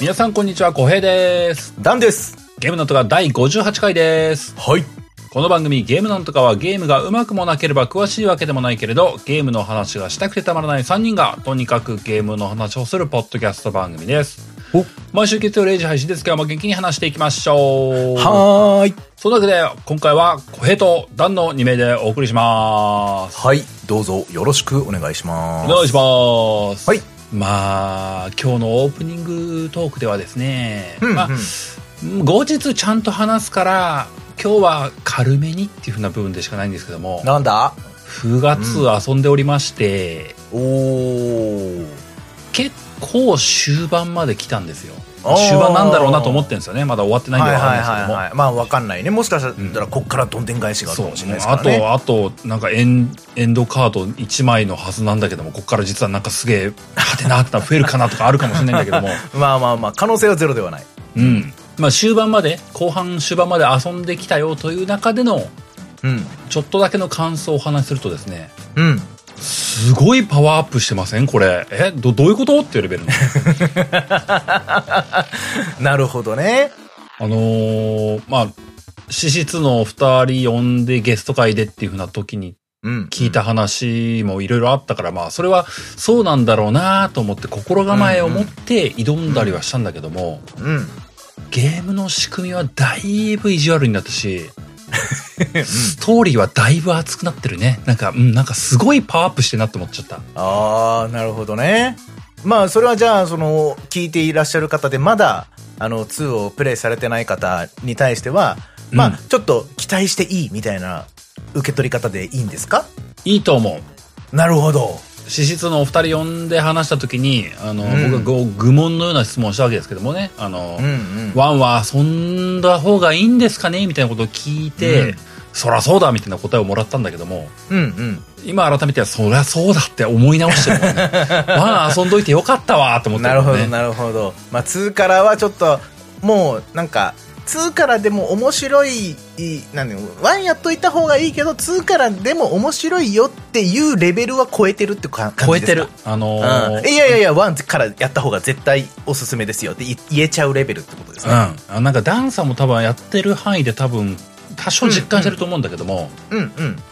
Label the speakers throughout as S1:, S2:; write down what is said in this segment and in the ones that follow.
S1: 皆さんこんにちは、小平です。
S2: ダンです。
S1: ゲームなんとか第58回です。
S2: はい。
S1: この番組ゲームなんとかはゲームがうまくもなければ詳しいわけでもないけれど、ゲームの話がしたくてたまらない3人が、とにかくゲームの話をするポッドキャスト番組です。
S2: お
S1: 毎週月曜0時配信ですけども元気に話していきましょう。
S2: はーい。
S1: そのわけで、今回は小平とダンの2名でお送りします。
S2: はい。どうぞよろしくお願いし
S1: お
S2: ます。
S1: 願いします。
S2: はい。
S1: まあ、今日のオープニングトークではですね、
S2: うんうん
S1: まあ、後日ちゃんと話すから、今日は軽めにっていうふうな部分でしかないんですけども、
S2: なんだ
S1: 9月遊んでおりまして、
S2: おー。
S1: 結構終盤まで来たんですよ。
S2: あー
S1: 終盤なんだろうなと思ってるんですよね。まだ終わってないんでわかんないですけども。
S2: い。まあわかんないね。もしかしたらこっからどんでん返しがある
S1: そ
S2: か
S1: う
S2: もしれないですか
S1: あ
S2: らね。
S1: とあとなんかエンエンドカード1枚のはずなんだけどもここから実はなんかすげえはてなってな増えるかなとかあるかもしれないんだけども、
S2: まあまあまあ、可能性はゼロではない。
S1: うんまあ、終盤まで後半終盤まで遊んできたよという中での
S2: うん。
S1: ちょっとだけの感想をお話しするとですね
S2: うん。
S1: すごいパワーアップしてませんこれえどどういうことっていうレベルの
S2: なるほどね。
S1: あのーまあ資質の2人呼んでゲスト会でっていうふうな時に
S2: うん。
S1: 聞いた話もいろいろあったから、まあ、それはそうなんだろうなと思って心構えを持って挑んだりはしたんだけども、
S2: うん。
S1: ゲームの仕組みはだいぶ意地悪になったし、ストーリーはだいぶ熱くなってるね。なんか、うん、なんかすごいパワーアップしてるなって思っちゃった。
S2: ああ、なるほどね。まあ、それはじゃあ、その、聞いていらっしゃる方で、まだ、あの、2をプレイされてない方に対しては、まあ、
S1: うん
S2: ちょっと期待していいみたいな受け取り方でいいんですか
S1: いいと思う。
S2: なるほど。
S1: 資質のお二人呼んで話した時に、あの、
S2: うん
S1: 僕がご愚問のような質問をしたわけですけどもね、あの、
S2: うんうん。
S1: ワンは遊んだ方がいいんですかねみたいなことを聞いて、
S2: うん
S1: そらそうだみたいな答えをもらったんだけども、
S2: うんうん。
S1: 今改めてはそりゃそうだって思 い直してるもんねワン遊んどいてよかったわと思って
S2: なるほ
S1: もん
S2: ど、
S1: ね
S2: なるほど。まあ、2からはちょっと、もう、なんか、2からでも面白い、いなんで、1やっといた方がいいけど、2からでも面白いよっていうレベルは超えてるってか感
S1: 超
S2: じ
S1: え
S2: ですか
S1: てるあのー
S2: うんいやいやいや、ワンからやった方が絶対おすすめですよってい言えちゃうレベルってことです
S1: うん
S2: ね。
S1: あなんかダンサーも多分やってる範囲で多分多少実感してると思うんだけども、
S2: うんうん。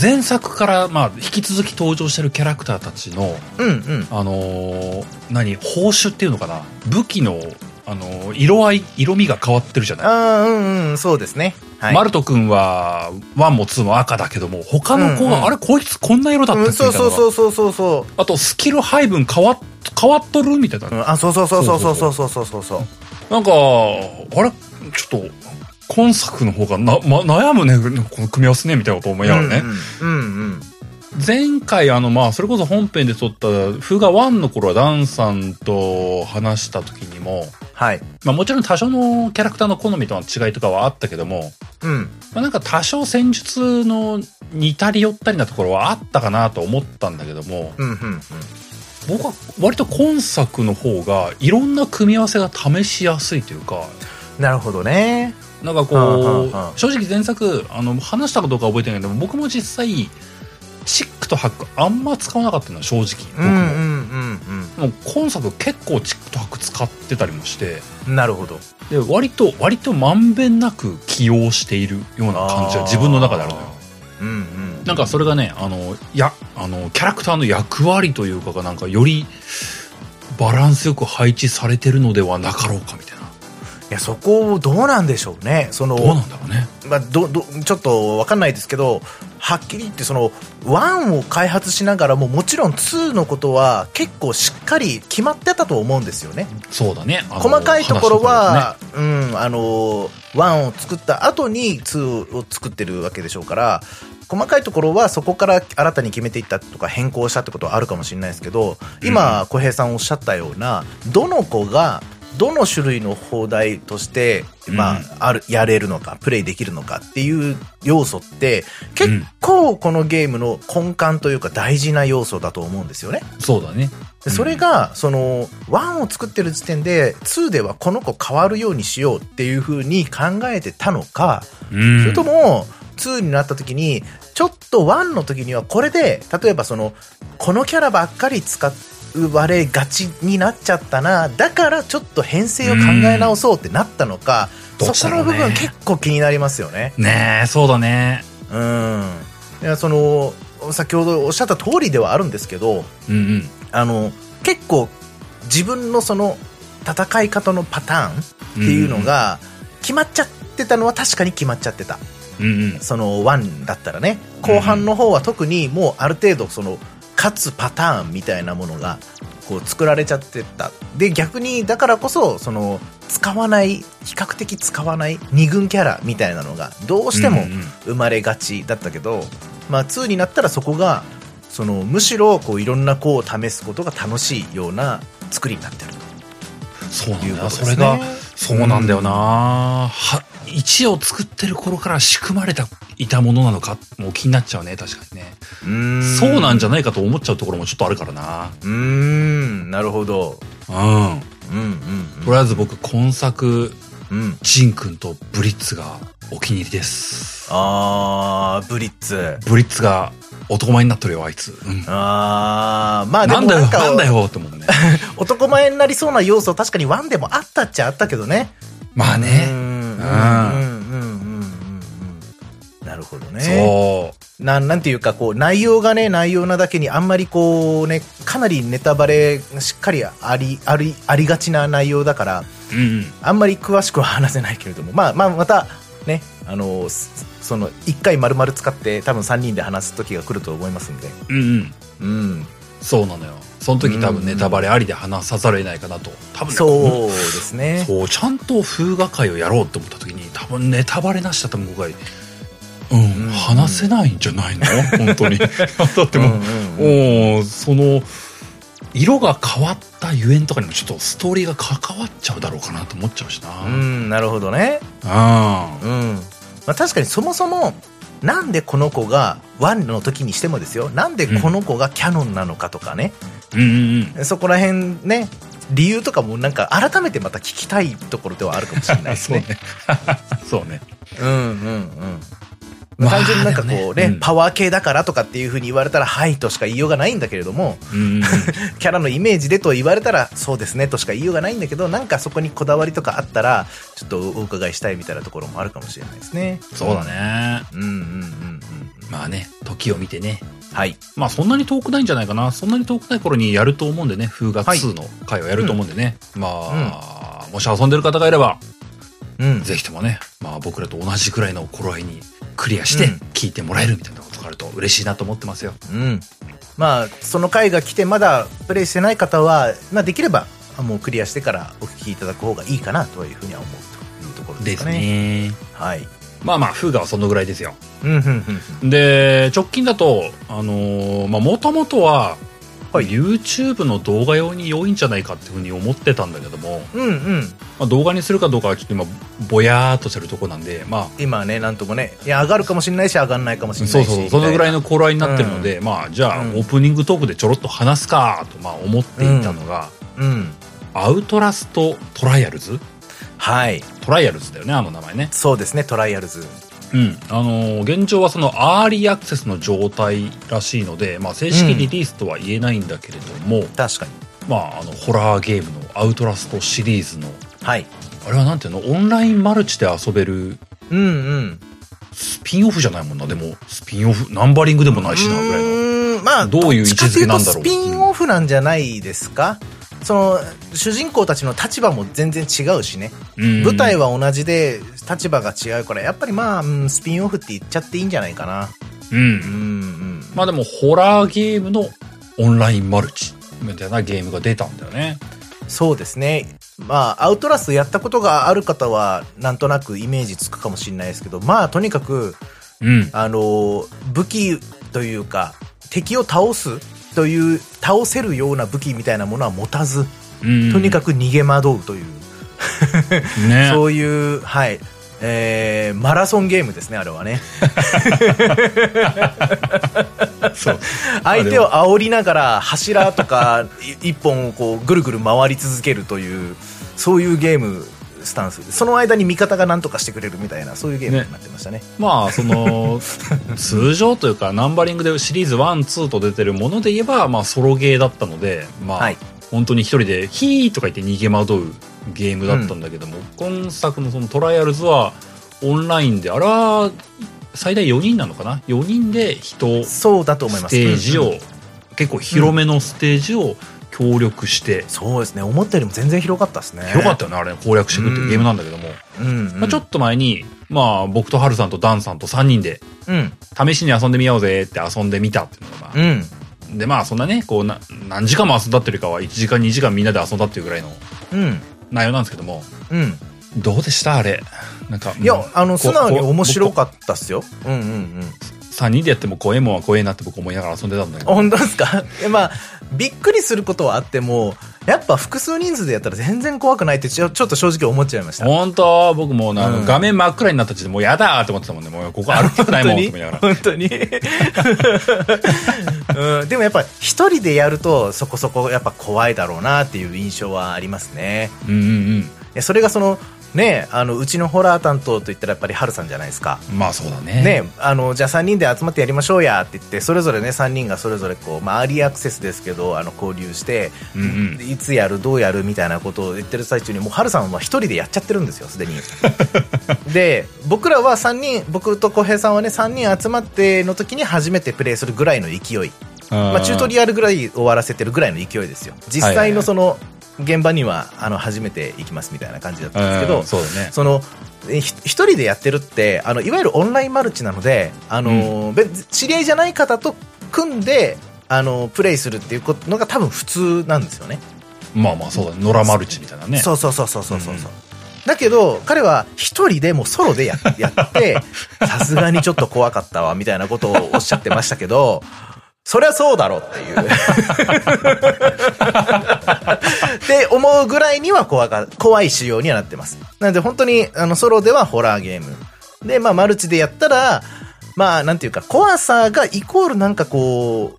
S1: 前作からまあ引き続き登場してるキャラクターたちの
S2: うんうん。
S1: あのー何報酬っていうのかな武器のあのー色合い色味が変わってるじゃない
S2: ああ、うんうん、そうですね。はい。
S1: マルト君は1も2も赤だけども他の子が、
S2: うんうん
S1: あれこいつこんな色だったっ
S2: う
S1: け
S2: ん、
S1: みたい
S2: そう
S1: なの
S2: そう
S1: が
S2: そうそうそうそ
S1: あとスキル配分変わっ変わっとるみたいな、
S2: う。うん、あ、そうそうそうそうそうそうそうそうそうそう。
S1: なんかあれちょっと今作の方がな、ま、悩むねこの組み合わせねみたいなこと思いながらね、
S2: うんうん。うん
S1: 前回あのまあそれこそ本編で撮った「フガ1」の頃はダンさんと話した時にも、
S2: はい。
S1: まあ、もちろん多少のキャラクターの好みとの違いとかはあったけども、
S2: うん。
S1: まあ、なんか多少戦術の似たり寄ったりなところはあったかなと思ったんだけども
S2: うんうんうん。
S1: 僕は割と今作の方がいろんな組み合わせが試しやすいというか
S2: なるほどね。
S1: なんか
S2: はあは
S1: こ
S2: あはあ
S1: う正直前作あの話したかどうかは覚えてないけど僕も実際チックとハックあんま使わなかったの正直僕
S2: うん
S1: も。
S2: うん
S1: もう今作結構チックとハック使ってたりもして
S2: うん。なるほど。
S1: で割と割とまんべんなく起用しているような感じは自分の中であるのよ。
S2: うんうん。
S1: なんかそれがねあのやあのキャラクターの役割というかがなんかよりバランスよく配置されてるのではなかろうかみたいない
S2: や、そこどうなんでしょうね。その、
S1: どうなんだろうね
S2: まあ、どどちょっとわかんないですけどはっきり言ってその1を開発しながらももちろん2のことは結構しっかり決まってたと思うんですよね
S1: そうだねあの
S2: 細かいところ
S1: 話
S2: は、うん、あの1を作った後に2を作ってるわけでしょうから細かいところはそこから新たに決めていったとか変更したってことはあるかもしれないですけど今、小平さんおっしゃったようなどの子がどの種類の放題として、まあ
S1: うん
S2: あるやれるのかプレイできるのかっていう要素って結構このゲームの根幹というか大事な要素だと思うんですよね。
S1: そうだね
S2: でそれが、その、1を作ってる時点で、2ではこの子変わるようにしようっていう風に考えてたのか、
S1: うん
S2: それとも、2になった時に、ちょっと1の時にはこれで、例えばその、このキャラばっかり使っわれがちになっちゃったなだからちょっと編成を考え直そうってなったのか、
S1: うんどっち
S2: そ
S1: だ
S2: こ
S1: ろう
S2: の
S1: ね
S2: 部分結構気になりますよね。
S1: ねえ、そうだね。
S2: うん、いやその先ほどおっしゃった通りではあるんですけど
S1: うんうん。
S2: あの結構自分のその戦い方のパターンっていうのが決まっちゃってたのは確かに決まっちゃってた。
S1: うんうん。
S2: その1だったらね後半の方は特にもうある程度その勝つパターンみたいなものがこう作られちゃってたで逆にだからこそその使わない比較的使わない2軍キャラみたいなのがどうしても
S1: うんうん
S2: 生まれがちだったけど、まあ、2になったらそこがそのむしろこういろんな子を試すことが楽しいような作りになってる
S1: そうなん
S2: という
S1: だ
S2: こ
S1: よ。
S2: と
S1: そ
S2: で
S1: れ
S2: す
S1: が
S2: ね、。
S1: そうなんだよな。は、1を作ってる頃から仕組まれた、いたものなのか、もう気になっちゃうね、確かにね。
S2: うん
S1: そうなんじゃ
S2: な
S1: な
S2: い
S1: いかと思っちゃうところもちょっとあるからな。
S2: うーんなるほど
S1: うん。
S2: うんうん
S1: とりあえず僕、今作、
S2: うんうん
S1: ジン君とブリッツがお気に入りです。
S2: あー、ブリッツ。
S1: ブリッツが男前になってるよ、あいつ。うん。
S2: あー、まあで
S1: な
S2: も
S1: んだ
S2: な
S1: よ、
S2: んか
S1: なんだよ、と思 うね。
S2: 男前になりそうな要素確かにワンでもあったっちゃあったけどね。
S1: まあ
S2: う
S1: ね。
S2: んうんうん
S1: あー
S2: うんうんうんうん。なるほどね。
S1: そ
S2: なん、なんていうか、こう、内容がね、内容なだけにあんまりこうね、かなりネタバレがしっかりあり、あり、ありがちな内容だから、
S1: う。うん。
S2: あんまり詳しくは話せないけれども、まあまあまた、ね、あの、すその、一回丸々使って多分3人で話す時が来ると思いますんで。
S1: うんうん。
S2: うん。
S1: そうなのよ。その時多分ネタバレありで話さざるを得ないかなと。多分ね
S2: そうですね。
S1: そうちゃんと風雅会をやろうと思った時に多分ネタバレなしだと思うからうん、
S2: うん
S1: 話せないんじゃないの本当にだってもう、
S2: うんうんうん
S1: うんその色が変わったゆえんとかにもちょっとストーリーが関わっちゃうだろうかなと思っちゃうしな
S2: う、ん、なるほどね。
S1: あ
S2: うん。まあ、確かにそもそも、なんでこの子が、ワンの時にしてもですよ。なんでこの子がキャノンなのかとかね。
S1: うんうん
S2: そこら辺ね、理由とかもなんか改めてまた聞きたいところではあるかもしれない
S1: うん
S2: で
S1: そ
S2: す
S1: う
S2: ね。
S1: ね そうね
S2: うんうんうん。
S1: まあ
S2: 単純になんかこうね
S1: でもねうん
S2: パワー系だからとかっていうふうに言われたら、はいとしか言いようがないんだけれども、
S1: うんうんうん
S2: キャラのイメージでと言われたら、そうですねとしか言いようがないんだけど、なんかそこにこだわりとかあったら、ちょっとお伺いしたいみたいなところもあるかもしれないですね。
S1: そうだ。ね
S2: うんうんうんうん。
S1: まあね時を見てね
S2: はい。
S1: まあそんなに遠くないんじゃないかな。そんなに遠くない頃にやると思うんでね。風雅2の回をやると思うんでね。まあ、もし遊んでる方がいれば、
S2: うん。
S1: ぜひともね、まあ僕らと同じくらいの頃合いにクリアして
S2: うん
S1: 聞いてもらえるみたいなことがあると嬉しいなと思ってますよ。
S2: うん。まあ、その回が来てまだプレイしてない方は、まあできれば、もうクリアしてからお聞きいただく方がいいかなというふうには思うというところで
S1: ですす
S2: かね。
S1: ね。
S2: はい。
S1: まあまあ、風雅はそのぐらいですよ。
S2: うんうんうんうん。
S1: で、直近だと、あのーまあもともとは、
S2: はい
S1: YouTube の動画用に良いんじゃないかっていうふうに思ってたんだけども、
S2: うんうん。
S1: まあ、動画にするかどうかはちょっと今、ぼやーっとしてるとこなんで、まあ、
S2: 今ね、なんともね、いや、上がるかもしれないし、上がんないかもしれな
S1: そう
S2: いし。
S1: そうそうそのぐらい
S2: の。
S1: の頃合いになってるので、まあじゃあ、
S2: うん
S1: オープニングトークでちょろっと話すかと、まあ、思っていたのが、
S2: うん。
S1: アウトラストトライアルズ
S2: はい。
S1: トライアルズだよねあの名前ね
S2: そうですね、トライアルズ。
S1: うんあのー現状はそのアーリーアクセスの状態らしいので、まあ、正式リリースとは言えないんだけれども、
S2: 確かに。
S1: まああのホラーゲームのアウトラストシリーズの
S2: はい。
S1: あれはなんていうのオンラインマルチで遊べる
S2: うんうん。
S1: スピンオフじゃないもんなでもスピンオフナンバリングでもないしなぐらいの
S2: うーんまあ、
S1: どういう位置づけなんだろう
S2: どっちかというとスピンオフなんじゃないですか、その、主人公たちの立場も全然違うしね。
S1: うん
S2: 舞台は同じで、立場が違うから、やっぱりまあ、うんスピンオフって言っちゃっていいんじゃないかな。
S1: うん
S2: うんうん。
S1: まあでも、ホラーゲームのオンラインマルチみたいなゲームが出たんだよね。
S2: そうですね。まあ、アウトラストやったことがある方は、なんとなくイメージつくかもしれないですけど、まあ、とにかく、
S1: うん。
S2: あの、武器というか、敵を倒すという、倒せるような武器みたいなものは持たず、とにか
S1: く、
S2: く逃げ惑うという、
S1: ね。
S2: そういう、はい、えー、マラソンゲームですね、あれはね。
S1: そう。
S2: 相手を煽りながら柱とかい一本をこうぐるぐる回り続けるという、そういうゲームスタンスその間に味方が何とかしてくれるみたいなそういうゲームになってましたね
S1: まあその通常というかナンバリングでシリーズ12と出てるもので言えば、まあ、ソロゲーだったので、まあ
S2: はい
S1: 本当に一人で「ヒー」とか言って逃げ惑うゲームだったんだけども、今作のそのトライアルズはオンラインであら最大4人なのかな4人で人ス
S2: そうだと思います
S1: テージを、
S2: うん
S1: 結構広めのステージを協力して、
S2: そうですね思ったよりも全然広かったですね
S1: よかったよねあれ攻略していくっていうゲームなんだけども、
S2: うん、うん
S1: まあ、ちょっと前に、まあ、僕とハルさんとダンさんと3人で
S2: うん
S1: 試しに遊んでみようぜって遊んでみたっていうのが、
S2: うん
S1: でまあそんなねこうな何時間も遊んだっていうよりかは1時間2時間みんなで遊んだっていうぐらいの
S2: うん
S1: 内容なんですけども
S2: うん
S1: どうでしたあれなんか
S2: いや、
S1: もう
S2: あの
S1: こ
S2: 素直に面白かったっすようんうんうん
S1: 3人でやっても怖えもんは怖えなって僕思いながら遊んでたんだけど
S2: 本当ですか いやまあ、びっくりすることはあっても、やっぱ複数人数でやったら全然怖くないってちょちょっと正直思っちゃいました。
S1: 本当僕もうなあの
S2: うん
S1: 画面真っ暗になった時点でもうやだーって思ってたもんねもうここ歩きたくないもんって思いながら
S2: 本当にうん、でもやっぱ一人でやるとそこそこやっぱ怖いだろうなっていう印象はありますね。
S1: うんうん
S2: いやそれがそのね、あのうちのホラー担当といったらやっぱりハルさんじゃないですか。
S1: うんまあそうだね
S2: ね、あのじゃあ3人で集まってやりましょうやって言ってそれぞれね3人がそれぞれこう、まあ、アーリーアクセスですけどあの交流して、
S1: うんうん
S2: いつやるどうやるみたいなことを言ってる最中にもうハルさんは1人でやっちゃってるんですよすでに で僕らは3人僕と小平さんはね3人集まっての時に初めてプレイするぐらいの勢い、
S1: ま
S2: まあ、チュートリアルぐらい終わらせてるぐらいの勢いですよ実際のその現場にはあの初めて行きますみたいな感じだったんですけど、
S1: そうだね
S2: そのえひ一人でやってるってあのいわゆるオンラインマルチなのであの、別知り合いじゃない方と組んであのプレイするっていうことのが多分普通なんですよね
S1: まあまあそうだね野良マルチみたいなね
S2: そうそうそうそうそうそう、う
S1: うんうん
S2: だけど彼は一人でもうソロでややって さすがにちょっと怖かったわみたいなことをおっしゃってましたけどそりゃそうだろうっていう って思うぐらいには怖が怖い仕様にはなってますなので本当にあのソロではホラーゲームでまあマルチでやったらまあなんていうか怖さがイコールなんかこ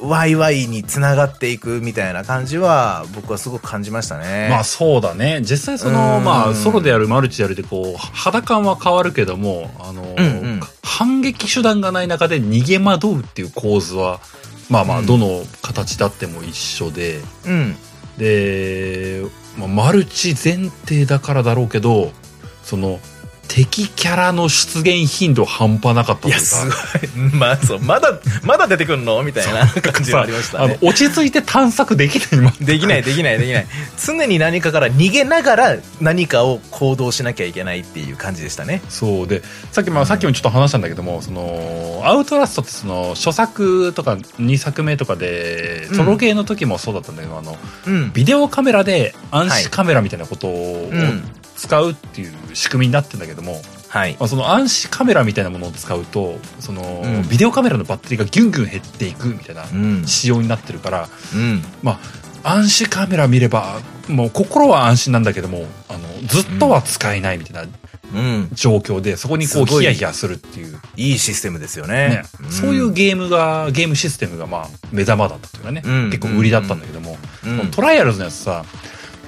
S2: うワイワイにつながっていくみたいな感じは僕はすごく感じましたね
S1: まあそうだね実際その
S2: うん
S1: まあソロでやるマルチでやるってこう肌感は変わるけどもあの、
S2: んうん
S1: 反撃手段がない中で逃げ惑うっていう構図はまあまあ
S2: うん
S1: どの形だっても一緒で、
S2: うん
S1: で、まあ、マルチ前提だからだろうけどその敵キャラの出現頻度半端なかったと
S2: い
S1: いう
S2: や、
S1: か
S2: すごい。 まあ、そう、まだ、まだ出てくんのみたいな感じはありました
S1: あの
S2: ね。
S1: 落ち着いて探索できないま
S2: できない、できない、できない。常に何かから逃げながら何かを行動しなきゃいけないっていう感じでしたね。
S1: そうでさっき,、まあ、さっきもちょっと話したんだけども、そのアウトラストってその初作とか2作目とかで
S2: うん
S1: ソロゲーの時もそうだったんだけど、あの
S2: うん。
S1: ビデオカメラで暗
S2: はい
S1: 視カメラみたいなことを
S2: うん。
S1: 使うっていう仕組みになってんだけども、
S2: はい。
S1: まあ、その暗視カメラみたいなものを使うとその、
S2: うん
S1: ビデオカメラのバッテリーがギュンギュン減っていくみたいな
S2: うん。
S1: 仕様になってるから、
S2: うん。
S1: 暗視カメラ見ればもう心は安心なんだけどもあのずっとは使えないみたいな
S2: うん。
S1: 状況で、そこにこう
S2: すご
S1: ヒ
S2: い
S1: ヤヒヤするっていう。
S2: いいシステムですよ
S1: ね
S2: ね。ん
S1: そういう、ゲームがゲームシステムがまあ目玉だったというかね、
S2: うん
S1: 結構売りだったんだけども、
S2: うん
S1: このトライアルズのやつさ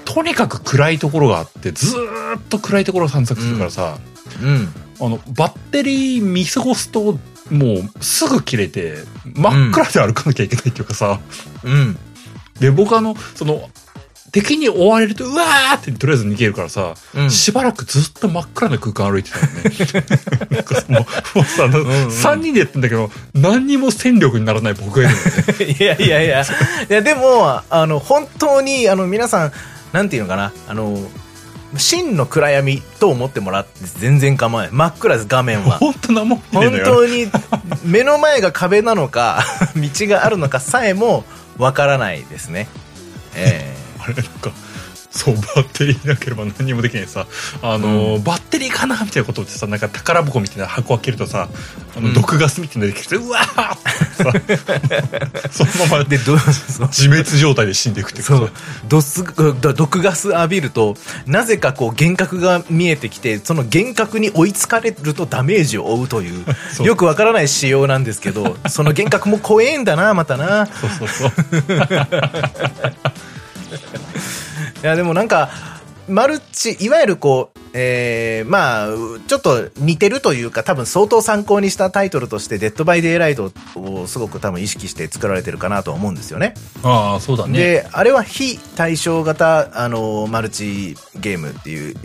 S1: とにかく暗いところがあってずーっと暗いところを散策するからさ、
S2: うん。
S1: あのバッテリー見過ごすともうすぐ切れて真っ暗で歩かなきゃいけないっていうかさ、
S2: うん。
S1: で僕あのその敵に追われるとうわーってとりあえず逃げるからさ、
S2: うん
S1: しばらくずっと真っ暗な空間歩いてたよ ね。なんかもう、もうさ、あの
S2: んうん
S1: 3人でやったんだけど、何にも戦力にならない僕がいるのね。
S2: いやいやいや。いや、でも、あの、本当に、あの、皆さん、なんていうのかな、あの、真の暗闇と思ってもらって全然構わない。真っ暗です、画面 は。
S1: 本当なんも見て
S2: 本
S1: ないよ。
S2: 当に、目の前が壁なのか、 道があるのかさえも、わからないですね。え
S1: あれ、なんか、そう、バッテリーなければ何にもできないさ、あの、バッテリーかなみたいなことってさ、なんか宝箱みたいな箱開けるとさ、あの、
S2: うん
S1: 毒ガスみたいなの出てきて、うわーって さ、そのまま
S2: えで、ど、そう
S1: 自滅状態で死んでいくっていうか
S2: そ
S1: さ
S2: う、ドス、ど毒ガス浴びると、なぜかこう幻覚が見えてきて、その幻覚に追いつかれるとダメージを負うとい、
S1: そうう
S2: よくわからない仕様なんですけど、その幻覚も怖えんだな、またな。
S1: そうそうそう。
S2: いやでもなんかマルチ、いわゆるこう、えー、まあ、ちょっと似てるというか、多分相当参考にしたタイトルとして、デッドバイデイライトをすごく多分意識して作られてるかなとは思うんですよね。
S1: ああ、そうだね。
S2: で、あれは非対象型、あの、マルチゲームっていう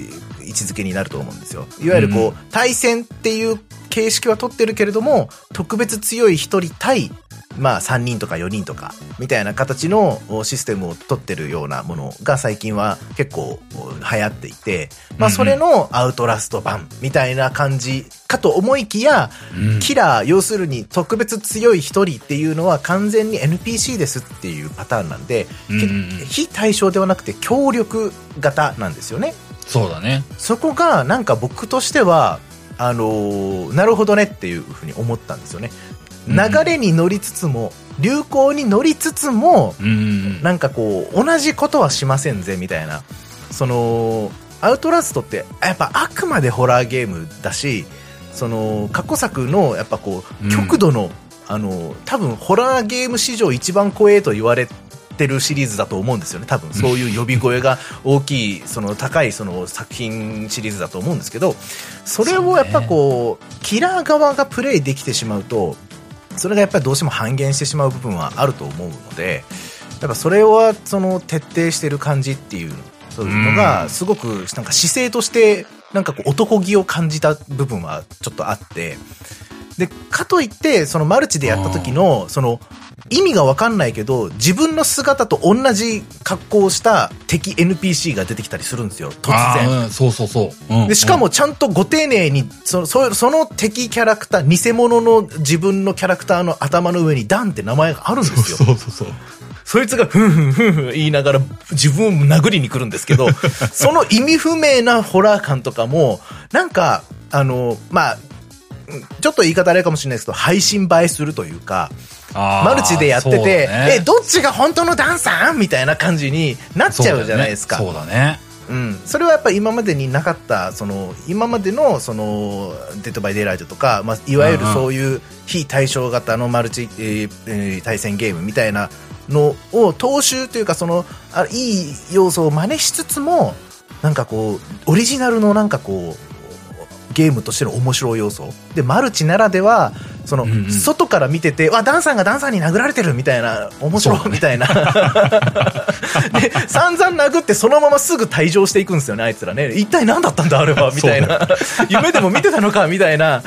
S2: 位置づけになると思うんですよ。いわゆるこう、
S1: うん
S2: 対戦っていう形式は取ってるけれども、特別強い一人対、まあ3人とか4人とか、みたいな形のおシステムを取ってるようなものが最近は結構お流行っていて、まあ
S1: うんうん
S2: それのアウトラスト版みたいな感じかと思いきや、
S1: うん
S2: キラー、要するに特別強い一人っていうのは完全に NPC ですっていうパターンなんで、
S1: うんうんうん
S2: 非対象ではなくて協力型なんですよね。
S1: そうだね。
S2: そこがなんか僕としては、あのーなるほどねっていうふうに思ったんですよね。
S1: うん
S2: 流れに乗りつつも、流行に乗りつつも、
S1: うんうん
S2: なんかこう、同じことはしませんぜ、みたいな。その、アウトラストって、やっぱあくまでホラーゲームだし、その、過去作の、やっぱこ
S1: う
S2: う、
S1: ん
S2: 極度の、あの、多分ホラーゲーム史上一番怖えと言われてるシリーズだと思うんですよね。多分、そういう呼び声が大きい、その、高い、その、作品シリーズだと思うんですけど、それをやっぱこう、キラー側がプレイできてしまうと、それがやっぱりどうしても半減してしまう部分はあると思うので、やっぱそれはその徹底してる感じっていうそういうの
S1: う
S2: が
S1: ん
S2: すごくなんか姿勢としてなんかこう男気を感じた部分はちょっとあってでかといってそのマルチでやった時のその意味がわかんないけど自分の姿と同じ格好をした敵 NPC が出てきたりするんですよ突然
S1: あーうんそうそうそう。うん
S2: で、しか、もちゃんとご丁寧に、その、そその敵キャラクター、偽物の自分のキャラクターの頭の上にダンって名前があるんです
S1: う
S2: よ。
S1: んそうそうそうそう。
S2: そいつがふんふんふんふん言いながら自分を殴りに来るんですけ ど、その意味不明なホラー感とかも、なんか、あの、まあ、ちょっと言い方あれかもしれないですけど、配信映えするというか、
S1: あー
S2: マルチでやってて、
S1: そうだね
S2: え、どっちが本当のダンサーみたいな感じになっちゃうじゃないですか。
S1: そうだね。
S2: うん、それはやっぱ今までになかったその今までのそのデッド・バイ・デイ・ライトとか、まあ、いわゆる
S1: うんうん
S2: そういう非対象型のマルチ、えーえー対戦ゲームみたいなのを踏襲というかそのあいい要素を真似しつつもなんかこうオリジナルのなんかこうゲームとしての面白い要素でマルチならではその、
S1: うんうん
S2: 外から見ててわダンさんがダンさんに殴られてるみたいな面
S1: そう
S2: 白
S1: だ
S2: い
S1: ね
S2: みたいな。で、散々殴ってそのまますぐ退場していくんですよね、あいつらね。一体何だったんだ、あ れは、みたいな。夢でも見てたのか、みたいな。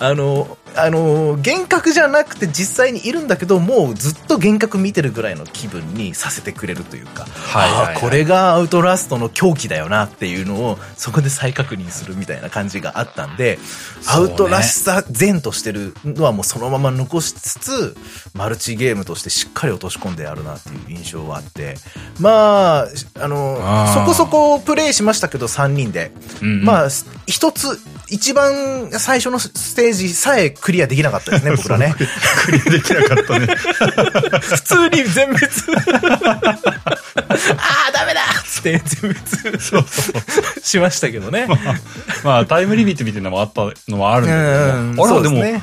S2: あの、あの、幻覚じゃなくて実際にいるんだけど、もうずっと幻覚見てるぐらいの気分にさせてくれるというか。
S1: はいはいはい
S2: あーこれがアウトラストの狂気だよなっていうのを、そこで再確認するみたいな感じがあったんで、ア
S1: そうね
S2: ウトらしさ善としてるのはもうそのまま残しつつ、マルチゲームとしてしっかり落とし込んであるなっていう印象はあって、まあ、あの、
S1: あー
S2: そこそこプレイしましたけど3人で、ま
S1: あ、
S2: あ、す一つ、一番最初のステージさえクリアできなかったですね、僕ら ね。
S1: クリアできなか ったね。
S2: 普通に全滅。 ああ、ダメだっつって全滅
S1: そうそう。
S2: しましたけどね。
S1: まあ、タイムリミットみたいなのもあったのもあるんだけども、あれはでも、
S2: そうすね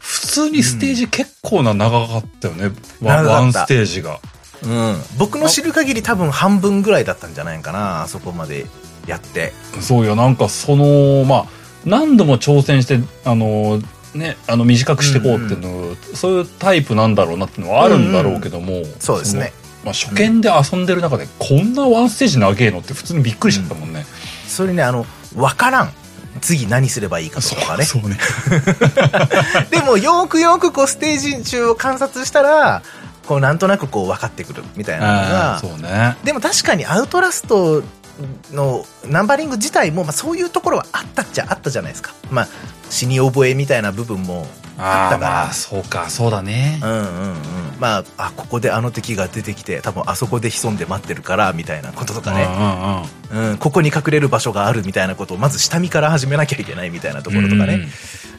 S1: 普通にステージ結構な長かったよね。ワン
S2: 長
S1: ワ
S2: か
S1: ン
S2: った
S1: ステージが。
S2: うん、僕の知る限り多分半分ぐらいだったんじゃないかなあそこまでやって
S1: そうよ、なんかその、まあ、何度も挑戦して、あの、ね、あの短くしていこうっていうの、そういうタイプなんだろうなっていうのはあるんだろうけども、
S2: そうですね
S1: その。まあ、初見で遊んでる中で、こんなワンステージ長えのって普通にびっくりしちゃったもんね。
S2: それにねあの分からん次何すればいいかとかね
S1: そうね。
S2: でもよくよくこうステージ中を観察したらこうなんとなくこう分かってくるみたいなの
S1: ああ
S2: が
S1: そうね。
S2: でも確かにアウトラストのナンバリング自体も、まあ、そういうところはあったっちゃあったじゃないですか、まあ、死に覚えみたいな部分もあっ
S1: ああ、
S2: たから
S1: まあ、そうか、そうだね
S2: う。んうんうんまああここであの敵が出てきて多分あそこで潜んで待ってるからみたいなこととかね、
S1: う
S2: うん、ここに隠れる場所があるみたいなことをまず下見から始めなきゃいけないみたいなところとかね、
S1: うん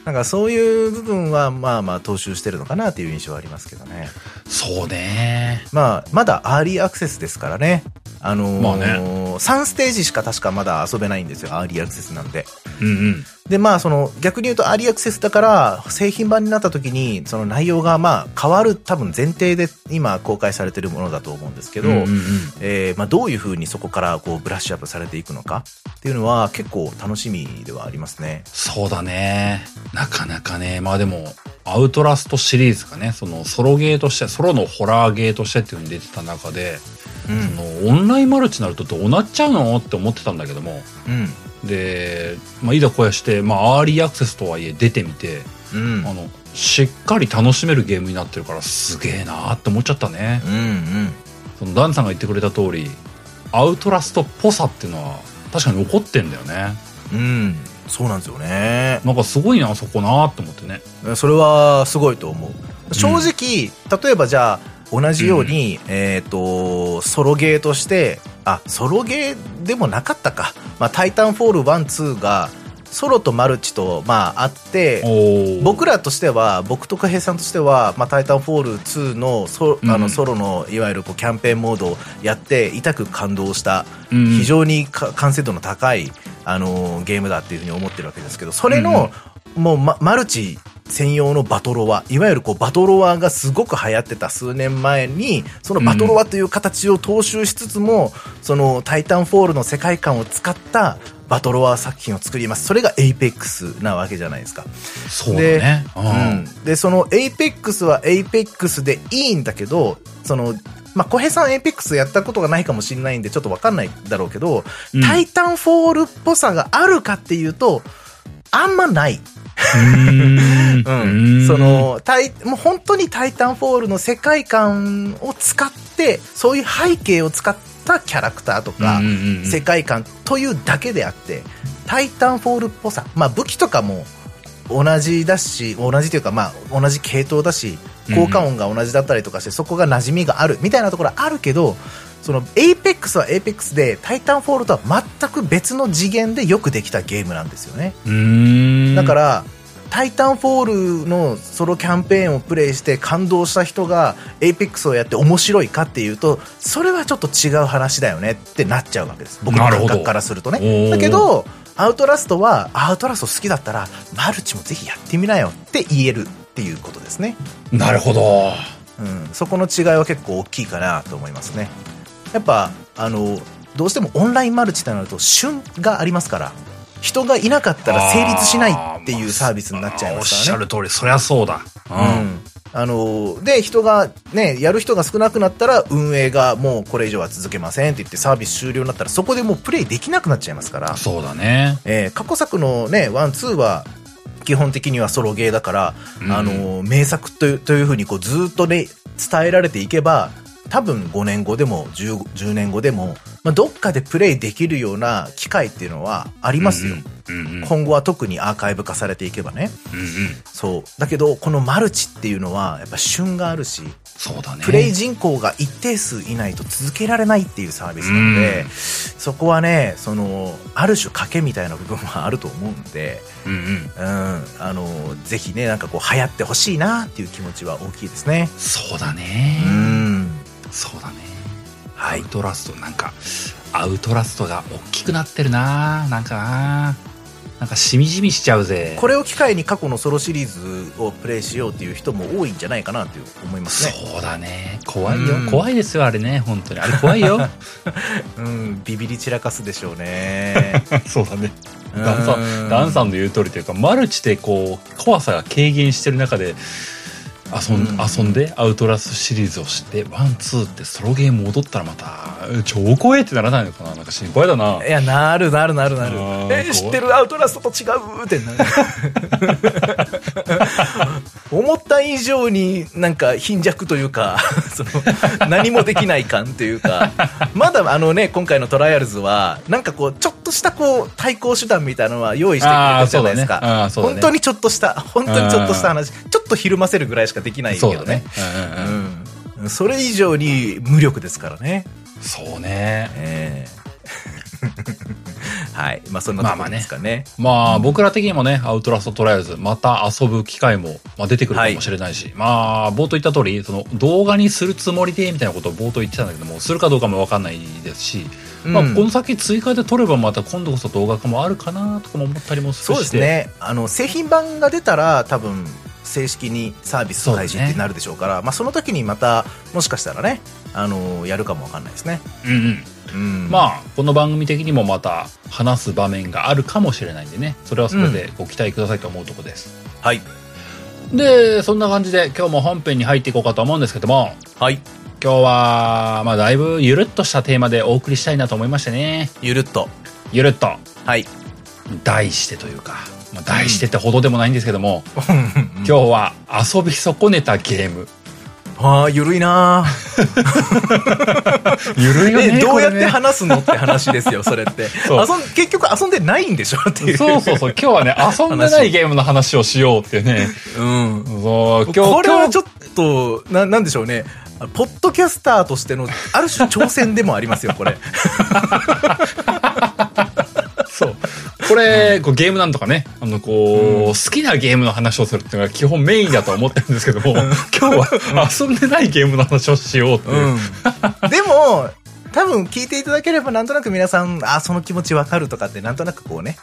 S2: なんかそういう部分はまあまあ踏襲してるのかなっていう印象はありますけどね
S1: そうね。
S2: まあまだアーリーアクセスですからねあのー
S1: まあ
S2: 3ステージしか確かまだ遊べないんですよ、アーリーアクセスなんで。
S1: うんうん。
S2: で、まあ、その、逆に言うと、アーリーアクセスだから、製品版になった時に、その内容が、まあ、変わる、多分前提で、今、公開されてるものだと思うんですけど、
S1: うんうんうん
S2: えーまあ、どういう風にそこから、こう、ブラッシュアップされていくのかっていうのは、結構楽しみではありますね。
S1: そうだね。なかなかね。まあでも、アウトラストシリーズがね、そのソロゲーとして、ソロのホラーゲーとしてっていうのに出てた中で、
S2: うん。
S1: そのオンラインマルチになるとどうなっちゃうのって思ってたんだけども、
S2: うん。
S1: で、まあ、いざこうやして、まあ、アーリーアクセスとはいえ出てみて、
S2: うん。
S1: あの、しっかり楽しめるゲームになってるから、すげえなーって思っちゃったね。
S2: うん。うん。
S1: そのダンさんが言ってくれた通り、アウトラストっぽさっていうのは、確かに残ってんだよね。
S2: うん。そうなんですよね。
S1: なんかすごいな、そこなーって思ってね。
S2: それはすごいと思う。正直、例えばじゃあ、同じように、えっ、と、ソロゲーとして、あ、ソロゲーでもなかったか。まあ、タイタンフォール1、2が、ソロとマルチと、まあ、あって、
S1: お
S2: 僕
S1: ら、
S2: らとしては、僕とか平さんとしては、まあ、タイタンフォール2のソあ
S1: う
S2: の
S1: ん
S2: ソロの、いわゆるこうキャンペーンモードをやって、痛く感動した
S1: うん
S2: 非常にか完成度の高い、あのーゲームだっていうふうに思ってるわけですけど、それの、もう、ま、マルチ専用のバトロワ、いわゆるこうバトロワがすごく流行ってた数年前に、そのバトロワという形を踏襲しつつも、そのタイタンフォールの世界観を使ったバトロワ作品を作ります。それがエイペックスなわけじゃないですか。
S1: そうだね。うん
S2: うん、でそのエイペックスはエイペックスでいいんだけどそのまあ、小平さんエイペックスやったことがないかもしれないんでちょっとわかんないだろうけど、
S1: うん
S2: タイタンフォールっぽさがあるかっていうと、あんまない。
S1: う
S2: う
S1: ー
S2: ん。そ、の、タイ、もう本当にタイタンフォールの世界観を使って、そういう背景を使ったキャラクターとか、
S1: うんうんうん
S2: 世界観というだけであって、タイタンフォールっぽさ、まあ、武器とかも同じだし、同じというか、まあ、同じ系統だし、効果音が同じだったりとかして、そこが馴染みがあるみたいなところあるけど、その、エイペックスはエイペックスで、タイタンフォールとは全く別の次元でよくできたゲームなんですよね。
S1: うーん
S2: だか、ら、タイタンフォールのソロキャンペーンをプレイして感動した人が、エイペックスをやって面白いかっていうと、それはちょっと違う話だよねってなっちゃうわけです。僕の
S1: なる
S2: 感
S1: ほど
S2: 覚からすると
S1: おー
S2: ね。だけど、アウトラストは、アウトラスト好きだったら、マルチもぜひやってみなよって言えるっていうことですね。
S1: なるほど。
S2: うん、そこの違いは結構大きいかなと思いますね。やっぱ、あの、どうしてもオンラインマルチとなると旬がありますから、人がいなかったら成立しないっていうサービスになっちゃいますからね
S1: おっしゃ。る通り、そりゃそうだ。
S2: うんあので、人が、ね、やる人が少なくなったら、運営がもうこれ以上は続けませんって言ってサービス終了になったら、そこでもうプレイできなくなっちゃいますから、
S1: そうだね。
S2: えー過去作のね、ワン、ツーは、基本的にはソロゲーだから、
S1: うん
S2: あの名作というというふうにこうずっとね、伝えられていけば、多分5年後でも 10, 10年後でも、まあ、どっかでプレイできるような機会っていうのはあります
S1: うん
S2: よ。
S1: うん。うんうん。
S2: 今後は特にアーカイブ化されていけばね。そう。だけど、このマルチっていうのは、やっぱ旬があるし、
S1: そうだね。
S2: プレイ人口が一定数いないと続けられないっていうサービスなので、
S1: うん
S2: そこはね、その、ある種賭けみたいな部分はあると思うんで、
S1: うんうん。
S2: うん、あの、ぜひね、なんかこう、流行ってほしいなっていう気持ちは大きいですね。
S1: そうだ
S2: う
S1: ね。
S2: ん。
S1: そうだね。
S2: は
S1: ア
S2: い
S1: ウ。トラスト、なんか、アウトラストが大きくなってるななんかななんかしみじみしちゃうぜ。
S2: これを機会に過去のソロシリーズをプレイしようっていう人も多いんじゃないかなという思いますね。
S1: そうだね。怖いよ
S2: うん。
S1: 怖いですよ、あれね。本当に。あれ怖いよ。
S2: うん、ビビり散らかすでしょうね。
S1: そうだね。ダンさ、
S2: うん
S1: ダンさんの言う通りというか、マルチでこう、怖さが軽減してる中で、遊ん,、
S2: うん
S1: 遊んで、アウトラストシリーズをして、ワン、ツーってソロゲーム戻ったらまた、え超怖えってならないのかななんか心配だな。
S2: いや、なるなるなるなる
S1: あ。ー
S2: えー、知ってるアウトラストと違うってなる。 思った以上になんか貧弱というか、 その何もできない感というか、まだあのね、今回のトライアルズは、なんかこう、ちょっとしたこう、対抗手段みたいなのは用意してくれ
S1: あ
S2: た
S1: あ、
S2: じ
S1: そ
S2: ゃ
S1: う
S2: な
S1: だ
S2: いで
S1: ね
S2: す。か。
S1: あーそうだね
S2: 本当にちょっとした、本当にちょっとした話、ちょっとひるませるぐらいしかできないけ
S1: そう
S2: ど
S1: だ
S2: ね
S1: ね。。うんうんうん
S2: うん。それ以上に無力ですからね。
S1: そうね。
S2: ええはい。まあ、そんなと
S1: ま
S2: こ
S1: あま
S2: ろ
S1: あね
S2: ですかね。
S1: まあ、僕ら的にもね、アウトラストトライアルズ、また遊ぶ機会も、まあ、出てくるかもしれないし、まあ、冒頭言った通り、その、動画にするつもりで、みたいなことを冒頭言ってたんだけども、するかどうかもわかんないですし、まあ、
S2: うん
S1: この先追加で撮れば、また今度こそ動画化もあるかな、とかも思ったりもす
S2: そ
S1: る
S2: う
S1: し
S2: ですね。あの、製品版が出たら、多分、正式にサービス開始ってなるでしょうから、まあ、その時にまた、もしかしたらね、あの、やるかもわかんないですね。
S1: うんうん。
S2: うん。あ、
S1: まあ、この番組的にもまた話す場面があるかもしれないんでね、それはそれでご期待くださいと思うとこです。
S2: はい。
S1: で、そんな感じで今日も本編に入っていこうかと思うんですけども、
S2: はい。
S1: 今日は、まあ、だいぶゆるっとしたテーマでお送りしたいなと思いましてね。
S2: ゆるっと。
S1: ゆるっと、
S2: はい。
S1: 題してというか、まあ、題してってほどでもないんですけども、
S2: 今
S1: 今日は遊び損ねたゲーム。
S2: ああ、ゆるいな
S1: ゆるいよね。
S2: ね、どうや
S1: こ
S2: って
S1: れね
S2: 話すのって話ですよ、それって。
S1: そう
S2: 遊ん結局遊んでないんでしょっていう。
S1: そうそうそう、今日はね、遊んでないゲームの話をしようっていうね。
S2: うん。
S1: そう、今日、
S2: これはちょ
S1: っ
S2: っと、な、なんでしょうね。ポッドキャスターとしての、ある種挑戦でもありますよ、こ れ。
S1: と。そう。これ、こうゲームなんとかね、あの、こう、好きなゲームの話をするっていうのが基本メインだとは思ってるんですけども、今日は遊んでないゲームの話をしようっていう。
S2: うん。でも、多分聞いていただければなんとなく皆さん、あ、その気持ちわかるとかってなんとなくこうね、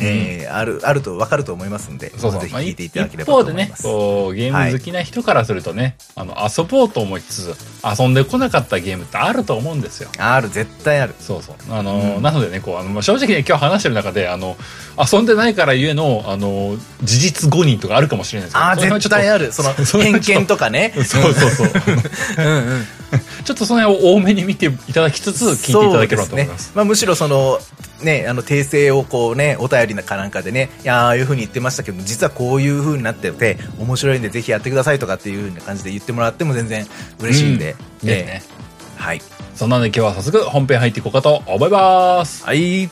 S2: えーある、あるとわかると思いますんで、
S1: そうそう。
S2: ぜひ
S1: まあ
S2: 聞いていただければ
S1: 一
S2: と
S1: 方
S2: 思
S1: で
S2: い
S1: ね
S2: ま、す。
S1: こう、ゲーム好きな人からするとね、あの、遊ぼうと思いつつ、遊んでこなかったゲームってあると思うんですよ。
S2: ある、絶対ある。
S1: そうそう。あの、
S2: うん
S1: なのでね、こう、あの、まあ正直ね、今日話してる中で、あの、遊んでないからゆえの、あの、事実誤認とかあるかもしれないですけど、
S2: ああ、
S1: その辺
S2: 絶対
S1: は
S2: ある。その、
S1: それは
S2: 偏
S1: ちょっ
S2: 見とかね。
S1: ちょっと。そうそうそう。
S2: うんうん。
S1: ちょっとその辺を多めに見ていただきつつ、聞いていただければと思いま。
S2: そうですねまあ、むしろその、ね、あの、訂正をこうね、お便りなんかなんかでね、いやーああいう風に言ってましたけど、実はこういう風になってて、面白いんでぜひやってくださいとかっていう風な感じで言ってもらっても全然嬉しいんで。
S1: ね
S2: ええ
S1: ね。
S2: はい。
S1: そんなので今日は早速本編入っていこうかと思います。
S2: はい。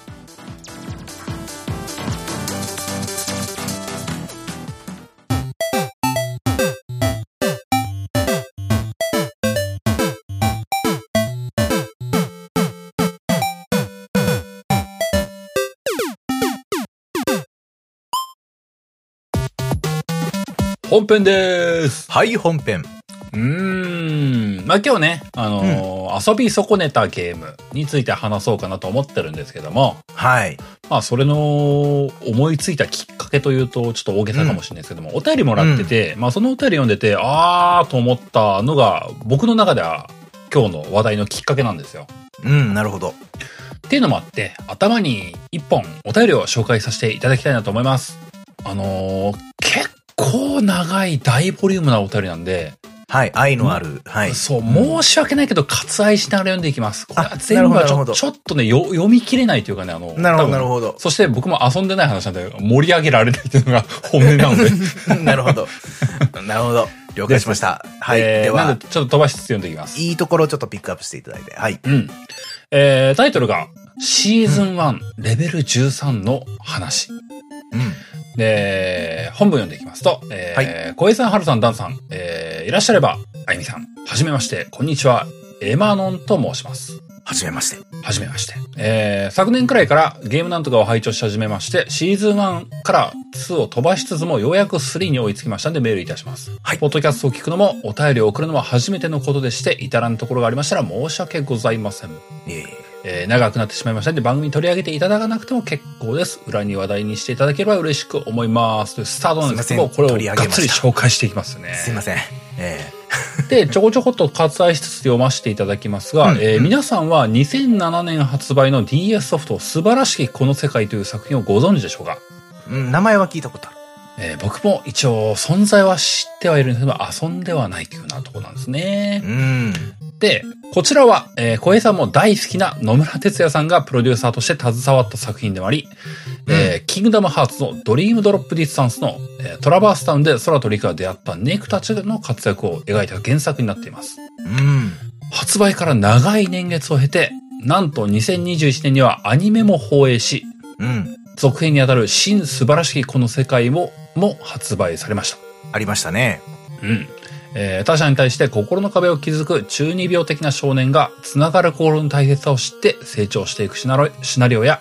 S1: 本編です。
S2: はい、本編。
S1: うーん。まあ今日ね、あのー遊び損ねたゲームについて話そうかなと思ってるんですけども、
S2: はい。
S1: まあそれの思いついたきっかけというとちょっと大げさかもしれないですけども、お便りもらってて、まあそのお便り読んでて、あーと思ったのが僕の中では今日の話題のきっかけなんですよ。
S2: うん、なるほど。
S1: っていうのもあって、頭に一本お便りを紹介させていただきたいなと思います。あのー結構長い大ボリュームなお便りなんで、
S2: はい、愛のある。はい。
S1: そう、申し訳ないけど、割愛しながら読んでいきます。これは
S2: あ
S1: 全部は
S2: な
S1: ち
S2: るほ
S1: ょ
S2: ど
S1: ちょっとねよ、読み切れないというかね、あの、
S2: なるほ
S1: 多
S2: ど、
S1: 分
S2: なるほど。
S1: そして僕も遊んでない話なんで、盛り上げられないっていうのが 本音なので。
S2: なるほど。なるほど。了解しました。 はい。
S1: えー
S2: で
S1: な
S2: は
S1: ん、で、ちょっと飛ばしつつ読んでいきます。
S2: いいところをちょっとピックアップしていただいて。はい。
S1: うん。えー、タイトルが、シーズン1、レベル13の話。
S2: うん。
S1: で、本文読んでいきますと、えー小江さん、春さん、ダンさん、えー、いらっしゃれば、あゆみさん、はじめまして、こんにちは、エマノンと申します。
S2: はじめまして。
S1: はじめまして。えー、昨年くらいからゲームなんとかを拝聴し始めまして、シーズン1から2を飛ばしつつもようやく3に追いつきましたんでメールいたします。
S2: はい
S1: ポッドキャストを聞くのも、お便りを送るのも初めてのことでして、至らぬところがありましたら申し訳ございません。
S2: いえいえ
S1: えー、長くなってしまいましたので番組に取り上げていただかなくても結構です。裏に話題にしていただければ嬉しく思います。というスタートなんですけど、
S2: すい
S1: こ
S2: ま
S1: れ
S2: せん
S1: をがっつり紹介していきますね。
S2: すいません。ええ
S1: で、ちょこちょこと割愛しつつ読ませていただきますが、
S2: うん
S1: えー皆さんは2007年発売の DS ソフト、素晴らしきこの世界という作品をご存知でしょうか、
S2: うん、名前は聞いたことある。
S1: えー僕も一応存在は知ってはいるんですけど、遊んではないというようなところなんですね。
S2: ん。
S1: で、こちらは、えー小平さんも大好きな野村哲也さんがプロデューサーとして携わった作品でもあり、えーキングダムハーツのドリームドロップディスタンスの、えートラバースタウンで空と陸が出会ったネイクたちの活躍を描いた原作になっています。
S2: うん。
S1: 発売から長い年月を経て、なんと2021年にはアニメも放映し、
S2: うん。
S1: 続編にあたる新素晴らしきこの世界も、も発売されました。
S2: ありましたね。
S1: うん。えー他者に対して心の壁を築く中二病的な少年が、つながる心の大切さを知って成長していくシナロシナリオや、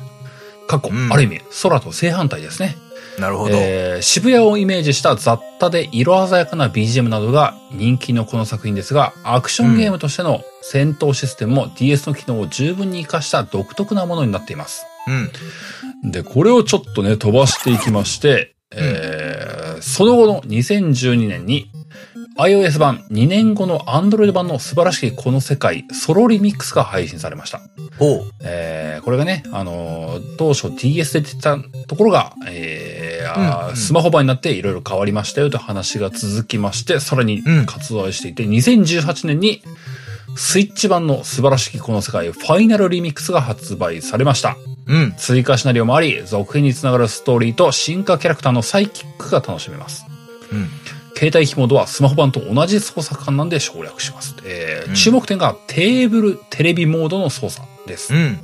S1: 過去、
S2: うん
S1: ある意味、空と正反対ですね。
S2: なるほど。
S1: えー渋谷をイメージした雑多で色鮮やかな BGM などが人気のこの作品ですが、アクションゲームとしての戦闘システムも DS の機能を十分に活かした独特なものになっています。
S2: うん。
S1: で、これをちょっとね、飛ばしていきまして、えーその後の2012年に、iOS 版2年後の Android 版の素晴らしきこの世界ソロリミックスが配信されました。
S2: ほう。
S1: えーこれがね、あのー当初 DS で出てたところが、えーあー
S2: うんうん
S1: スマホ版になっていろいろ変わりましたよという話が続きまして、さらに
S2: うん
S1: 活動していて、2018年にスイッチ版の素晴らしきこの世界ファイナルリミックスが発売されました。
S2: うん。
S1: 追加シナリオもあり、続編につながるストーリーと進化キャラクターのサイキックが楽しめます。
S2: うん。
S1: 携帯機モードはスマホ版と同じ操作感なんで省略します。えー
S2: うん
S1: 注目点がテーブル、テレビモードの操作です。
S2: うん。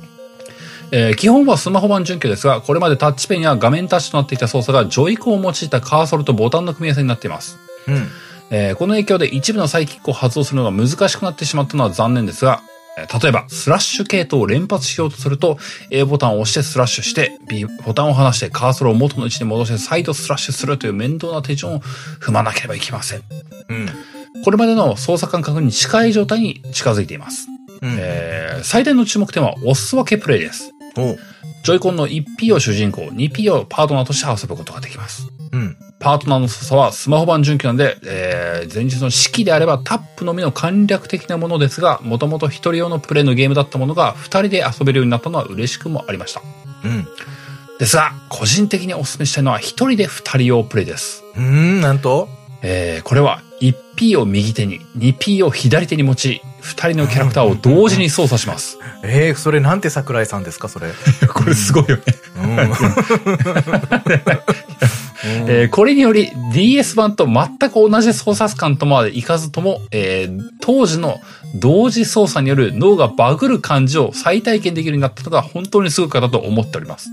S1: えー基本はスマホ版準拠ですが、これまでタッチペンや画面タッチとなっていた操作がジョイコンを用いたカーソルとボタンの組み合わせになっています。
S2: うん。
S1: えーこの影響で一部のサイキックを発動するのが難しくなってしまったのは残念ですが、えー例えば、スラッシュ系統を連発しようとすると、A ボタンを押してスラッシュして、B ボタンを離してカーソルを元の位置に戻して再度スラッシュするという面倒な手順を踏まなければいけません。
S2: うん。
S1: これまでの操作感覚に近い状態に近づいています。
S2: うん。
S1: えー最大の注目点はお裾分けプレイです。
S2: ほう。
S1: ジョイコンの 1P を主人公、2P をパートナーとして遊ぶことができます。
S2: うん。
S1: パートナーの操作はスマホ版準拠なんで、えー、前日の式であればタップのみの簡略的なものですが、もともと一人用のプレイのゲームだったものが二人で遊べるようになったのは嬉しくもありました。
S2: うん。
S1: ですが、個人的にお勧めしたいのは一人で二人用プレイです。
S2: うーん、なんと
S1: えー、これは 1P を右手に、2P を左手に持ち、二人のキャラクターを同時に操作します。
S2: えー、それなんて桜井さんですか、それ。
S1: これすごいよね。
S2: うん。
S1: えーこれにより DS 版と全く同じ操作感とまでいかずとも、えー当時の同時操作による脳がバグる感じを再体験できるようになったのが本当にすごいかだと思っております。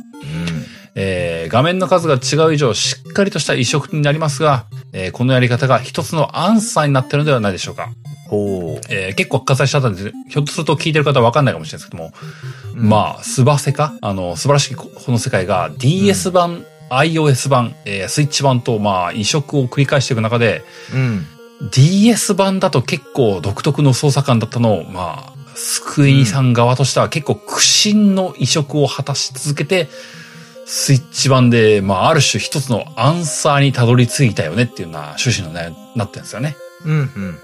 S1: えー画面の数が違う以上しっかりとした移植になりますが、えーこのやり方が一つのアンサーになっているのではないでしょうか。
S2: ほ
S1: えー結構割愛しちゃったんですひょっとすると聞いてる方はわかんないかもしれないですけども、
S2: う。
S1: まあ、すばせかあの、素晴らしきここの世界が DS 版、iOS 版、えースイッチ版と、まあ、移植を繰り返していく中で、
S2: あ。うん。
S1: DS 版だと結構独特の操作感だったのを、まあ、救いさん側としては結構苦心の移植を果たし続けて、スイッチ版で、まあ、ある種一つのアンサーにたどり着いたよねっていうような趣旨のね、なってるんですよね。
S2: うん、うん、うん。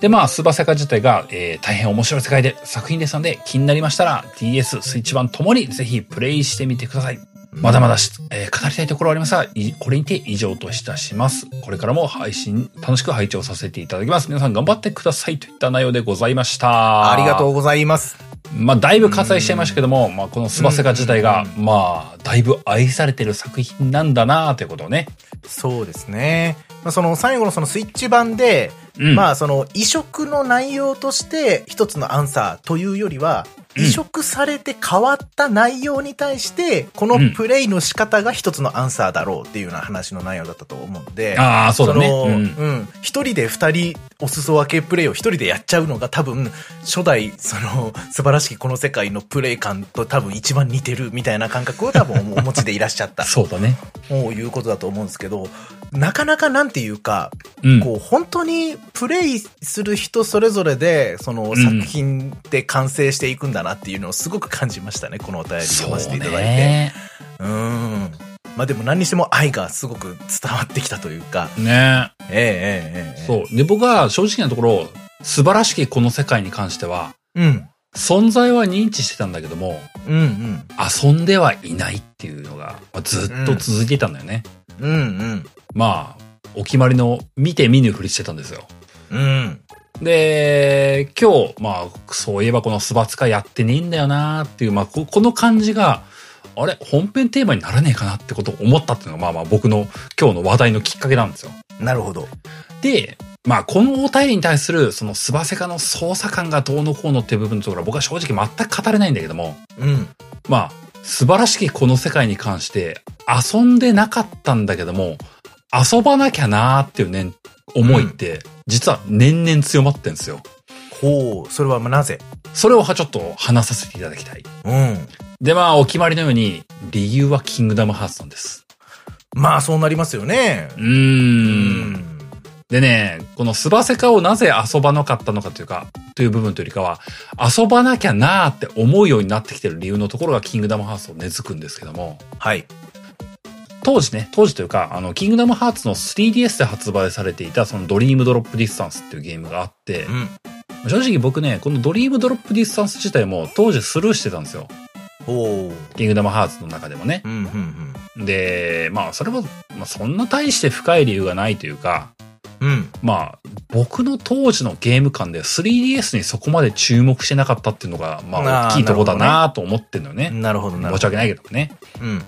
S1: で、まあ、スーパーサイカー自体が、えー大変面白い世界で作品ですので、気になりましたら、DS、スイッチ版ともにぜひプレイしてみてください。まだまだし、えー語りたいところはありますが、いこれにて以上といたします。これからも配信、楽しく拝聴させていただきます。皆さん頑張ってくださいといった内容でございました。
S2: ありがとう
S1: う。
S2: ございます。
S1: まあ、だいぶ割愛しちゃいましたけども、まあ、このスーパーサイカー自体が
S2: うん、
S1: まあ、だいぶ愛されてる作品なんだなということをね。
S2: そうですね。まあ、その最後のそのスイッチ版で、
S1: うん。
S2: ま
S1: あ、
S2: あその移植の内容として一つのアンサーというよりは、
S1: うん
S2: 移植されて変わった内容に対して、このプレイの仕方が一つのアンサーだろうっていうような話の内容だったと思うんで、
S1: ああ、そうだね。
S2: の
S1: うん
S2: うん。一人で二人お裾分けプレイを一人でやっちゃうのが多分、初代、その、素晴らしきこの世界のプレイ感と多分一番似てるみたいな感覚を多分おお持ちでいらっしゃった、
S1: そうだね。
S2: ということだと思うんですけど、なかなかなんていうか、
S1: うん。
S2: こう、本当にプレイする人それぞれで、その
S1: ん
S2: 作品で完成していくんだなっていうのをすごく感じましたね、このお便り読ませていただいて。
S1: そ
S2: う
S1: うね。
S2: ん。まあでも何にしても愛がすごく伝わってきたというか、
S1: ね
S2: ええええええ
S1: そう。で、僕は正直なところ、素晴らしきこの世界に関しては、
S2: うん。
S1: 存在は認知してたんだけども、
S2: うんうん。
S1: 遊んではいないっていうのが、まあずっと続いてたんだよね。
S2: うん
S1: まあ、お決まりの見て見ぬふりしてたんですよ。
S2: うん。うん。
S1: で、今日、まあ、そういえばこのスバツカやってねえんだよなっていう、まあこ、この感じが、あれ本編テーマにならねえかなってことを思ったっていうのが、まあまあ僕の今日の話題のきっかけなんですよ。
S2: なるほど。
S1: で、まあ、このお便りに対する、その、スバセカの操作感がどうのこうのっていう部分のところは僕は正直全く語れないんだけども、
S2: うん。
S1: まあ、素晴らしきこの世界に関して、遊んでなかったんだけども、遊ばなきゃなーっていうね、思いって、実は年々強まってんですよ。
S2: ほう、それはなぜ
S1: それをはちょっと話させていただきたい。
S2: うん。
S1: で、まあ、お決まりのように、理由はキングダムハーツなんです。
S2: まあ、そうなりますよね。
S1: う
S2: う
S1: ーん。。でね、このスバセカをなぜ遊ばなかったのかというか、という部分というよりかは、遊ばなきゃなーって思うようになってきてる理由のところがキングダムハーツを根付くんですけども、
S2: はい。
S1: 当時ね、当時というか、あの、キングダムハーツの 3DS で発売されていた、そのドリームドロップディスタンスっていうゲームがあって
S2: う、ん。
S1: 正直僕ね、このドリームドロップディスタンス自体も当時スルーしてたんですよ。
S2: おー。
S1: キングダムハーツの中でもね。
S2: うん、うん、うん。
S1: で、まあ、それも、まあ、そんな大して深い理由がないというか、
S2: うん。
S1: まあ、僕の当時のゲーム感で 3DS にそこまで注目してなかったっていうのが、まあ、
S2: あー
S1: 大きいとこだなと思ってんのよね。
S2: なるほど、
S1: 申
S2: なるほ
S1: し
S2: ど。
S1: 訳ないけどね。
S2: うん、うん。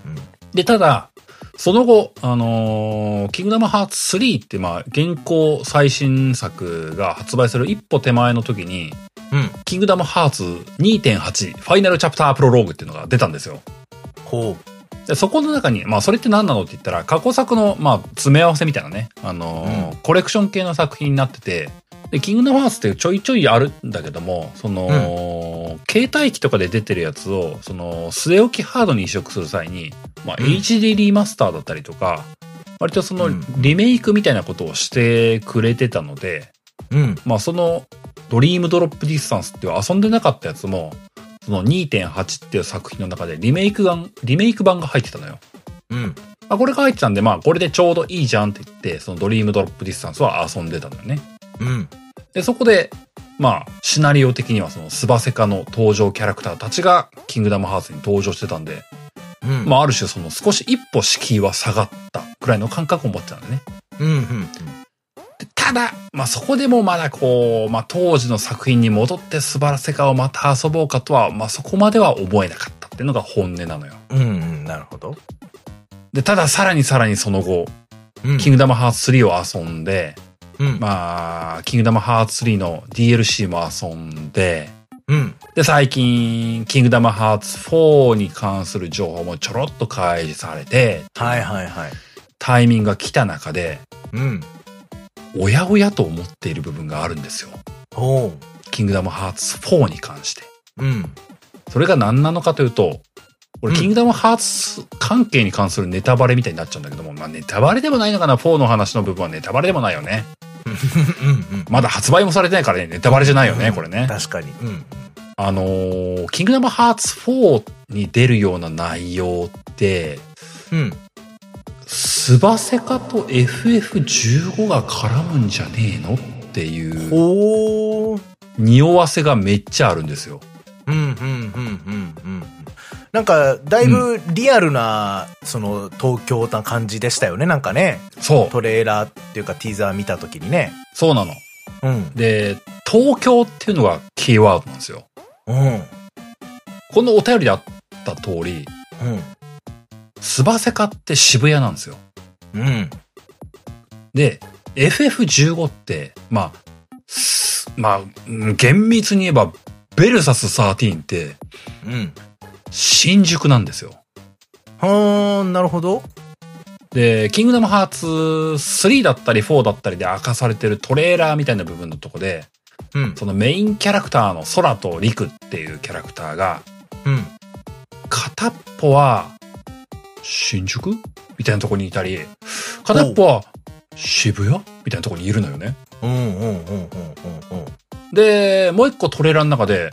S1: で、ただ、その後、あのーキングダムハーツ3って、まあ、現行最新作が発売する一歩手前の時に、
S2: うん。
S1: キングダムハーツ2.8ファイナルチャプタープロローグっていうのが出たんですよ。
S2: ほ
S1: で、そこの中に、まあ、それって何なのって言ったら、過去作の、まあ、詰め合わせみたいなね、あのーコレクション系の作品になってて、で、キングダムハーツってちょいちょいあるんだけども、その、携帯機とかで出てるやつを、その、据え置きハードに移植する際に、まあ、
S2: うん
S1: HD リマスターだったりとか、割とその
S2: うん、
S1: リメイクみたいなことをしてくれてたので、
S2: う。うん。
S1: まあ、その、ドリームドロップディスタンスっていう遊んでなかったやつも、その2.8っていう作品の中でリメイク版、リメイク版が入ってたのよ。
S2: うん。
S1: あ、これが入ってたんで、まあ、これでちょうどいいじゃんって言って、そのドリームドロップディスタンスは遊んでたのよね。
S2: うん。
S1: で、そこで、まあ、シナリオ的にはそのスバセカの登場キャラクターたちが、キングダムハーツに登場してたんで、
S2: うん。
S1: まあ、ある種その少し一歩敷居は下がったくらいの感覚を持ってたんだね。
S2: うん、うん。
S1: でただ、まあ、そこでもまだこう、まあ、当時の作品に戻って素晴らせかをまた遊ぼうかとは、まあ、そこまでは思えなかったっていうのが本音なのよ。
S2: うん、うん。なるほど。
S1: で、たださらにさらにその後、
S2: うん
S1: キングダムハーツ3を遊んで、
S2: うん。
S1: まあ、キングダムハーツ3の DLC も遊んで、
S2: うん。
S1: で、最近、キングダムハーツ4に関する情報もちょろっと開示されて、
S2: はい、はい、はい。
S1: タイミングが来た中で、
S2: うん。
S1: おやおやと思っている部分があるんですよ。
S2: ほう。
S1: キングダムハーツ4に関して。
S2: うん。
S1: それが何なのかというと、俺、
S2: うん
S1: キングダムハーツ関係に関するネタバレみたいになっちゃうんだけども、まあネタバレでもないのかな ?4 の話の部分はネタバレでもないよね。
S2: うん、うん。
S1: まだ発売もされてないからね、ネタバレじゃないよね、これね。
S2: 確かに。うん。
S1: あのーキングダムハーツ4に出るような内容って、
S2: うん。
S1: スバセカと FF15 が絡むんじゃねえのっていう、
S2: ほう。
S1: 匂わせがめっちゃあるんですよ。
S2: うんうんうんうんうん。なんか、だいぶリアルな、その、東京な感じでしたよね、なんかね。
S1: そう、
S2: トレーラーっていうかティーザー見た時にね。
S1: そうなの。
S2: うん。
S1: で、東京っていうのがキーワードなんですよ。
S2: うん。
S1: このお便りであった通り、スバセカって渋谷なんですよ。
S2: うん。うん。
S1: で、FF15 って、まあ、すまあ、うん厳密に言えば、ベルサス13って
S2: うん。
S1: 新宿なんですよ。
S2: はーん、なるほど。
S1: で、キングダムハーツ3だったり4だったりで明かされてるトレーラーみたいな部分のとこで、
S2: うん。
S1: そのメインキャラクターの空と陸っていうキャラクターが、
S2: うん。
S1: 片っぽは、新宿みたいなとこにいたり、片っぽは、渋谷みたいなとこにいるのよね。
S2: うんうんうんうんうんうん。
S1: で、もう一個トレーラーの中で、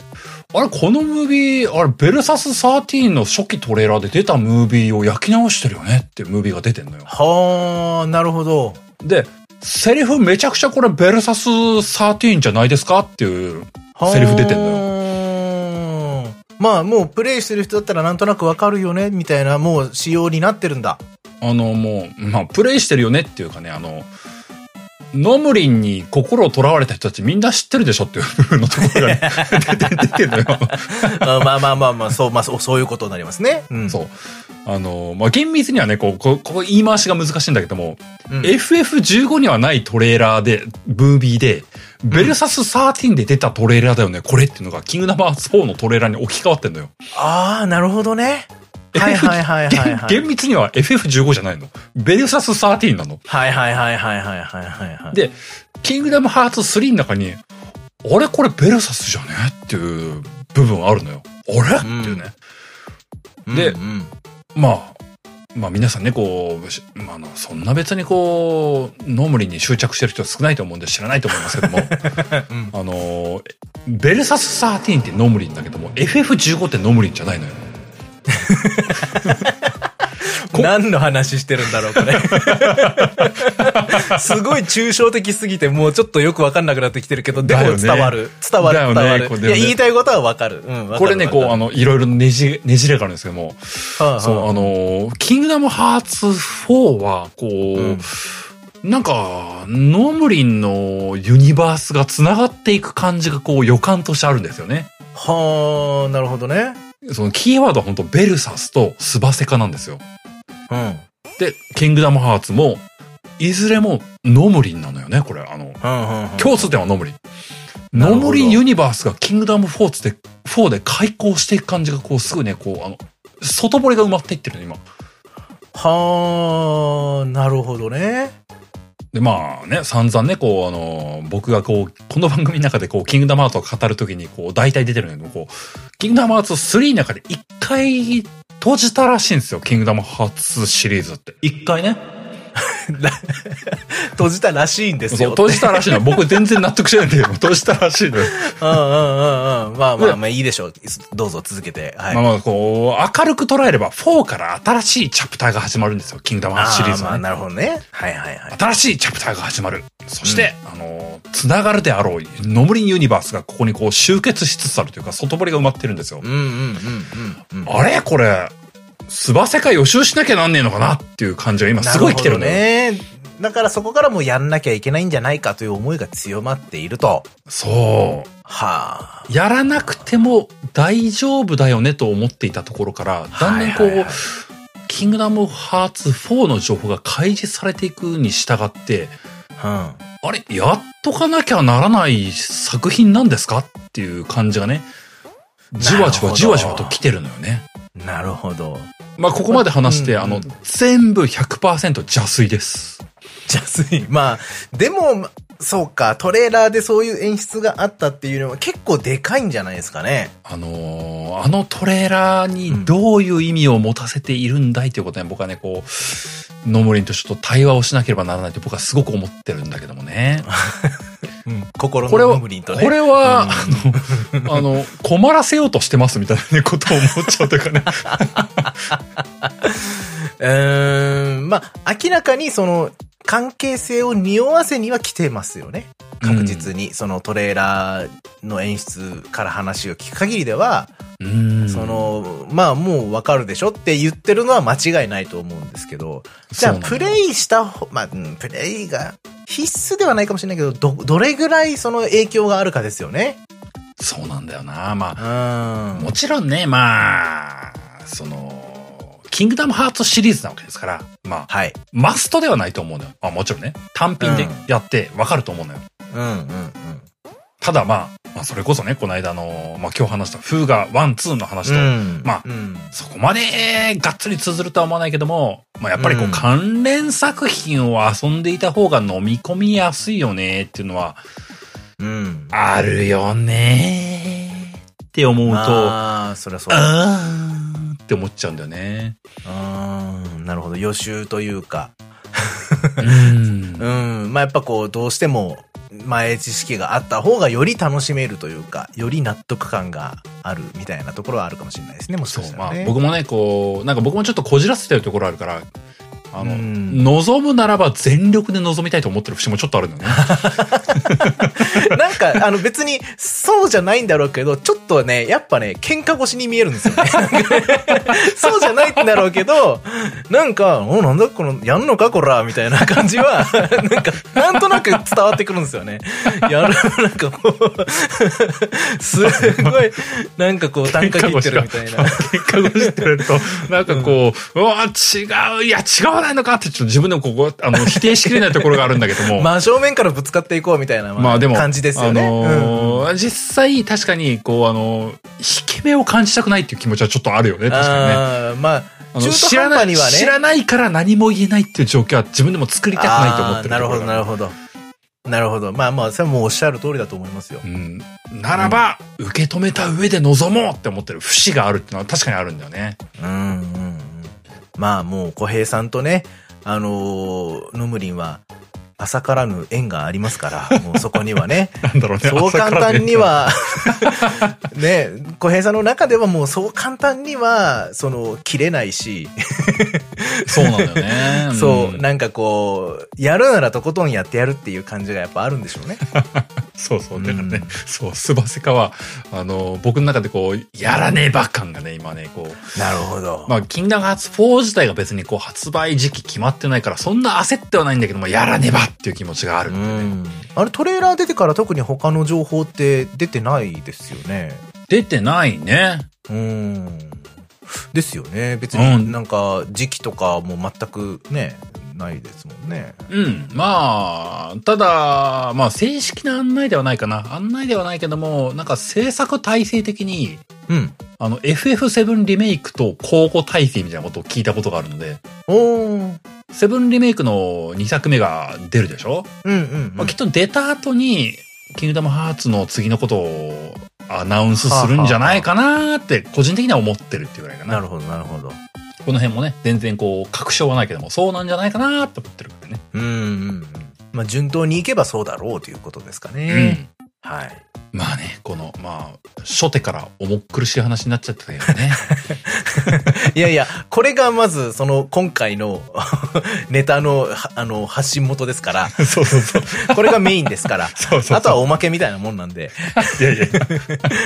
S1: あれ、このムービー、あれ、ベルサス13の初期トレーラーで出たムービーを焼き直してるよねっていうムービーが出てんのよ。
S2: はー、なるほど。
S1: で、セリフめちゃくちゃこれベルサス13じゃないですかっていう。
S2: はー
S1: セリフ出てんの
S2: まあ、もうプレイしてる人だったらなんとなくわかるよね、みたいな、もう仕様になってるんだ。
S1: あの、もう、まあ、プレイしてるよねっていうかね、あの、ノムリンに心を囚われた人たちみんな知ってるでしょっていう部分のところが ね、出て出てんのよ。
S2: あまあまあまあまあ、そう、まあそう、そういうことになりますね。うん。
S1: そう。あの、まあ、厳密にはね、こう、こここ言い回しが難しいんだけども、
S2: うん
S1: FF15 にはないトレーラーで、ムービーで、ベルサス13で出たトレーラーだよね、これっていうのが、キングダムハーツ4のトレーラーに置き換わってんのよ。
S2: ああ、なるほどね。はいはいはいはい、はい。
S1: 厳密には FF15 じゃないの。ベルサス13なの。
S2: はいはいはいはいはいはいはいはい。
S1: で、キングダムハーツ3の中に、あれこれベルサスじゃねっていう部分あるのよ。あれっていうね。
S2: うん
S1: で
S2: うん
S1: まあ、まあ皆さんね、こうし、まああの、そんな別にこう、ノームリンに執着してる人少ないと思うんで知らないと思いますけども、
S2: うん
S1: あの、ベルサス13ってノームリンだけども、FF15 ってノームリンじゃないのよ。
S2: 何の話してるんだろう、これ。 すごい抽象的すぎて、もうちょっとよくわかんなくなってきてるけど、で
S1: だ
S2: も
S1: よね
S2: 伝わる。伝わる、
S1: だよね
S2: 伝わる。
S1: これ
S2: い
S1: でも
S2: や、
S1: ね
S2: 言いたいことはわかる。うん、わかる
S1: これね、こう、あ
S2: の、
S1: の、いろいろねじ、ねじれがあるんですけども、
S2: はあ
S1: そう、
S2: は
S1: あの、キングダムハーツ4は、こう、
S2: うん
S1: なんか、ノムリンのユニバースが繋がっていく感じがこう予感としてあるんですよね。
S2: あ、はあなるほどね。
S1: そのキーワードは本当ベルサスとスバセカなんですよ。
S2: うん。
S1: で、キングダムハーツも、いずれもノムリンなのよね、これ。あの、
S2: 今
S1: 共通点はノムリン。
S2: なる
S1: ノ
S2: ほど
S1: ムリンユニバースがキングダム4つで、4で開校していく感じがこうすぐね、こう、あの、外堀が埋まっていってるね、今。
S2: はあ、なるほどね。
S1: で、まあね、散々ね、こう、あの、僕がこう、この番組の中でこう、キングダムハーツを語るときに、こう、大体出てるんだけど、こう、キングダムハーツ3の中で一回閉じたらしいんですよ、キングダムハーツシリーズって。一回ね。
S2: 閉じたらしいんです
S1: そう、
S2: よ。
S1: 閉じたらしいの。僕全然納得してないんだけど、閉じたらしいのよ。
S2: うんうんうんうん。まあまあまあいいでしょう。どうぞ続けて。はい。
S1: まあまあ、こう、明るく捉えれば、4から新しいチャプターが始まるんですよ、キングダムハーツシリーズ
S2: あ
S1: は
S2: まあ
S1: ね。
S2: なるほどね。はいはいはい。
S1: 新しいチャプターが始まる。そして、あの、繋がるであろう、ノムリンユニバースがここにこう集結しつつあるというか、外堀が埋まってるんですよ。
S2: うんうんうんうんうん。
S1: あれこれ、スバセカ予習しなきゃなんねえのかなっていう感じが今すごい来てる
S2: な
S1: ね。
S2: ほどね。だからそこからもうやんなきゃいけないんじゃないかという思いが強まっていると。
S1: そ
S2: はあ。
S1: う。やらなくても大丈夫だよねと思っていたところから、だんだんこう、
S2: はいはいはい
S1: キングダムハーツ4の情報が開示されていくに従って、
S2: うん。
S1: あれ、やっとかなきゃならない作品なんですかっていう感じがね、じわじ
S2: なるほ
S1: わ
S2: ど
S1: じわじわと来てるのよね。
S2: なるほど。
S1: まあ、ここまで話して、
S2: うんうん
S1: あの、全部100%邪推です。
S2: 邪推。まあ、でも、そうか、トレーラーでそういう演出があったっていうのは結構でかいんじゃないですかね。
S1: あのーあのトレーラーにどういう意味を持たせているんだいということに僕はね、こう、ノムリンとちょっと対話をしなければならないと僕はすごく思ってるんだけどもね。
S2: 心
S1: これ
S2: の
S1: は、
S2: ム
S1: こ
S2: リンとね。
S1: れは、あの、あの、困らせようとしてますみたいなね ことを思っちゃうというか ね。
S2: うーん、まあ、明らかにその、関係性を匂わせには来てますよね。確実に、そのトレーラーの演出から話を聞く限りでは、
S1: うん。
S2: そ、の、まあもうわかるでしょって言ってるのは間違いないと思うんですけど、じゃあプ
S1: イ
S2: レイした方、まあ、うんプレイが必須ではないかもしれないけど、ど、どれぐらいその影響があるかですよね。
S1: そうなんだよな。まあ
S2: う、ん
S1: も。ちろんね、まあ、その、キングダムハーツシリーズなわけですから、まあ、
S2: はい。
S1: マストではないと思うのよ。まあもちろんね、単品でやってわかると思うのよ。
S2: うんうんうん。
S1: ただまあ、まあ、それこそね、この間の、まあ今日話したフーガ1、2の話と、
S2: うん
S1: まあ
S2: うん。
S1: そこまでがっつり通ずるとは思わないけども、まあやっぱりこう、
S2: うん
S1: 関連作品を遊んでいた方が飲み込みやすいよねっていうのは、
S2: うん。
S1: あるよねって思うと、あ
S2: ああ、そりゃそうだ。
S1: あーって思っちゃうんだよね。
S2: うん。なるほど。予習というか。
S1: うん
S2: うん。まあやっぱこう、どうしても前知識があった方がより楽しめるというか、より納得感があるみたいなところはあるかもしれないですね。もし
S1: そ
S2: か
S1: う
S2: し、た
S1: ま
S2: ら
S1: あ
S2: ね。
S1: 僕もね、こう、なんか僕もちょっとこじらせてるところあるから、あの、
S2: うん
S1: 望むならば全力で望みたいと思ってる節もちょっとあるんだよね。
S2: なんか、あの別に、そうじゃないんだろうけど、ちょっとね、やっぱね、喧嘩腰に見えるんですよね。 そうじゃないんだろうけど、なんか、お、なんだこの、やんのかこら、みたいな感じは、 なんか、なんとなく伝わってくるんですよね。やる、なんかこう、すごい、なんかこう、単価切ってるみたいな。
S1: 結果を知ってると、なんかこう、うわ、違う、いや、違わないのかって、ちょっと自分でもここ、あの、否定しきれないところがあるんだけど も。
S2: 真正面からぶつかっていこうみたいな、
S1: まあでも、
S2: 感じですよね。
S1: あ
S2: うん
S1: のー実際確かに、こう、あのー、引け目を感じたくないっていう気持ちはちょっとあるよね、確かにね。
S2: あーまあ、
S1: あの
S2: 中
S1: 知
S2: 途
S1: ら
S2: 半
S1: ない
S2: 端にはね。
S1: 知らないから何も言えないっていう状況は自分でも作りたくないと思ってる
S2: あーな
S1: と
S2: る
S1: こ
S2: ほ
S1: ろ
S2: ど、
S1: が
S2: なるほど。なるほど。まあまあ、それはもうおっしゃる通りだと思いますよ
S1: う。ん、ならば、受け止めた上で臨もうって思ってる節があるっていうのは確かにあるんだよね。
S2: うん、うん、うん。まあもう小平さんとね、あのーノムリンは、浅からぬ縁がありますから、 もうそこにはね。
S1: なんだろうね。
S2: そう簡単に
S1: は
S2: は、 ね、小平さんの中ではもうそう簡単には、その、切れないし、
S1: そうなんだよね。ん
S2: そう、なんかこう、やるならとことんやってやるっていう感じがやっぱあるんでしょうね。
S1: そうそう。だからね、
S2: うん
S1: そう、スバセカは、あの、僕の中でこう、やらねば感がね、今ね、こう。
S2: なるほど
S1: まあ、キングダムハーツ4自体が別にこう、発売時期決まってないから、そんな焦ってはないんだけども、やらねばっていう気持ちがある。
S2: うん。あれトレーラー出てから特に他の情報って出てないですよね。
S1: 出てないね。
S2: うん。ですよね。別
S1: うん
S2: になんか時期とかも全くね、ないですもんね。
S1: うん。まあ、ただ、まあ、正式な案内ではないかな。案内ではないけども、なんか制作体制的に、
S2: うん。
S1: あの、FF7 リメイクと交互体制みたいなことを聞いたことがあるので、
S2: おー。
S1: セブンリメイクの2作目が出るでしょ、
S2: うんうん、う
S1: まあ、
S2: ん
S1: きっ。と出た後に、キングダムハーツの次のことをアナウンスするんじゃないかなって、個人的には思ってるっていうぐらいかな。
S2: なるほど、なるほど。
S1: この辺もね、全然こう、確証はないけども、そうなんじゃないかなって思ってるからね。
S2: うんうんうん。まあ順当にいけばそうだろうということですかね。はい。
S1: うん。まあね、この、まあ、初手から重っ苦しい話になっちゃってたけど ね。
S2: いやいや、これがまずその今回の ネタのはあの発信元ですから、
S1: そうそうそう。
S2: これがメインですから。
S1: そうそうそう
S2: あとはおまけみたいなもんなんで。
S1: いやいや。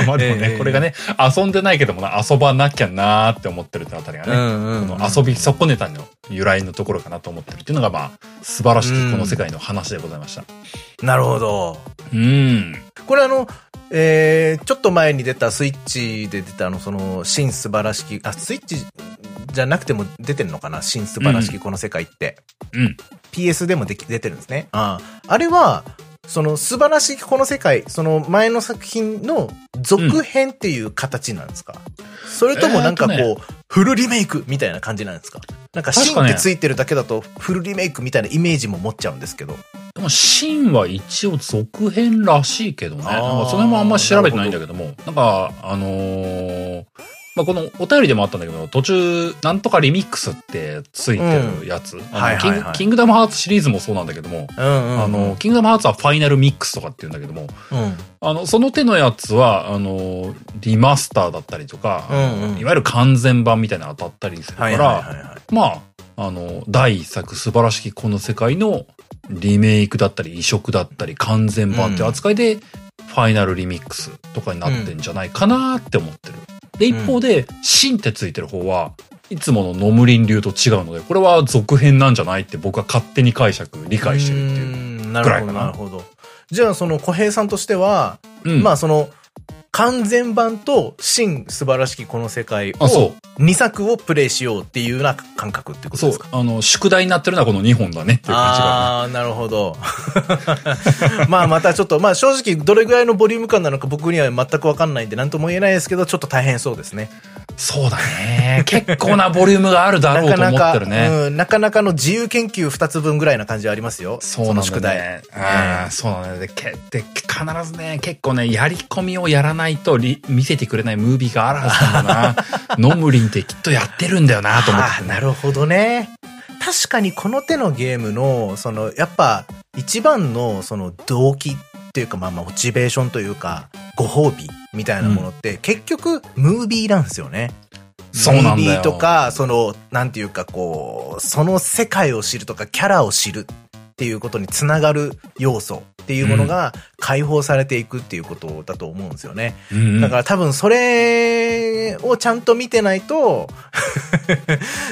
S1: まあでもね、
S2: ええ
S1: これがね、遊んでないけどもな、遊ばなきゃなーって思ってるってあたりがね。
S2: ん
S1: この遊び損ねたの由来のところかなと思ってるっていうのが、まあ、素晴らし
S2: う
S1: き
S2: ん
S1: この世界の話でございました。
S2: なるほど。
S1: うん。
S2: これあの、えー、ちょっと前に出たスイッチで出たあの、その、新素晴らしき、あ、スイッチじゃなくても出てるのかな新素晴らしきこの世界って。
S1: うん。
S2: PS でもでき出てるんですね。あああれは、その、素晴らしきこの世界、その前の作品の続編っていう形なんですか、それともなんかこう、
S1: えー
S2: フルリメイクみたいな感じなんですかなんか
S1: 確
S2: 新っ
S1: かね
S2: てついてるだけだと、フルリメイクみたいなイメージも持っちゃうんですけど。
S1: でも、シンは一応続編らしいけどね。
S2: あ
S1: な
S2: ー
S1: んかそれもあんま調べてないんだけども、なんか、あのーまあ、このお便りでもあったんだけど、途中、なんとかリミックスってついてるやつ。あの
S2: はいはいはい
S1: キンキングダムハーツシリーズもそうなんだけども、
S2: うんうんうん
S1: あの、、キングダムハーツはファイナルミックスとかって言うんだけども、
S2: うん。
S1: あの、その手のやつは、あの、リマスターだったりとか、
S2: うんうん
S1: いわゆる完全版みたいなの当たったりするか
S2: は
S1: ら、
S2: いはいはいはい。
S1: まあ、あの、第一作素晴らしきこの世界のリメイクだったり移植だったり完全版っていう扱いで、ファイナルリミックスとかになってんじゃないかなって思ってる。で、一方で、シンってついてる方は、いつものノムリン流と違うので、これは続編なんじゃないって僕は勝手に解釈、理解してるっていう。
S2: うーんな
S1: ぐ
S2: るほ
S1: らいか
S2: ど、
S1: な
S2: なるほど。じゃあ、その、小平さんとしては、
S1: うん
S2: まあ、その、完全版と、新素晴らしきこの世界
S1: あ、そう
S2: を、。2作をプレイしようっていうような感覚ってこと
S1: そ
S2: で
S1: う
S2: すか。
S1: あの、宿題になってるのはこの2本だねっていう感じがある。
S2: ああー、なるほど。 まあまたちょっと、まあ正直どれぐらいのボリューム感なのか僕には全くわかんないんで何とも言えないですけど、ちょっと大変そうですね。
S1: そうだね。結構なボリュームがあるだ
S2: な
S1: ろう
S2: か
S1: と思
S2: な
S1: って
S2: か、
S1: るね。
S2: うん、なかなかの自由研究2つ分ぐらいな感じはありますよ。
S1: そうなん
S2: の
S1: だ
S2: 宿題
S1: ね。。ああ、そうなんだね。で、けで必ずね、結構ね、やり込みをやらないとり見せてくれないムービーがあるはずなんだ な。ノムリンってきっとやってるんだよなと思って
S2: あ
S1: て
S2: ー
S1: ね、
S2: なるほどね。確かにこの手のゲームの、その、やっぱ、一番の、その、動機っていうか、まあまあ、モチベーションというか、ご褒美みたいなものって、結局、ムービーなんですよね。
S1: そうなんだよ
S2: ムービーとか、その、なんていうか、こう、その世界を知るとか、キャラを知るっていうことにつながる要素っていうものが解放されていくっていうことだと思うんですよね。
S1: うんうん
S2: だから多分それをちゃんと見てな いと、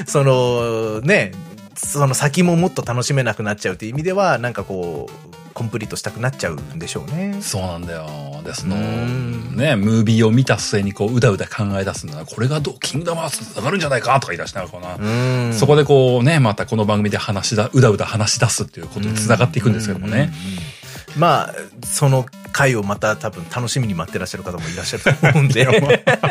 S2: そのね、その先ももっと楽しめなくなっちゃうという意味では、なんかこう、コンプリートしたくなっちゃうんでしょうね。
S1: そうなんだよ。で、その、
S2: うん
S1: ね、ムービーを見た末にこう、うだうだ考え出すんだな。これがどう、キングダムハーツに繋がるんじゃないかとか言い出しながらこうな。
S2: うん
S1: そこでこうね、またこの番組で話しだ、うだうだ話し出すっていうことに繋がっていくんですけどもね。。
S2: うんまあ、その回をまた多分楽しみに待ってらっしゃる方もいらっしゃると思うんで。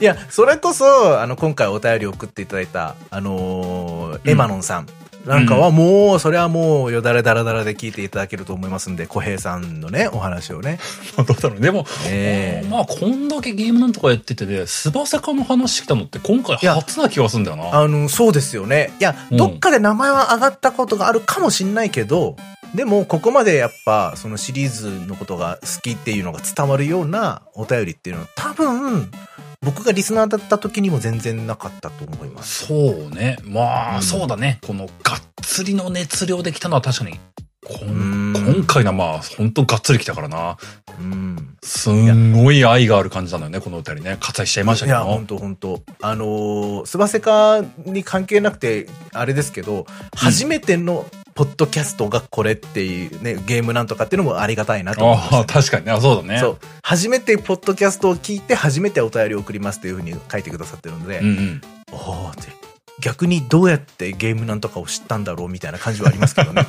S2: いや、それこそ、あの、今回お便りを送っていただいた、あのーエマノンさん。なんかはもう、それはもうよだれだらだらで聞いていただけると思いますんで、小平さんのね、お話をね。
S1: どうだろう。でも、
S2: ええ
S1: まあ、こんだけゲームなんとかやっててで、翼かの話来たのって今回
S2: いや
S1: 初な気がするんだよな。
S2: あの、そうですよね。いや、
S1: うん
S2: どっかで名前は上がったことがあるかもしんないけど、でも、ここまでやっぱ、そのシリーズのことが好きっていうのが伝わるようなお便りっていうのは、多分、僕がリスナーだった時にも全然なかったと思います。
S1: そうね。まあ、
S2: うん
S1: そうだね。このがっつりの熱量で来たのは確かに、こん
S2: うん
S1: 今回のまあ、ほんとがっつり来たからな。
S2: うん。
S1: すんごい愛がある感じなのよね、この歌にね。割愛しちゃいました
S2: い
S1: け
S2: や、ほ
S1: ど
S2: ん。とほんと。あのー、スバセカに関係なくて、あれですけど、初めてのポッドキャストがこれっていうね、ゲームなんとかっていうのもありがたいなと思いまし
S1: あ
S2: た
S1: あ、確かにね。あそうだね。
S2: そう。初めてポッドキャストを聞いて、初めてお便りを送りますというふうに書いてくださってるので、
S1: うんうん。
S2: おーって。逆にどうやってゲームなんとかを知ったんだろうみたいな感じはありますけ どね。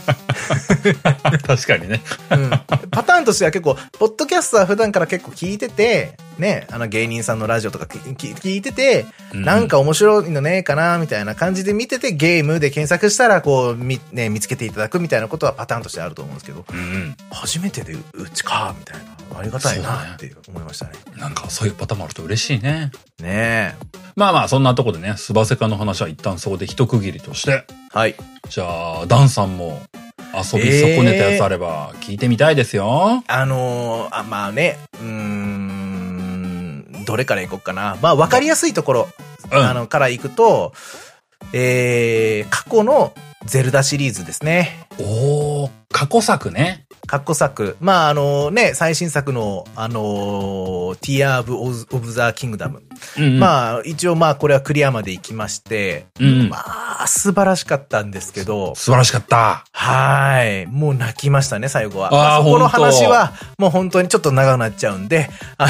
S1: 確かにね。
S2: うん、パターンとしては結構、ポッドキャストは普段から結構聞いてて、ね、あの芸人さんのラジオとか聞き聞いてて、なんか面白いのねえかなみたいな感じで見てて、ゲームで検索したら、こう、み、ね、見つけていただくみたいなことはパターンとしてあると思うんですけど、
S1: うんうん、
S2: 初めてでううちかみたいな。ありがたいなって思いましたね。
S1: なんかそういうパターンもあると嬉しいね。
S2: ね
S1: まあまあ、そんなとこでね、スバセカの話は一旦そこで一区切りとして、
S2: え。はい。
S1: じゃあ、ダンさんも遊び損ねたやつあれば聞いてみたいですよ。
S2: あのーあ、まあね、うーん、どれからいこうかな。まあ、わかりやすいところ、
S1: うん。
S2: あの、からいくと、えー、過去のゼルダシリーズですね。
S1: おー、過去作ね。
S2: 過去作。まあ、あのね、最新作の、あのー、ティアーブ・オブ・ザ・キングダム。
S1: うんうん、あ、
S2: まあ、一応まあ、これはクリアまで行きまして、
S1: うんうん
S2: まあ、素晴らしかったんですけど、
S1: 素晴らしかった。
S2: はーい。もう泣きましたね、最後は。
S1: あー
S2: まそこの
S1: 本当
S2: 話は、もう本当にちょっと長くなっちゃうんで、 あ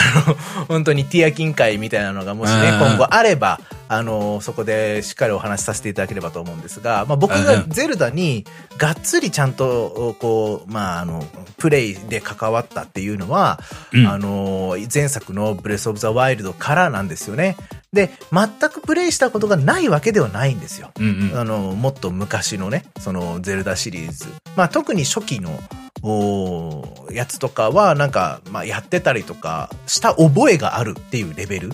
S2: の、本当にティアキン会みたいなのがもしね
S1: う、ん
S2: 今後あれば、あの、そこでしっかりお話しさせていただければと思うんですが、まあ僕
S1: う
S2: が
S1: ん
S2: ゼルダにがっつりちゃんと、こう、まああの、プレイで関わったっていうのは、
S1: うん
S2: あの、前作のブレスオブザワイルドからなんですよね。で、全くプレイしたことがないわけではないんですよ。
S1: うんうん。
S2: あの、もっと昔のね、その、ゼルダシリーズ。まあ、特に初期の、おーやつとかは、なんか、まあ、やってたりとか、した覚えがあるっていうレベル。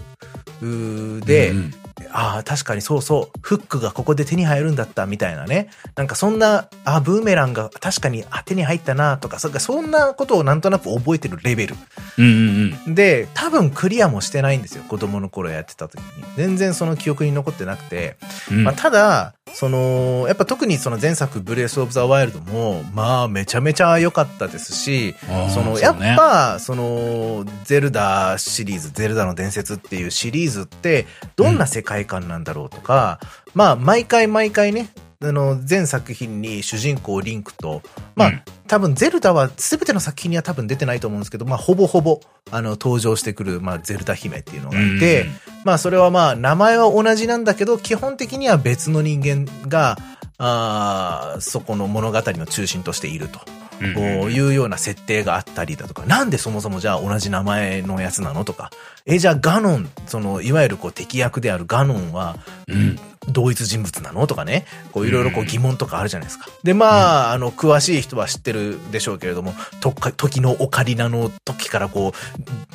S2: うーで、
S1: うんうん
S2: ああ、確かにそうそう、フックがここで手に入るんだった、みたいなね。なんかそんな、あーブーメランが確かにあ手に入ったな、とか、そっかそんなことをなんとなく覚えてるレベル。
S1: うんうんうん。
S2: で、多分クリアもしてないんですよ、子供の頃やってた時に。全然その記憶に残ってなくて。
S1: うん
S2: まあ、ただ、その、やっぱ特にその前作ブレイスオブザワイルドも、まあめちゃめちゃ良かったですし、
S1: あー
S2: その、
S1: そう
S2: やっ
S1: ね
S2: ぱ、その、ゼルダシリーズ、ゼルダの伝説っていうシリーズって、どんな世界観なんだろうとか、まあ毎回毎回ね、あの、全作品に主人公リンクと、まあ、
S1: うん
S2: 多分ゼルダは全ての作品には多分出てないと思うんですけど、まあほぼほぼ、あの、登場してくる、まあゼルダ姫っていうのがいて、
S1: うんうん
S2: まあそれはまあ名前は同じなんだけど、基本的には別の人間が、あーそこの物語の中心としていると。
S1: うん
S2: こういうような設定があったりだとか、なんでそもそもじゃあ同じ名前のやつなのとか、え、じゃあガノン、その、いわゆるこう敵役であるガノンは、
S1: うん
S2: 同一人物なのとかね、こういろいろこう疑問とかあるじゃないですか。で、まあ、あの、詳しい人は知ってるでしょうけれども、とっか、時のオカリナの時からこ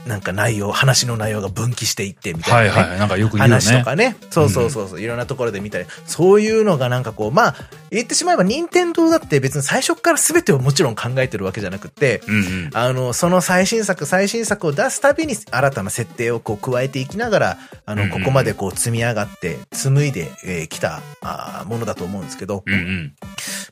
S2: う、なんか内容、話の内容が分岐していってみたいな
S1: は
S2: ね、
S1: いはい。なんかよく言うよね。
S2: 話とかね。そうそうそうそう、いろんなところで見たり。そういうのがなんかこう、まあ、言ってしまえば任天堂だって別に最初から全てをもちろん考えてるわけじゃなくって、
S1: うんうん。
S2: あの、その最新作、最新作を出すたびに新たな設定をこう加えていきながら、あ
S1: うん
S2: の、
S1: うん
S2: ここまでこう積み上がって、紡いでえーきたあーものだと思うんですけど、
S1: うんうん。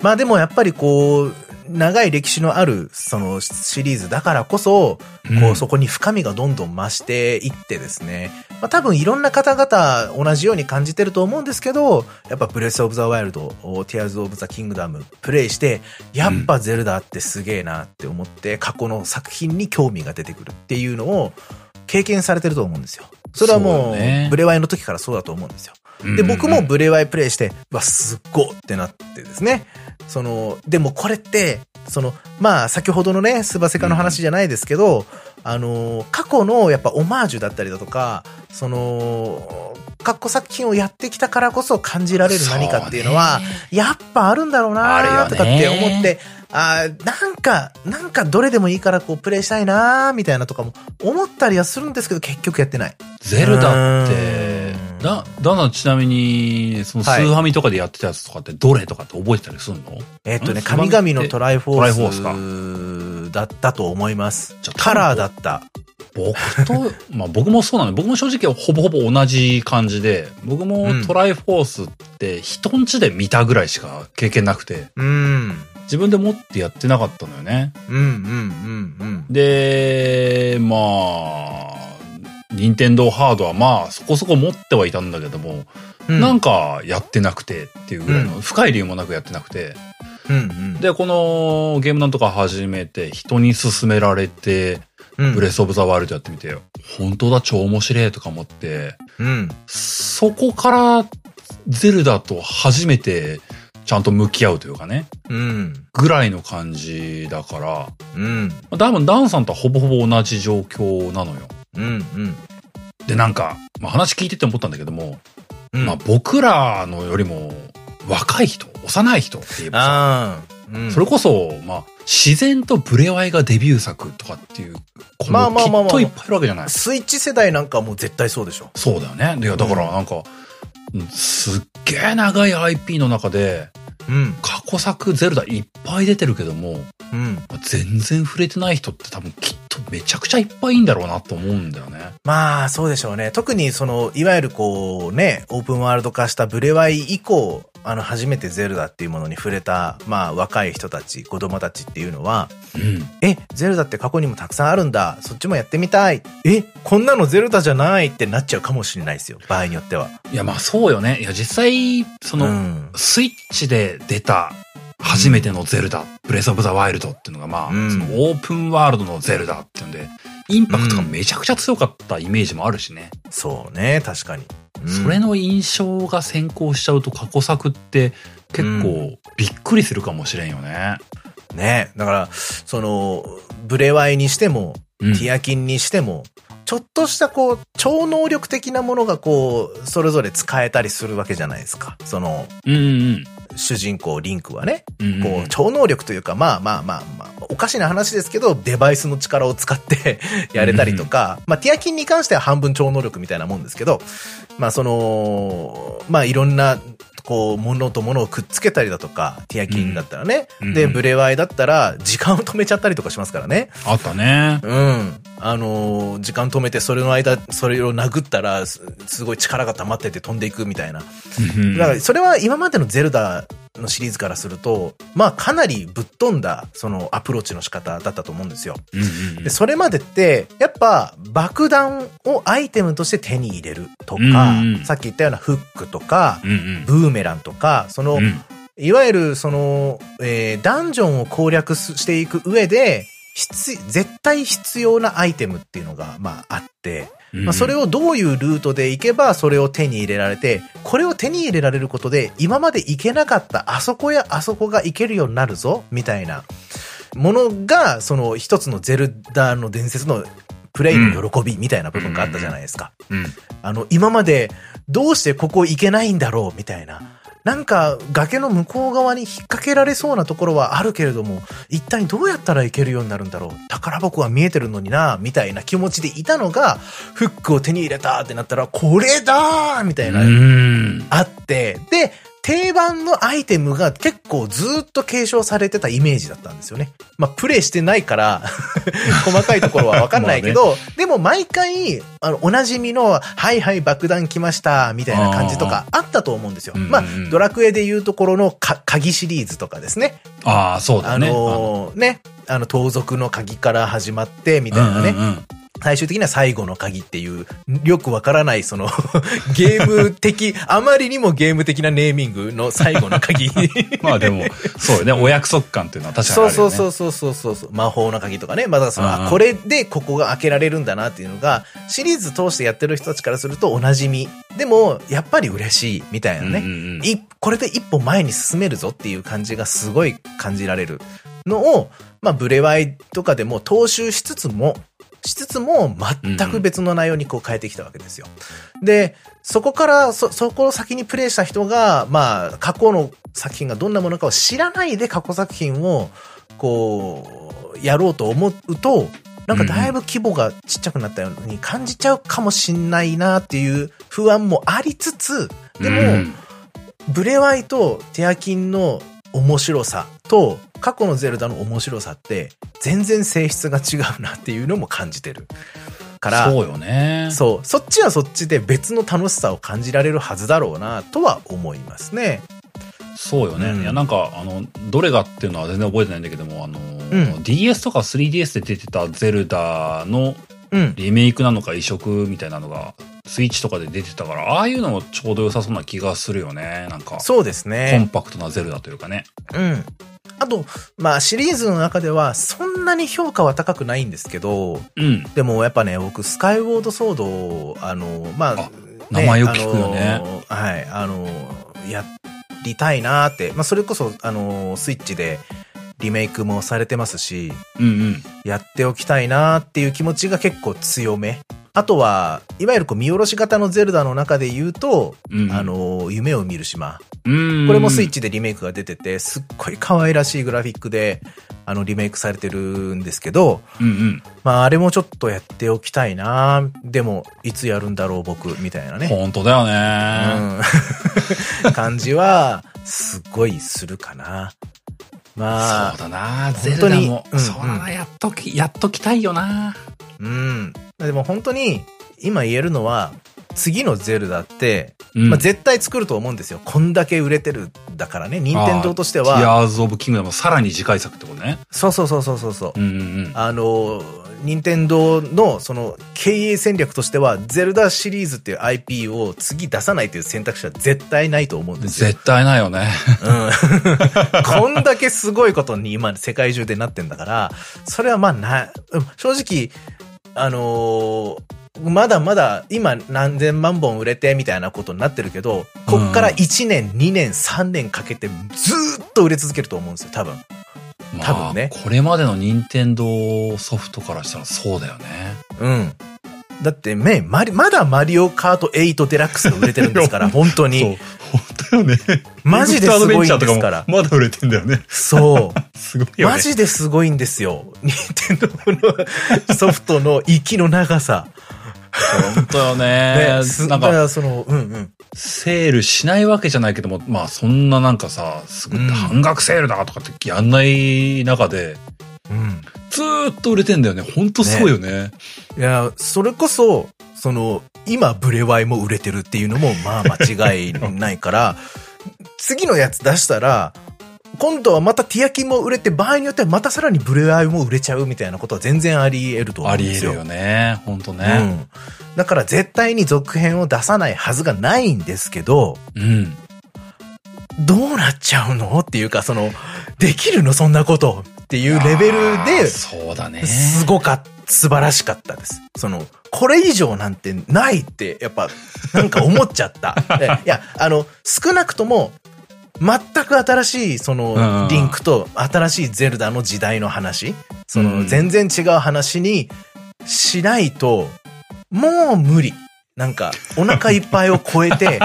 S2: まあでもやっぱりこう、長い歴史のあるそのシリーズだからこそ、
S1: う
S2: こ
S1: ん
S2: うそこに深みがどんどん増していってですね、まあ多分いろんな方々同じように感じてると思うんですけど、やっぱブレスオブザワイルド、ティアーズオブザキングダムプレイして、やっぱゼルダってすげえなって思って、過去の作品に興味が出てくるっていうのを経験されてると思うんですよ。それは
S1: そう
S2: も
S1: だね
S2: う、ブレワイの時からそうだと思うんですよ。
S1: うんうん
S2: で、僕も、ブレワイプレイして、うわ、すっごってなってですね。その、でもこれって、その、まあ、先ほどのね、スバセカの話じゃないですけど、あの、過去のやっぱオマージュだったりだとか、その、かっこ作品をやってきたからこそ感じられる何かっていうのは、
S1: そうね
S2: やっぱあるんだろうなーとかっ
S1: ある
S2: て
S1: よね
S2: 思って、あーなんか、なんかどれでもいいからこうプレイしたいなーみたいなとかも思ったりはするんですけど、結局やってない。
S1: ゼルダって
S2: う、ん
S1: だ、だなちなみに、そのス
S2: はい
S1: ーハミとかでやってたやつとかってどれとかって覚えてたりするの、
S2: えっとね、
S1: ん
S2: 神々のトライフォ
S1: トライフォ
S2: ースだったと思います
S1: じゃ。あ
S2: カラーだった。
S1: 僕と、 まあ僕もそうなの。僕も正直ほぼほぼ同じ感じで、僕も
S2: うん
S1: トライフォースって人ん家で見たぐらいしか経験なくて、
S2: うん。
S1: 自分で持ってやってなかったのよね。
S2: うんうんうんうん。
S1: で、まあ、任天堂ハードはまあそこそこ持ってはいたんだけども、
S2: うん
S1: なんかやってなくてっていうぐらいの、
S2: う
S1: 深い理由もなくやってなくて、
S2: うんうん、
S1: で、このゲームなんとか始めて、人に勧められて、
S2: うん
S1: ブレスオブザワールドやってみて、本当だ、超面白いとか思って、
S2: うん。
S1: そこからゼルダと初めてちゃんと向き合うというかね、
S2: うん。
S1: ぐらいの感じだから、
S2: うん。
S1: まあ多分ダンさんとはほぼほぼ同じ状況なのよ。
S2: うん。うん。
S1: で、なんか、まあ、話聞いてて思ったんだけども、
S2: うん。
S1: まあ僕らのよりも若い人、幼い人って言えばさ、
S2: あー、うん、
S1: それこそ、まあ、自然とブレワイがデビュー作とかっていう子
S2: まあ
S1: も
S2: ま
S1: き
S2: あ
S1: っ
S2: まあまあ
S1: といっぱいいるわけじゃない。
S2: スイッチ世代なんかもう絶対そうでしょ。
S1: そうだよね。で、だからなんか、うんすっげえ長い IP の中で、
S2: うん。
S1: 過去作ゼルダいっぱい出てるけども、
S2: うん。
S1: まあ全然触れてない人って多分きっとめちゃくちゃいっぱいいんだろうなと思うんだよね。
S2: まあ、そうでしょうね。特にその、いわゆるこうね、オープンワールド化したブレワイ以降、あの、初めてゼルダっていうものに触れた、まあ、若い人たち、子供たちっていうのは、
S1: うん。
S2: え、ゼルダって過去にもたくさんあるんだ。そっちもやってみたい。え、こんなのゼルダじゃないってなっちゃうかもしれないですよ。場合によっては。
S1: いや、まあそうよね。いや、実際、そうの、
S2: ん。
S1: スイッチで出た初めてのゼルダ、ブレスオブザワイルドっていうのがまあ、
S2: うん
S1: そのオープンワールドのゼルダっていうんで、インパクトがめちゃくちゃ強かったイメージもあるしね。
S2: そうね、確かに。うん
S1: それの印象が先行しちゃうと過去作って結
S2: う
S1: 構びっくりするかもしれんよね。
S2: ね。だから、その、ブレワイにしても、
S1: うん。
S2: ティアキンにしても、ちょっとしたこう、超能力的なものがこう、それぞれ使えたりするわけじゃないですか。その、
S1: うんうん
S2: 主人公リンクはね、
S1: うん。
S2: こう、超能力というか、まあまあまあまあ、おかしな話ですけど、デバイスの力を使って やれたりとか、まあ、ティアキンに関しては半分超能力みたいなもんですけど、まあその、まあいろんな、こう、物と物をくっつけたりだとか、ティアキンだったらね、
S1: うん
S2: で、
S1: うん
S2: ブレワイだったら、時間を止めちゃったりとかしますからね。
S1: あったね。
S2: うん。あのー時間止めて、それの間、それを殴ったら、すすごい力が溜まってて飛んでいくみたいな。
S1: うん
S2: だから、それは今までのゼルダのシリーズからすると、まあ、かなりぶっ飛んだ、そのアプローチの仕方だったと思うんですよ。
S1: うんうんうん
S2: で、それまでって、やっぱ、爆弾をアイテムとして手に入れるとか、
S1: うんうん
S2: さっき言ったようなフックとか、
S1: うんうん
S2: ブーメランとか、その、
S1: うん
S2: いわゆる、その、えーダンジョンを攻略すしていく上で、必、絶対必要なアイテムっていうのが、まあ、あって、
S1: うん
S2: まあ、それをどういうルートで行けば、それを手に入れられて、これを手に入れられることで、今まで行けなかった、あそこやあそこが行けるようになるぞ、みたいな、ものが、その、一つのゼルダの伝説の、プレイの喜びみたいな部分があったじゃないですか。
S1: うん
S2: あの、今までどうしてここ行けないんだろうみたいな。なんか崖の向こう側に引っ掛けられそうなところはあるけれども、一体どうやったら行けるようになるんだろう宝箱は見えてるのにな、みたいな気持ちでいたのが、フックを手に入れたってなったら、これだーみたいな、
S1: うん
S2: あって、で、定番のアイテムが結構ずっと継承されてたイメージだったんですよね。まあ、プレイしてないから、 細かいところはわかんな いけど、でも毎回、あの、おなじみの、はいはい爆弾来ました、みたいな感じとかあったと思うんですよ。
S1: うんうんうん
S2: まあ、ドラクエでいうところのか鍵シリーズとかですね。
S1: ああ、そうだ
S2: あ
S1: ね。
S2: のーね、あの、盗賊の鍵から始まって、みたいなね。
S1: うんうんうん
S2: 最終的には最後の鍵っていう、よくわからない、その、 ゲーム的、あまりにもゲーム的なネーミングの最後の鍵。
S1: まあでも、そうよ ね。お約束感っていうのは確かに
S2: そ
S1: あ
S2: う
S1: るよ
S2: そう
S1: ね。
S2: そうそうそうそうそう。魔法の鍵とかね。まだその、
S1: うんうん
S2: あこれでここが開けられるんだなっていうのが、シリーズ通してやってる人たちからするとおなじみ。でも、やっぱり嬉しい、みたいなね。
S1: うんうんうん
S2: いこれで一歩前に進めるぞっていう感じがすごい感じられるのを、まあ、ブレワイとかでも踏襲しつつも、しつつも、全く別の内容にこう変えてきたわけですよ。で、そこから、そ、そこを先にプレイした人が、まあ、過去の作品がどんなものかを知らないで過去作品を、こう、やろうと思うと、なんかだいぶ規模がちっちゃくなったように感じちゃうかもしんないなっていう不安もありつつ、でも、
S1: うん
S2: ブレワイとテアキンの面白さと過去のゼルダの面白さって全然性質が違うなっていうのも感じてるから
S1: そうよね。
S2: そうそっちはそっちで別の楽しさを感じられるはずだろうなとは思いますね
S1: そうよね。
S2: うん
S1: いや、なんか、あの、どれがっていうのは全然覚えてないんだけども、あの、
S2: うん
S1: DS とか 3DS で出てたゼルダの
S2: うん
S1: リメイクなのか移植みたいなのが、スイッチとかで出てたから、ああいうのもちょうど良さそうな気がするよね。なんか、
S2: そうです
S1: コン
S2: ね
S1: パクトなゼルダというかね。
S2: うんあとまあシリーズの中ではそんなに評価は高くないんですけど
S1: うん。
S2: でもやっぱね僕スカイウォードソードをあのまあ
S1: あ名前よく聞くよね
S2: あのはい、あのやりたいなーって。まあ、それこそ、あのスイッチでリメイクもされてますし、
S1: うんうん。
S2: やっておきたいなーっていう気持ちが結構強め。あとは、いわゆるこう見下ろし型のゼルダの中で言うと、
S1: うんうん
S2: あの夢を見る島。
S1: うん。
S2: これもスイッチでリメイクが出てて、すっごい可愛らしいグラフィックで、あの、リメイクされてるんですけど、
S1: うんうん。
S2: まあ、あれもちょっとやっておきたいなーでも、いつやるんだろう、僕、みたいなね。
S1: 本当だよね。
S2: うん 感じは、すごいするかな。ま
S1: そ
S2: あ
S1: う、だなゼル
S2: 本当
S1: ダ
S2: に
S1: も。
S2: うん
S1: そうだな、やっとき、やっときたいよな。
S2: うん。でも本当に、今言えるのは、次のゼルダって、
S1: うん
S2: まあ、絶対作ると思うんですよ。こんだけ売れてるだからね、任天堂として
S1: ティ
S2: は。
S1: アーズ・オブ・キングダムさらに次回作ってことね。
S2: そうそうそうそうそうそう。
S1: うんうん
S2: あの、任天堂のその経営戦略としては、ゼルダシリーズっていう IP を次出さないという選択肢は絶対ないと思うん
S1: うん。
S2: ですよ。
S1: 絶対ないよ ね。
S2: うん こんだけすごいことに今世界中でなってんだから、それはまあな、うん正直、あのーまだまだ今何千万本売れてみたいなことになってるけど、こっから1年、2年、3年かけてずーっと売れ続けると思うんですよ、多分。
S1: まあ
S2: 多分ね
S1: これまでの任天堂ソフトからしたらそうだよね。
S2: うん。だってね、マリ、まだマリオカート8デラックスが売れてるんですか
S1: い
S2: ら、
S1: や
S2: 本当に。。
S1: 本当よね。
S2: マジですごいんですから。
S1: まだ売れてんだよね。
S2: そう。
S1: すごい
S2: マジですごいんですよ。 任天堂のソフトの息の長さ。
S1: 本当よね
S2: ね、。す
S1: な
S2: だ
S1: ん
S2: か
S1: か、
S2: らその、うんうん。
S1: セールしないわけじゃないけども、まあそんななんかさ、すごい
S2: うん
S1: 半額セールだとかってやんない中で、
S2: うん。
S1: ずーっと売れてんだよね。ほんとそうよね。
S2: いや、それこそ、その、今ブレワイも売れてるっていうのも、 まあ間違いないから、次のやつ出したら、今度はまたティアキンも売れて、場合によってはまたさらにブレワイも売れちゃうみたいなことは全然あり得ると思う
S1: あ
S2: ん
S1: り
S2: です
S1: 得
S2: よ。
S1: るよね。ほんと
S2: う
S1: ね。
S2: ん。だから絶対に続編を出さないはずがないんですけど、
S1: うん。
S2: どうなっちゃうのっていうか、その、できるのそんなことっていうレベル
S1: あー
S2: で、
S1: そうだね。
S2: すごかった。素晴らしかったです。その、これ以上なんてないって、やっぱ、なんか思っち ゃった。でいや、あの、少なくとも、全く新しい、そ
S1: うんう
S2: の、
S1: ん
S2: リンクと新しいゼルダの時代の話、そ
S1: うん
S2: の、全然違う話にしないと、もう無理。なんか、お腹いっぱいを超え て、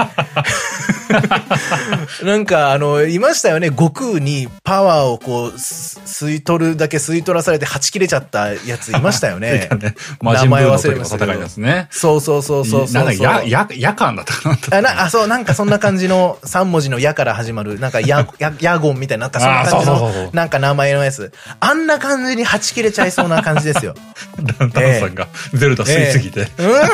S2: なんか、あの、いましたよね。悟空にパワーをこう、す吸い取るだけ吸い取らされて、はち切れちゃったやついました よね。
S1: ね。魔人ブーの時の戦いですね。
S2: そうそうそうそうそうそう。
S1: なんだっけや、や、夜間だったかなんだったか
S2: あなあ、そう、なんかそんな感じの3文字の矢から始まる、なんかや、や、ヤゴンみたいな、なんかそんな感じ
S1: あそうそうそうそう
S2: の、なんか名前のやつ。あんな感じにはち切れちゃいそうな感じですよ。
S1: ダンタンさんがゼルダ 吸いすぎて、
S2: うわーっ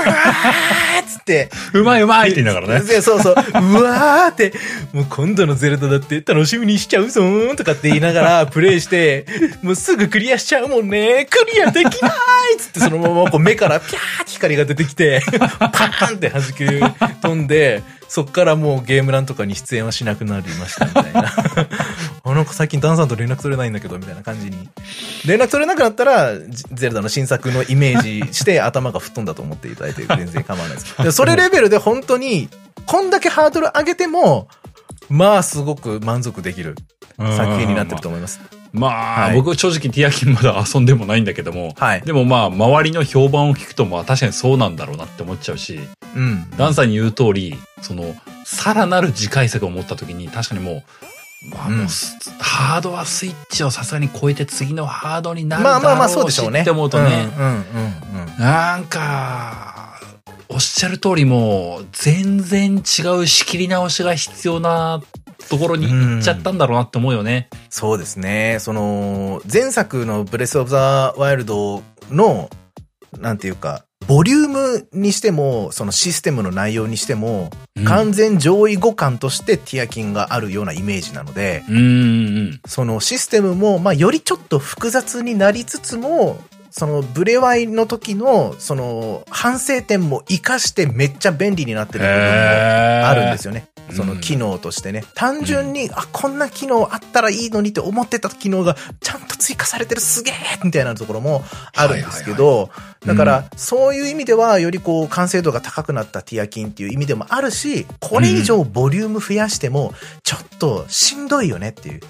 S2: つって。
S1: うまいうまいって言いながらね。
S2: で そうそう。うわーって、もう今度のゼルダだって楽しみにしちゃうぞーんとかって言いながらプレイして、もうすぐクリアしちゃうもんね。クリアできないっつってそのままこう目からピャーって光が出てきて、パーンって弾け飛んで、そっからもうゲーム欄とかに出演はしなくなりましたみたいな。 あ、なんか最近ダンさんと連絡取れないんだけど、みたいな感じに。連絡取れなくなったら、ジゼルダの新作のイメージして頭が吹っ飛んだと思っていただいて全然構わないです。でそれレベルで本当に、こんだけハードル上げても、まあすごく満足できる
S1: うん
S2: 作品になってると思います。
S1: まあ、
S2: はい
S1: 僕正直ティアキンまだ遊んでもないんだけども、
S2: はい。
S1: でもまあ、周りの評判を聞くと、まあ確かにそうなんだろうなって思っちゃうし、
S2: うん。
S1: ダンさんに言う通り、その、さらなる次回作を持った時に、確かにもう、まあ
S2: うん
S1: もうす、ハードはスイッチをさすがに超えて次のハードになるだろう
S2: まあ
S1: し、
S2: まあまあ、そうでしょうね。
S1: って思うとね、
S2: うんうんうんうん。
S1: なんか、おっしゃる通りもう、全然違う仕切り直しが必要なところに行っちゃったんだろうなって思うよね。
S2: そうですね。その、前作のブレスオブザワイルドの、なんていうか、ボリュームにしても、そのシステムの内容にしても、
S1: うん
S2: 完全上位互換としてティアキンがあるようなイメージなので、
S1: うんうん
S2: そのシステムも、まあ、よりちょっと複雑になりつつも、そのブレワイの時の、その反省点も活かしてめっちゃ便利になって
S1: う。
S2: る部分もあるんですよね。
S1: ー
S2: その機能としてね。単純に、あ、こんな機能あったらいいのにって思ってた機能がちゃんと追加されてるすげえみたいなところもあるんですけど、
S1: い
S2: だから、そういう意味では、よりこう、完成度が高くなったティアキンっていう意味でもあるし、これ以上ボリューム増やしても、ちょっとしんどいよねっていう。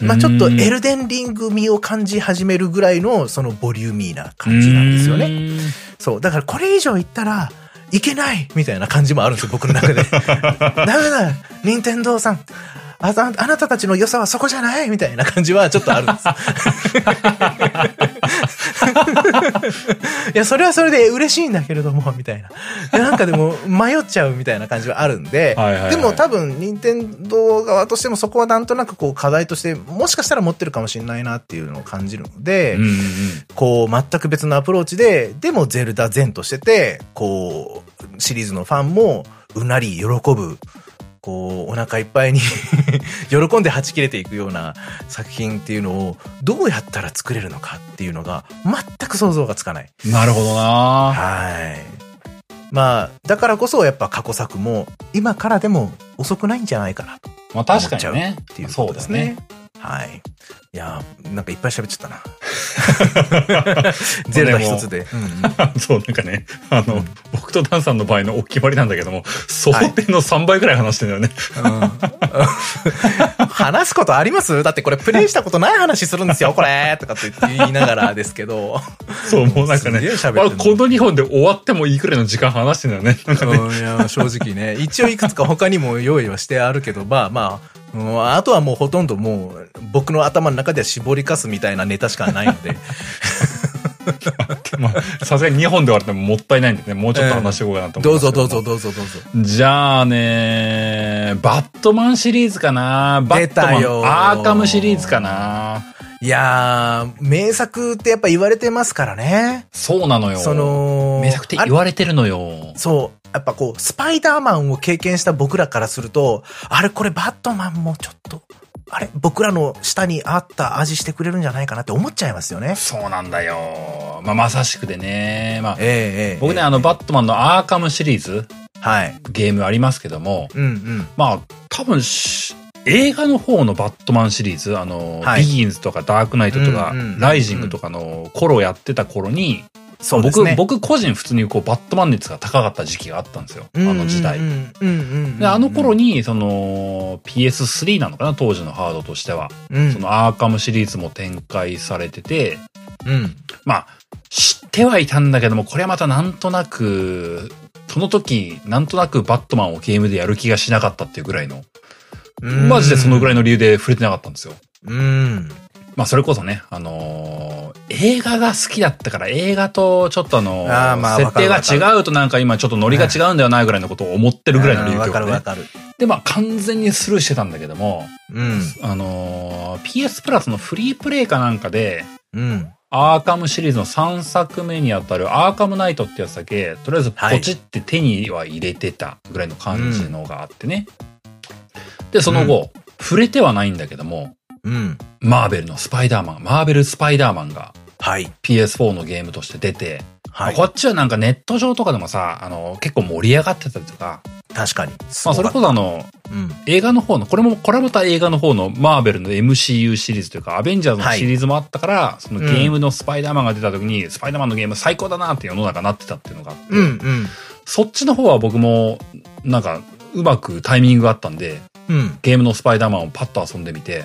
S2: まあちょっとエルデンリング味を感じ始めるぐらいの、そのボリューミーな感じなんですよね。
S1: ね。
S2: そう。だからこれ以上言ったら、いけないみたいな感じもあるんですよ、僕 の中で。ダメだ任天堂さんあたあなたたちの良さはそこじゃないみたいな感じはちょっとあるん です。いや、それはそれで嬉しいんだけれども、みたいな。なんかでも迷っちゃうみたいな感じはあるんで、
S1: はいはいはい
S2: でも多分、任天堂側としてもそこはなんとなくこう課題として、もしかしたら持ってるかもしれないなっていうのを感じるので、
S1: うんうんうん
S2: こう、全く別のアプローチで、でもゼルダ前としてて、こう、シリーズのファンも、うなり喜ぶ、こう、お腹いっぱいに、 喜んではち切れていくような作品っていうのを、どうやったら作れるのかっていうのが、全く想像がつかない。
S1: なるほどな
S2: はい。まあ、だからこそやっぱ過去作も、今からでも遅くないんじゃないかなと
S1: まあ確かにね。
S2: っていうこ
S1: そう
S2: と
S1: で
S2: ですす
S1: ね
S2: ね。。はい。いやーなんかいっぱい喋っちゃったな。 ゼルダ一つで。うんう ん
S1: そう、なんかね、あの、
S2: うん
S1: 僕とダンさんの場合のお決まりなんだけども、想定の3倍くらい話してんだよね。
S2: 話すことありますだってこれプレイしたことない話するんですよ、これとかって言いながらですけど。
S1: そう、もうなんかね、
S2: すげえ喋
S1: あ
S2: ってんの
S1: この2本で終わってもいいくらいの時間話してんだよね。 なんかね、
S2: うんいや正直ね。一応いくつか他にも用意はしてあるけど、まあまあ、うんあとはもうほとんどもう僕の頭の中では絞りかすみたいなネタしかな いので。
S1: まあ、さすがに2本で終わってももったいないんでね、もうちょっと話していこうかなと思いま
S2: ど
S1: す
S2: う
S1: け
S2: ぞ
S1: ど
S2: ど
S1: も
S2: うぞ。どうぞどうぞ。
S1: じゃあね、バットマンシリーズかなバットマン
S2: 出た、よ
S1: アーカムシリーズかない
S2: やー、名作ってやっぱ言われてますからね。
S1: そうなのよ。
S2: そ、の、
S1: めちゃくちゃ言われてるのよ。
S2: そう。やっぱこう、スパイダーマンを経験した僕らからすると、あれこれバットマンもちょっと、あれ僕らの下にあった味してくれるんじゃないかなって思っちゃいますよね。
S1: そうなんだよ。まあ、まさしくでね。まあ、
S2: ええええ
S1: 僕ね、
S2: ええ
S1: あの、バットマンのアーカムシリーズ、
S2: はい。
S1: ゲームありますけども、
S2: うんうん。
S1: まあ、多分し、映画の方のバットマンシリーズ、あの、
S2: はい
S1: ビギンズとかダークナイトとか、
S2: うんうん
S1: ライジングとかの頃やってた頃に、
S2: そうです
S1: 僕、
S2: ね。
S1: 僕個人普通にこう、バットマン率が高かった時期があったんですよ。あ
S2: うんうんうん
S1: の時代。
S2: うんうんうんうん。
S1: で、あの頃に、その、PS3 なのかな、当時のハードとしては。
S2: うん、
S1: そのアーカムシリーズも展開されてて、
S2: うん。
S1: まあ、知ってはいたんだけども、これはまたなんとなく、その時、なんとなくバットマンをゲームでやる気がしなかったっていうぐらいの、
S2: うん
S1: マジでそのぐら
S2: い。
S1: いの理由で触れてなかったんですよ。
S2: うん。
S1: まあ、それこそね、あのー映画が好きだったから、映画とちょっとあのー
S2: あーまあ
S1: 設定
S2: わかるわ
S1: が違うとなんか今ちょっとノリが違うんだよな、ぐらいのことを思ってるぐらいの理由
S2: わ
S1: と
S2: か
S1: か
S2: るわ
S1: ね。
S2: かる。
S1: で、まあ、完全にスルーしてたんだけども、
S2: うん。
S1: あのー PS プラスのフリープレイかなんかで、
S2: うん。
S1: アーカムシリーズの3作目にあたるアーカムナイトってやつだけ、とりあえずポチって手には入れてたぐらいの感じのがあってね。で、その後、触れてはないんだけども、
S2: うん。
S1: マーベルのスパイダーマン、マーベルスパイダーマンが
S2: はい。
S1: PS4 のゲームとして出て、
S2: はい
S1: まあ。こっちはなんかネット上とかでもさ、あの、結構盛り上がってたりとか、
S2: 確かに。
S1: まあそれこそあの、
S2: うん。
S1: 映画の方の、これも、これまた映画の方のマーベルの MCU シリーズというか、アベンジャーズのシリーズもあったから、そのゲームのスパイダーマンが出た時に、スパイダーマンのゲーム最高だなって世の中なってたっていうのがあって、
S2: うんうん。
S1: そっちの方は僕も、なんか、うまくタイミングがあったんで、
S2: うん。
S1: ゲームのスパイダーマンをパッと遊んでみて、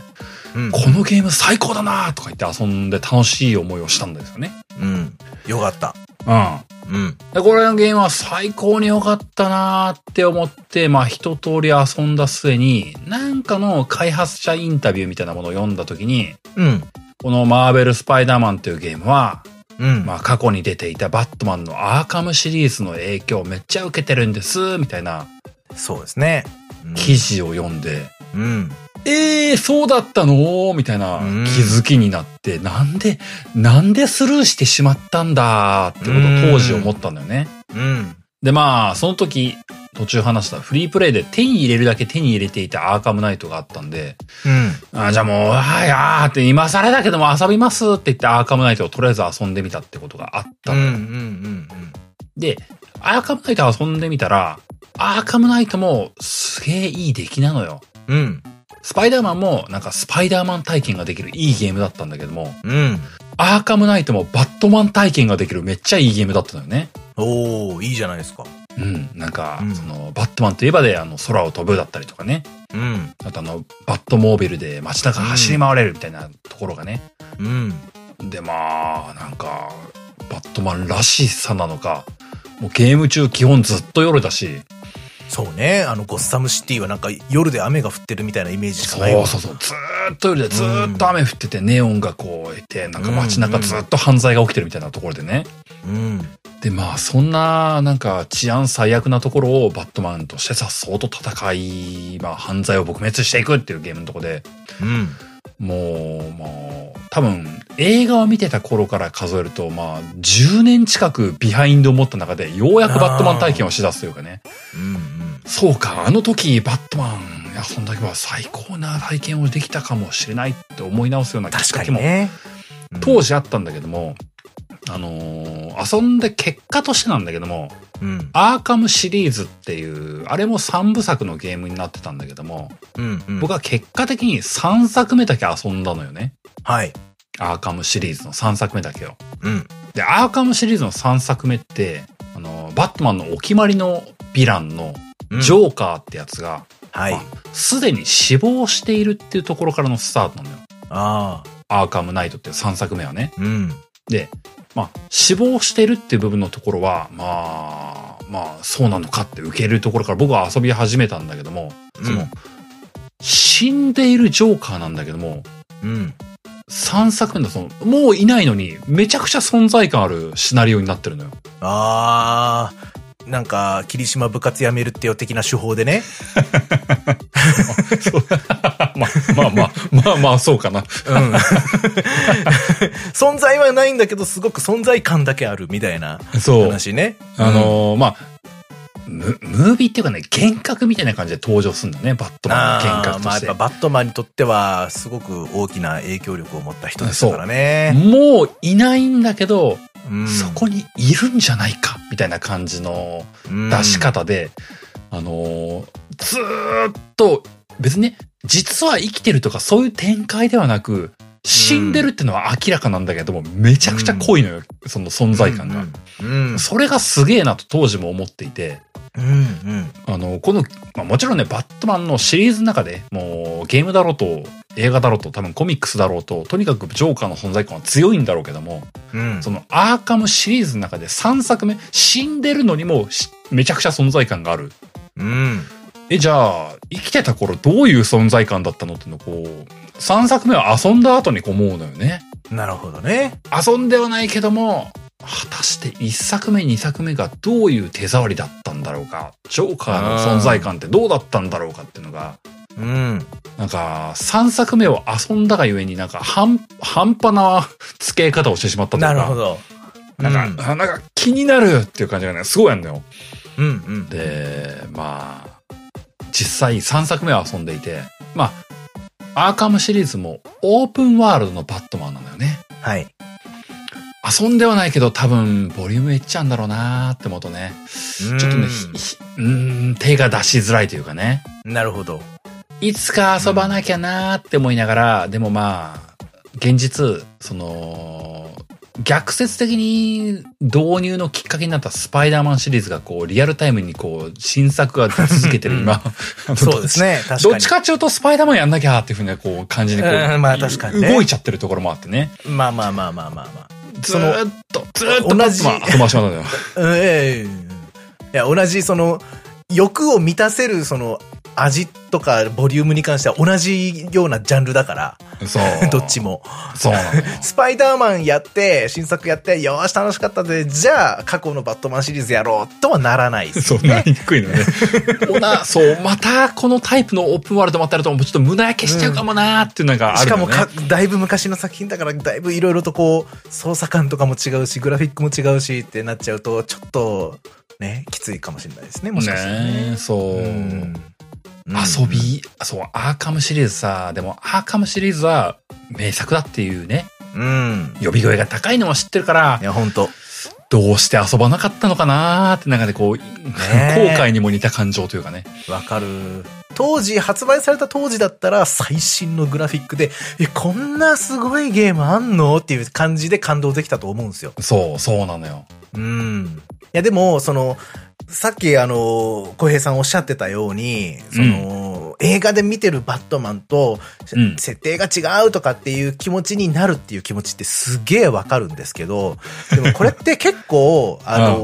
S2: うん
S1: このゲーム最高だなとか言って遊んで楽しい思いをしたんですよね。
S2: うん。よかった。
S1: うん。
S2: うん。
S1: で、これのゲームは最高に良かったなーって思って、まあ一通り遊んだ末に、なんかの開発者インタビューみたいなものを読んだ時に、
S2: うん。
S1: このマーベル・スパイダーマンというゲームは、
S2: うん。
S1: まあ過去に出ていたバットマンのアーカムシリーズの影響をめっちゃ受けてるんです、みたいな
S2: そうですね。うん
S1: 記事を読んで、
S2: うん。
S1: えー、そうだったのみたいな
S2: うん
S1: 気づきになって、なんで、なんでスルーしてしまったんだってことを当時思ったんだよね。
S2: うん。
S1: で、まあ、その時、途中話したフリープレイで手に入れるだけ手に入れていたアーカムナイトがあったんで、
S2: うん。
S1: あじゃあもう、はい、あーって今更だけども遊びますって言ってアーカムナイトをとりあえず遊んでみたってことがあった
S2: うん。う
S1: のよ、
S2: ん。
S1: で、アーカムナイト遊んでみたら、アーカムナイトもすげえいい出来なのよ。
S2: うん。うん。
S1: スパイダーマンもなんかスパイダーマン体験ができるいいゲームだったんだけども、
S2: うん。
S1: アーカムナイトもバットマン体験ができるめっちゃいいゲームだったのよね。
S2: おー、いいじゃないですか。
S1: うん。なんか、
S2: うん
S1: その、バットマンといえばで、あの、空を飛ぶだったりとかね。
S2: うん。
S1: あとあの、バットモービルで街中走り回れるみたいなところがね。
S2: うん。
S1: で、まあ、なんか、バットマンらしさなのか、もうゲーム中基本ずっと夜だし、
S2: そうね。あの、ゴッサムシティはなんか夜で雨が降ってるみたいなイメージしか
S1: そ
S2: ないわ
S1: うそうそう、ずーっと夜でずーっと雨降ってて、ネオンがこういて、なんか街中ずっと犯罪が起きてるみたいなところでね。
S2: うん。
S1: で、まあ、そんな、なんか治安最悪なところをバットマンとしてさっそうと戦い、まあ、犯罪を撲滅していくっていうゲームのとこで、
S2: うん。
S1: もう、もう、多分、映画を見てた頃から数えると、まあ、10年近くビハインドを持った中で、ようやくバットマン体験をしだすというかね。
S2: うん。うん。
S1: そうか、あの時、バットマン遊んだ時は最高な体験をできたかもしれないって思い直すようなきっ
S2: 確
S1: か
S2: か
S1: け
S2: に
S1: も、
S2: ね。
S1: 当時あったんだけども、あのー遊んで結果としてなんだけども、
S2: うん。
S1: アーカムシリーズっていう、あれも3部作のゲームになってたんだけども、
S2: うん。うん。
S1: 僕は結果的に3作目だけ遊んだのよね。
S2: はい。
S1: アーカムシリーズの3作目だけを。
S2: うん。
S1: で、アーカムシリーズの3作目って、あの、バットマンのお決まりのヴィランの
S2: うん
S1: ジョーカーってやつが、
S2: はい。
S1: すでに死亡しているっていうところからのスタートなのよ。
S2: ああ。
S1: アーカムナイトっていう3作目はね。
S2: うん。
S1: で、まあ、死亡してるっていう部分のところは、まあ、まあ、そうなのかって受けるところから僕は遊び始めたんだけども、その、
S2: うん
S1: 死んでいるジョーカーなんだけども、
S2: うん。
S1: 3作目だと、もういないのに、めちゃくちゃ存在感あるシナリオになってるのよ。
S2: ああ。なんか、霧島部活やめるってよ的な手法でね。
S1: まあまあまあ、まあまあ、そうかな。
S2: うん。存在はないんだけど、すごく存在感だけあるみたいな
S1: そう。
S2: 話ね。
S1: あのーまあ、ムムービーっていうかね、幻覚みたいな感じで登場するんだよね、バットマンの幻
S2: ああ
S1: 覚
S2: ま
S1: と
S2: あ
S1: し。
S2: やってぱバットマンにとってはすごく大きな影響力を持った人ですからね。
S1: もういないんだけど、
S2: うん
S1: そこにいるんじゃないか、みたいな感じの出し。方で、あのーずーっと、別にね、実は生きてるとかそういう展開ではなく、死んでるってのは明らかなんだけども、めちゃくちゃ濃いのよ、その存在感が。
S2: うん。うん。
S1: それがすげえなと当時も思っていて、
S2: うん。うん
S1: あの、この、まあ、もちろんね、バットマンのシリーズの中で、もうゲームだろうと、映画だろうと、多分コミックスだろうと、とにかくジョーカーの存在感は強いんだろうけども、
S2: うん。
S1: そのアーカムシリーズの中で3作目、死んでるのにもしめちゃくちゃ存在感がある。
S2: うん。
S1: え、じゃあ、生きてた頃どういう存在感だったのっていうのをこう、3作目は遊んだ後にこう思うのよね。
S2: なるほどね。
S1: 遊んではないけども、果たして1作目2作目がどういう手触りだったんだろうか、ジョーカーの存在感ってどうだったんだろうかっていうのが、
S2: うん。
S1: なんか3作目を遊んだがゆえになんか半半端な付け方をしてしまったという
S2: な
S1: か、
S2: るほど。
S1: なんか、あなんか気になるっていう感じがね、すごいあるんだよ。
S2: うん、うんうん。
S1: で、まあ、実際3作目は遊んでいて、まあ、アーカムシリーズもオープンワールドのバットマンなんだよね。
S2: はい。
S1: 遊んではないけど多分ボリュームいっちゃうんだろうなーって思うとね、
S2: ちょ
S1: ちょっとね、ひひうーん、手が出しづらいというかね、
S2: なるほど。
S1: いつか遊ばなきゃなーって思いながら、でもまあ、現実、その、逆説的に導入のきっかけになったスパイダーマンシリーズがこう、リアルタイムにこう、新作が出続けてる今。
S2: そうですね。確かに。
S1: どっちかっていうとスパイダーマンやんなきゃっていうふうなこう感じでこう、
S2: うんまあ確かにね
S1: 動いちゃってるところもあってね。
S2: まあまあまあまあまあまあ。
S1: ずーっと、ずーっと
S2: 同じ
S1: まあ後回しまだよ。
S2: うん、ええいや、同じ、その、欲を満たせる、その、味とかボリュームに関しては同じようなジャンルだから、
S1: そう。
S2: どっち。も。
S1: そうなのよ。
S2: スパイダーマンやって、新作やって、よーし、楽しかったで、じゃあ、過去のバットマンシリーズやろうとはならないです
S1: そ
S2: よ
S1: う、な
S2: ね。
S1: りにくいのね。 おな、そう、またこのタイプのオープンワールドまたやると、ちょっと胸焼けしちゃうかもなーっていうのがあ
S2: し
S1: る
S2: か
S1: のね。
S2: もか、だいぶ昔の作品だから、だいぶいろいろとこう、操作感とかも違うし、グラフィックも違うしってなっちゃうと、ちょっと、ね、きついかもしれないですね、もしかしたらね。
S1: ねそう。
S2: うん
S1: 遊。び、そう、アーカムシリーズさ、でもアーカムシリーズは名作だっていうね、
S2: うん。
S1: 呼び声が高いのも知ってるから
S2: い、や、本当
S1: どうして遊ばなかったのかなーって中でこう、後
S2: え
S1: 悔にも似た感情というかね。
S2: わかる。当時、発売された当時だったら、最新のグラフィックで、え、こんなすごいゲームあんのっていう感じで感動できたと思うんですよ。
S1: そう、そうなのよ。
S2: うん。いや、でも、その、さっき、あの、小平さんおっしゃってたように、その、映画で見てるバットマンと、
S1: うん
S2: 設定が違うとかっていう気持ちになるっていう気持ちってすげえわかるんですけど、でもこれって結 構、あの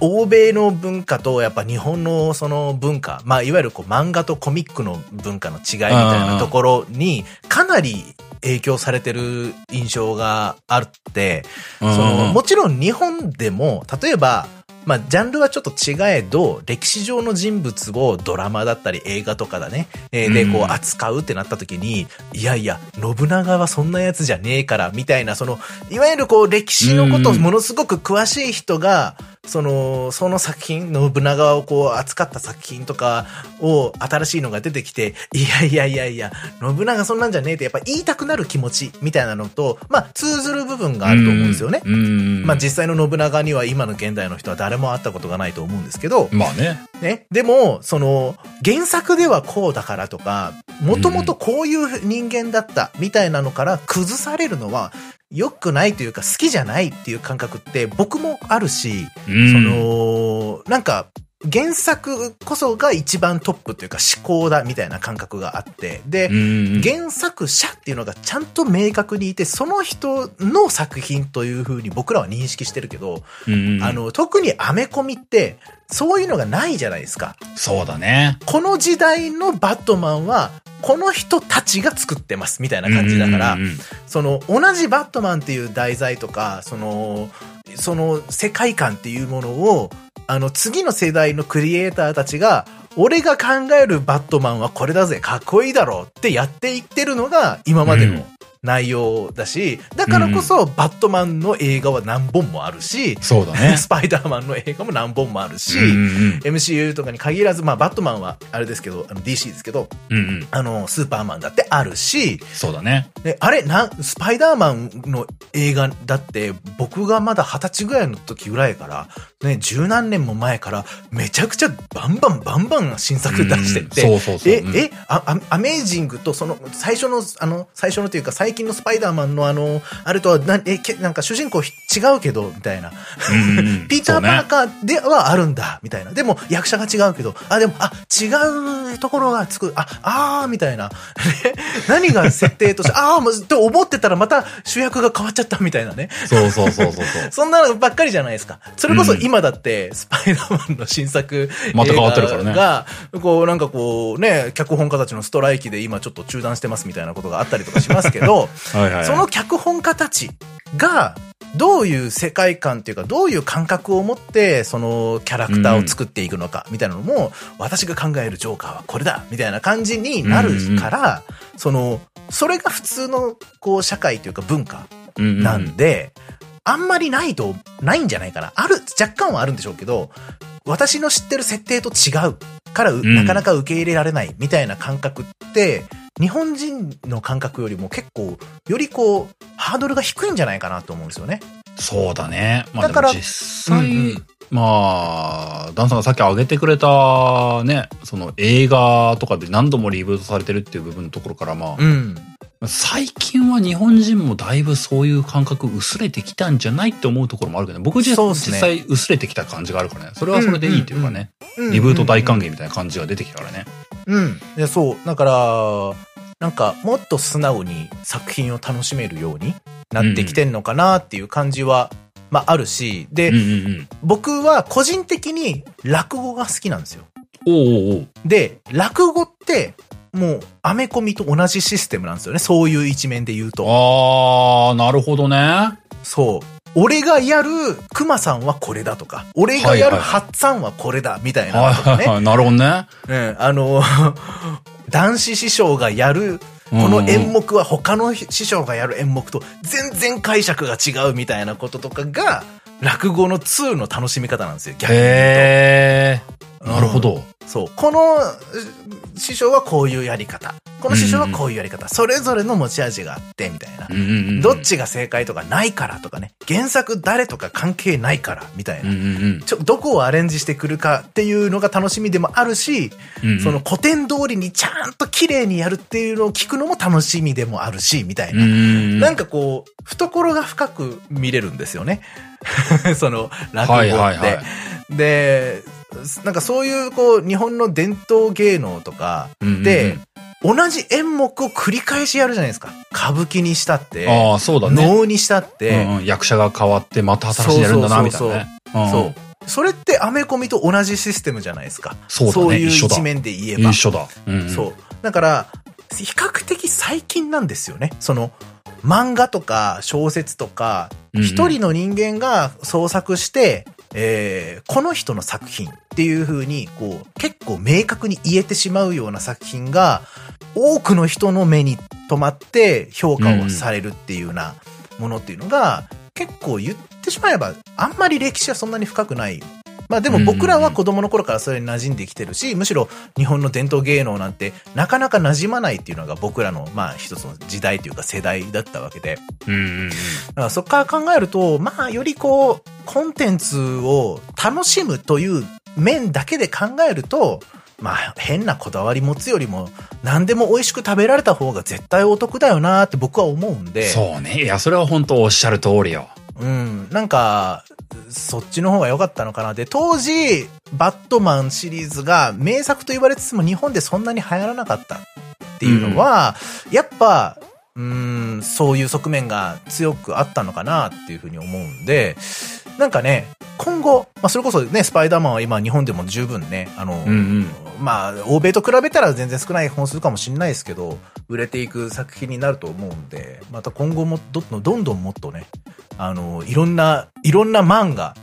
S2: 欧米の文化とやっぱ日本のその文化、まあいわゆるこう漫画とコミックの文化の違いみたいなところにかなり影響されてる印象があって、
S1: そ
S2: そのもちろん日本でも、例えば、まあ、ジャンルはちょっと違えど、歴史上の人物をドラマだったり映画とかだね、えーで、
S1: うん
S2: こう扱うってなった時に、いやいや、信長はそんなやつじゃねえから、みたいな、その、いわゆるこう、歴史のことを
S1: うん
S2: ものすごく詳しい人が、その、その作品、信長をこう、扱った作品とかを、新しいのが出てきて、いやいやいやいや、信長そんなんじゃねえって、やっぱ言いたくなる気持ち、みたいなのと、まあ、通ずる部分があると思うんですよね。
S1: うんうん。
S2: まあ実際の信長には今の現代の人は誰も会ったことがないと思うんですけど、
S1: まあね。
S2: ね。でも、その、原作ではこうだからとか、もともとこういう人間だったみたいなのから崩されるのは良くないというか好きじゃないっていう感覚って僕もあるし、
S1: そ
S2: そ、の、なんか、原作こそが一番トップというか思考だみたいな感覚があって、で、
S1: うんうん
S2: 原作者っていうのがちゃんと明確にいて、その人の作品というふうに僕らは認識してるけど、
S1: うんうん
S2: あの、特にアメコミって、そういうのがないじゃないですか。
S1: そうだね。
S2: この時代のバットマンは、この人たちが作ってます、みたいな感じだから
S1: うんう、んうん
S2: その、同じバットマンっていう題材とか、その、その世界観っていうものを、あの、次の世代のクリエイターたちが、俺が考えるバットマンはこれだぜ、かっこいいだろうってやっていってるのが、今まで
S1: うん
S2: の内容だし、だからこそ、バットマンの映画は何本もあるし、
S1: そうだね。
S2: スパイダーマンの映画も何本もあるし、
S1: うんうん
S2: MCU とかに限らず、まあ、バットマンは、あれですけど、あの DC ですけど、
S1: うんうん。
S2: あの、スーパーマンだってあるし、
S1: そうだね。
S2: ね、あれ、なん、スパイダーマンの映画だって、僕がまだ二十歳ぐらいの時ぐらいから、ね、十何年も前から、めちゃくちゃバンバンバンバン新作出してって、
S1: うんうんそうそうそう。
S2: え
S1: うん、
S2: え、あ、あアメージングとその、最初の、あの、最初のというか、最近のスパイダーマンのあの、あれとは、な、え、けなんか主人公ひ違うけど、みたいな。
S1: うんうんうん
S2: ピータ
S1: そ
S2: ー・
S1: うね
S2: パーカーではあるんだ、みたいな。でも、役者が違うけど、あ、でも、あ、違うところがつく、あ、あー、みたいな。 ね何が設定として、あー、もう、と思ってたらまた主役が変わっちゃったみたいなね。
S1: そうそうそうそうそう。
S2: そんなのばっかりじゃないですか。それこそ
S1: うん
S2: 今だって、スパイダーマンの新作、
S1: また変わってるからね
S2: 映画が、こう、なんかこう、ね、脚本家たちのストライキで今ちょっと中断してますみたいなことがあったりとかしますけど、
S1: はい はいはい。
S2: その脚本家たちが、どういう世界観っていうか、どういう感覚を持って、そのキャラクターを作っていくのか、みたいなのも、私が考えるジョーカーはこれだみたいな感じになるから、その、それが普通の、こう、社会というか文化
S1: うんうんうん、
S2: なんで、あんまりないと、ないんじゃないかな。ある、若干はあるんでしょうけど、私の知ってる設定と違うから、
S1: ん
S2: なかなか受け入れられないみたいな感覚って、日本人の感覚よりも結構、よりこう、ハードルが低いんじゃないかなと思うんですよね。
S1: そうだね。まあ、
S2: だから
S1: でも実際、
S2: うんうん
S1: まあ、ダンさんがさっき挙げてくれたね、その映画とかで何度もリブートされてるっていう部分のところから、まあ、
S2: うん。
S1: 最近は日本人もだいぶそういう感覚薄れてきたんじゃないって思うところもあるけど、僕自,、
S2: そうっす
S1: 実
S2: ね
S1: 際薄れてきた感じがあるからね。それはそれでいいというかね。リブート大歓迎みたいな感じが出てきたからね。
S2: うん。で、そう。だから、なんか、もっと素直に作品を楽しめるようになってきてんのかなっていう感じは、まあ、あるし、で、
S1: うんうん
S2: 僕は個人的に落語が好きなんですよ。
S1: うん。おうおうおう。
S2: で、落語って、もう、アメコミと同じシステムなんですよね。そういう一面で言うと。
S1: あー、なるほどね。
S2: そう。俺がやる熊さんはこれだとか、俺がやる
S1: はいはい
S2: ハッツァンはこれだ、みたいなのとか
S1: はいはい
S2: ね。
S1: はい。なるほどね。
S2: うん、あの、 男子師匠がやる、
S1: うんうん
S2: この演目は他の師匠がやる演目と全然解釈が違うみたいなこととかが、落語の2の楽しみ方なんですよ、逆に言う
S1: へー。
S2: うん
S1: なるほど。
S2: と。そう。このう師匠はこういうやり方。この師匠はこういうやり方。それぞれの持ち味があって、みたいな
S1: う。んうんうん。
S2: どっちが正解とかないからとかね。原作誰とか関係ないから、みたい
S1: うんう
S2: な。
S1: んうん
S2: ちょ、どこをアレンジしてくるかっていうのが楽しみでもあるし、
S1: うんうん。
S2: その古典通りにちゃんと綺麗にやるっていうのを聞くのも楽しみでもあるし、みたいうな。
S1: ん、
S2: なんかこう、懐が深く見れるんですよね。 その、落語って。
S1: はいはいは
S2: で、なんかそういうこう、日本の伝統芸能とかで、同じ演目を繰り返しやるじゃないですか。歌舞伎にしたって、
S1: ああ、そうだね。
S2: 能にしたって、
S1: うんうん、役者が変わってまた新しいのやるんだな、みたいなね。うん
S2: そう。それってアメコミと同じシステムじゃないですか。
S1: そうだね
S2: いう
S1: 一緒だ
S2: 一面で言えば
S1: 一。緒だ。うんうん
S2: そう。だから、比較的最近なんですよね。その、漫画とか小説とか、
S1: うんうん
S2: 一人の人間が創作して、えーこの人の作品っていう風に、こう、結構明確に言えてしまうような作品が、多くの人の目に留まって評価をされるっていうようなものっていうのが、結構言ってしまえば、あんまり歴史はそんなに深くない。まあでも僕らは子供の頃からそれに馴染んできてるし、むしろ日本の伝統芸能なんてなかなか馴染まないっていうのが僕らのまあ一つの時代というか世代だったわけで。
S1: うんうんうん
S2: だからそこから考えると、まあ、よりこう、コンテンツを楽しむという面だけで考えると、まあ、変なこだわり持つよりも、何でも美味しく食べられた方が絶対お得だよなって僕は思うんで、
S1: そうね。いや、それは本当おっしゃる通りよ。
S2: うん、なんか、そっちの方が良かったのかなって、当時、バットマンシリーズが名作と言われつつも日本でそんなに流行らなかったっていうのは、やっぱ、うん、そういう側面が強くあったのかなっていうふうに思うんで、なんかね、今後、まあ、それこそね、スパイダーマンは今日本でも十分ね、あの、
S1: うんうん。
S2: まあ、欧米と比べたら全然少ない本数かもしれないですけど、売れていく作品になると思うんで、また今後もどんどんどんどんもっとね、あの、いろんな、いろんな漫画、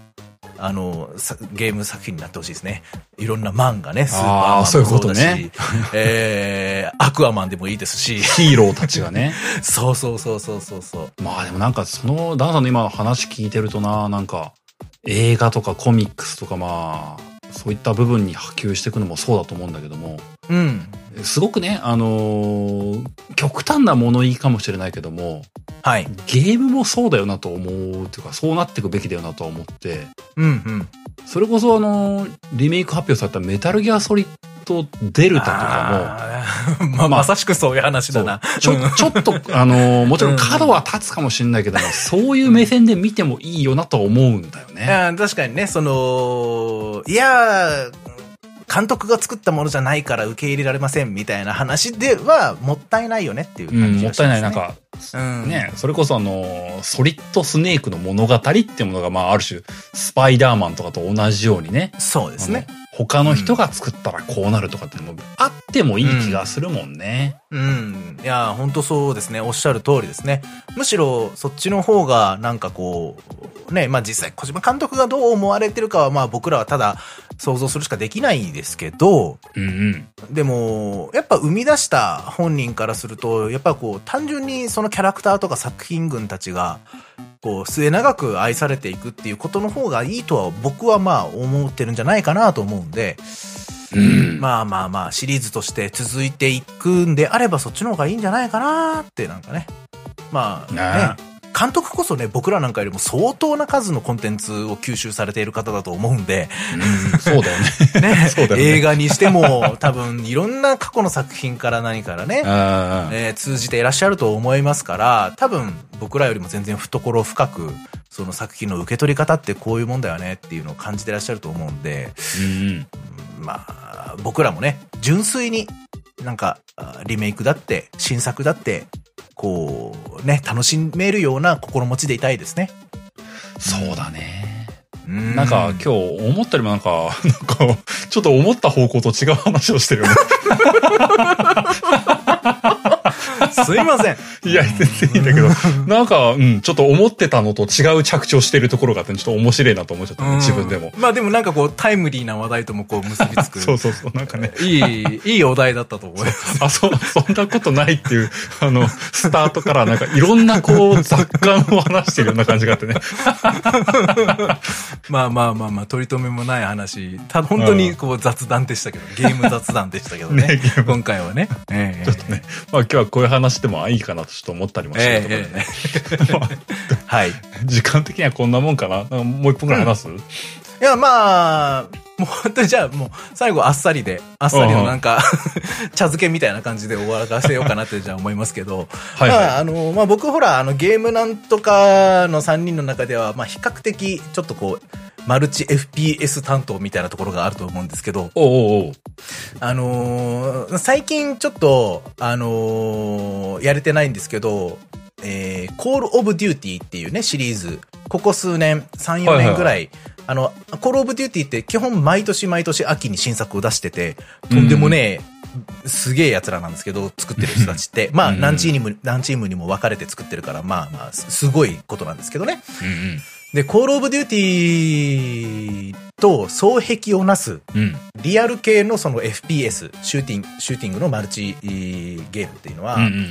S2: あの、さゲーム作品になってほしいですね。いろんな漫画ね、スーパーマン
S1: あー
S2: も
S1: そういうこと
S2: だし
S1: ね。
S2: えー、アクアマンでもいいですし、
S1: ヒーローたちがね。
S2: そうそうそうそうそうそう。
S1: まあでもなんかその、ダンさんの今の話聞いてるとな、なんか映画とかコミックスとかまあ、そういった部分に波及していくのもそうだと思うんだけども、
S2: うん。
S1: すごくね、あのー極端な物言いかもしれないけども、
S2: はい。
S1: ゲームもそうだよなと思うというか、そうなっていくべきだよなとは思って、
S2: うんうん。
S1: それこそあのーリメイク発表されたメタルギアソリッドデルタとか
S2: あーまあ、まさしくそういう話だな。
S1: も、ちょ、ちょっと、 あのーもちろん角は立つかもしれないけども、そういう目線で見てもいいよなとは思うんだよ
S2: い
S1: ね。
S2: や確かにね、その、いやー監督が作ったものじゃないから受け入れられませんみたいな話では、もったいないよねっていう
S1: う
S2: 感
S1: ん、
S2: じ
S1: も
S2: が
S1: っ
S2: します、
S1: たいない。
S2: ね。
S1: なんか、
S2: うん、
S1: ね、それこそあのーソリッドスネークの物語っていうものが、まあ、ある種、スパイダーマンとかと同じようにね、
S2: そうですね
S1: あ。の。他の人が作ったらこうなるとかってのもあってもいい気がするもんね。
S2: うん。いやー本当そうですね。おっしゃる通りですね。むしろ、そっちの方が、なんかこう、ね、まあ実際、小島監督がどう思われてるかは、まあ僕らはただ想像するしかできないですけど、
S1: うんうん。
S2: でも、やっぱ生み出した本人からすると、やっぱこう、単純にそのキャラクターとか作品群たちが、こう、末永く愛されていくっていうことの方がいいとは、僕はまあ思ってるんじゃないかなと思うんで、
S1: うん。
S2: まあまあまあ、シリーズとして続いていくんであれば、そっちの方がいいんじゃないかなって、なんかね。まあ、ね
S1: ね、
S2: 監督こそね、僕らなんかよりも相当な数のコンテンツを吸収されている方だと思うんで、
S1: うんそうだよね。
S2: ね
S1: そうだよね
S2: 映画にしても、多分いろんな過去の作品から何からね、
S1: うん
S2: えー通じていらっしゃると思いますから、多分僕らよりも全然懐深く、その作品の受け取り方ってこういうもんだよねっていうのを感じていらっしゃると思うんで、
S1: うん。
S2: まあ、僕らもね、純粋になんか、あリメイクだって、新作だって、こう、ね、楽しめるような心持ちでいたいですね。
S1: そうだね。
S2: うん
S1: なんか今日思ったよりもなんか、 なんか、ちょっと思った方向と違う話をしてるよね。
S2: すいません。
S1: いや、全然いいんだけど。なんか、うん、ちょっと思ってたのと違う着地をしてるところがあって、ちょっと面白いなと思っちゃったね、自分でも
S2: う。んまあでもなんかこう、タイムリーな話題ともこう結びつ く。
S1: そうそうそう、なんかね。
S2: いい、いいお題だったと思います。
S1: あ、そ、そんなことないっていう、あの、スタートからなんかいろんなこう雑感を話してるような感じがあってね。
S2: まあまあまあまあ、取り留めもない話。た、本当にこう雑談でしたけど、ゲーム雑談でしたけど
S1: ね
S2: ね
S1: ゲ。
S2: 今回はね。え え
S1: ちょっとね、まあ今日はこういう話でもいいかなとちょっと思ったりもしてるところでね。
S2: はい。い
S1: 時間的にはこんなもんかな。なんかもう一本ぐらい話す、
S2: や、まあ、もう本当にじゃあもう、最後あっさりで、あっさりのなんか、 茶漬けみたいな感じで終わらせようかなってじゃあ思いますけど。
S1: はいはい
S2: まあ、あの、まあ僕ほら、あの、ゲームなんとかの3人の中では、まあ比較的、ちょっとこう、マルチ FPS 担当みたいなところがあると思うんですけど、
S1: おうおうおう。
S2: あのー最近ちょっと、あのーやれてないんですけど、えー、Call of Duty っていうね、シリーズ。ここ数年、3、4
S1: はいはい
S2: 年ぐらい、あの、Call of Duty って基本毎年毎年秋に新作を出してて、とんでもねえ、すげえ奴らなんですけど、作ってる人たちって、まあ、
S1: うん
S2: 何チームにも、何チームにも分かれて作ってるから、まあまあ、すすごいことなんですけどね。で、Call of Duty と双璧をなす、
S1: うんうん。うん。
S2: リアル系のその FPS、シューティング、シューティングのマルチえーゲームっていうのは、
S1: うんうんうん。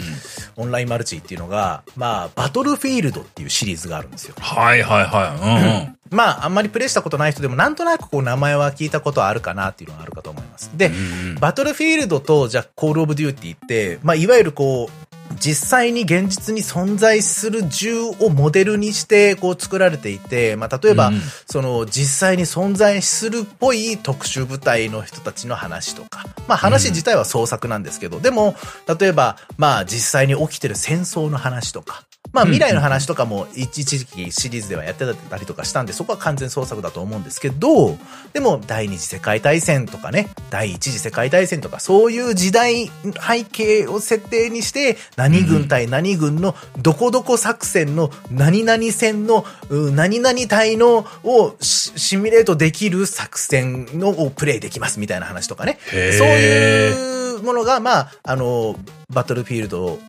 S2: オンラインマルチっていうのが、まあ、バトルフィールドっていうシリーズがあるんですよ。
S1: はいはいは
S2: まあ、あんまりプレイしたことない人でも、なんとなくこう名前は聞いたことあるかなっていうのはあるかと思います。で
S1: い。うん、うん。うん
S2: バトルフィールドと、じゃあ、コールオブデューティーって、まあ、いわゆるこう、実際に現実に存在する銃をモデルにして、こう作られていて、まあ、例えば、
S1: うん
S2: その、実際に存在するっぽい特殊部隊の人たちの話とか、まあ、話自体は創作なんですけど、でも、例えば、まあ、実際に起きてる戦争の話とか、まあ、
S1: うん
S2: 未来の話とかも一時期シリーズではやってたりとかしたんで、そこは完全創作だと思うんですけど、でも第二次世界大戦とかね、第一次世界大戦とか、そういう時代背景を設定にして、何軍対何軍のどこどこ作戦の何々戦のうん何々隊のをシシミュレートできる作戦のをプレイできますみたいな話とかね。そう
S1: へー
S2: いうものが、まあ、あの、バトルフィールド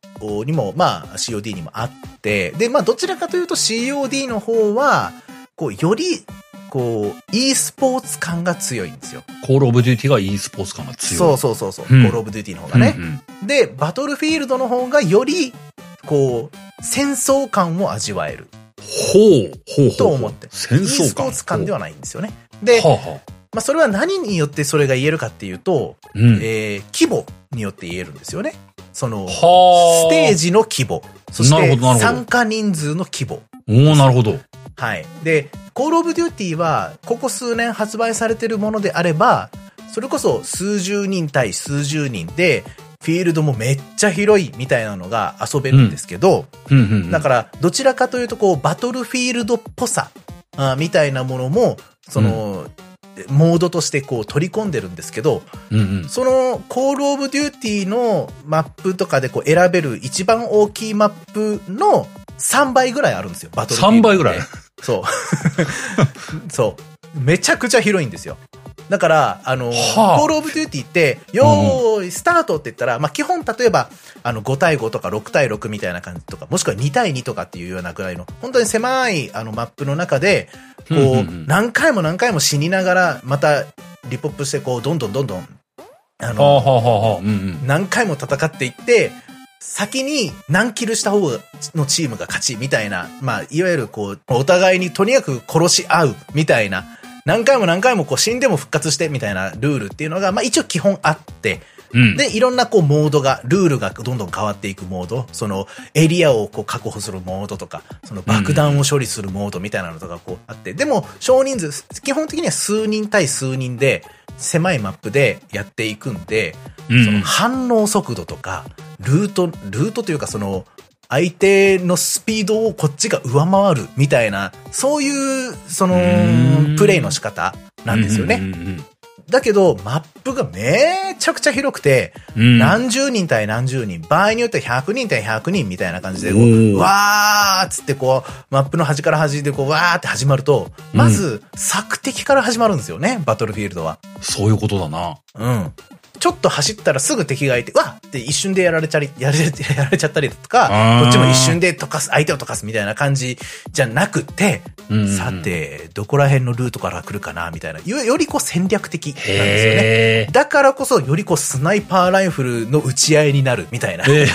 S2: にも、まあ、COD にもあって、で、まあ、どちらかというと COD の方は、こう、より、こう、e スポーツ感が強いんですよ。
S1: コールオブデューティが e スポーツ感が強い。
S2: そうそうそうそう。
S1: うん
S2: コールオブデューティの方がね。
S1: うんうん
S2: で、バトルフィールドの方がより、こう、戦争感を味わえる
S1: ほう、ほうほうほう。
S2: と思って。
S1: 戦
S2: e ス
S1: 争
S2: ポ
S1: 感。
S2: ーツ感ではないんですよね。
S1: ほ
S2: で
S1: う、はあはあ
S2: まあ、それは何によってそれが言えるかっていうと、
S1: うん。
S2: えー規模によって言えるんですよね。その、
S1: はあ。
S2: ステージの規模。そし
S1: なるほ
S2: て
S1: どなるほど
S2: 参加人数の規模。
S1: おおなるほど。
S2: はい。で、コールオブデューティーは、ここ数年発売されてるものであれば、それこそ数十人対数十人で、フィールドもめっちゃ広いみたいなのが遊べるんですけど、
S1: うんうんうん。
S2: だから、どちらかというと、こう、バトルフィールドっぽさ、あーみたいなものも、その、モードとしてこう取り込んでるんですけど、
S1: うんうん。
S2: その、コールオブデューティーのマップとかでこう選べる一番大きいマップの3倍ぐらいあるんですよ、バトルフィール
S1: 3
S2: ド
S1: 倍ぐらい
S2: ってそう。 そう。めちゃくちゃ広いんですよ。だから、あの、
S1: はあ
S2: コールオブデューティーって、よーい、スタートって言ったら、まあ、基本、例えば、あの、5対5とか6対6みたいな感じとか、もしくは2対2とかっていうようなぐらいの、本当に狭い、あの、マップの中で、
S1: う
S2: こ
S1: んうんう
S2: う、
S1: ん
S2: 何回も何回も死にながら、また、リポップして、こう、どんどんどんどん、あ
S1: はあ
S2: の、
S1: はあはあはあ。うんうん。
S2: 何回も戦っていって、先に何キルした方のチームが勝ちみたいな、まあ、いわゆるこう、お互いにとにかく殺し合うみたいな、何回も何回もこう死んでも復活してみたいなルールっていうのが、まあ一応基本あって、
S1: うん。
S2: で、いろんなこうモードが、ルールがどんどん変わっていくモード、そのエリアをこう確保するモードとか、その爆弾を処理するモードみたいなのとかこうあって、でも少人数、基本的には数人対数人で、狭いマップでやっていくんで、
S1: うん
S2: その反応速度とか、ルート、ルートというかその、相手のスピードをこっちが上回るみたいな、そういう、その
S1: うーん、
S2: プレイの仕方なんですよね。
S1: うんうん
S2: だけど、マップがめちゃくちゃ広くて、
S1: うんうん。うん
S2: 何十人対何十人、場合によっては100人対100人みたいな感じで、こ
S1: お
S2: う
S1: ー
S2: わーっつってこう、マップの端から端でこう、わーって始まると、まず、索敵から始まるんですよね、バトルフィールドは。
S1: そういうことだな。
S2: うん。ちょっと走ったらすぐ敵がいて、わっって一瞬でやられちゃり、 やられやられちゃったりとか
S1: あ、ー
S2: こっちも一瞬で溶かす、相手を溶かすみたいな感じじゃなくて、
S1: うんうん
S2: さて、どこら辺のルートから来るかな、みたいな。よよりこう戦略的なんですよね。
S1: へえ。
S2: だからこそ、よりこう、スナイパーライフルの打ち合いになるみたいな。
S1: え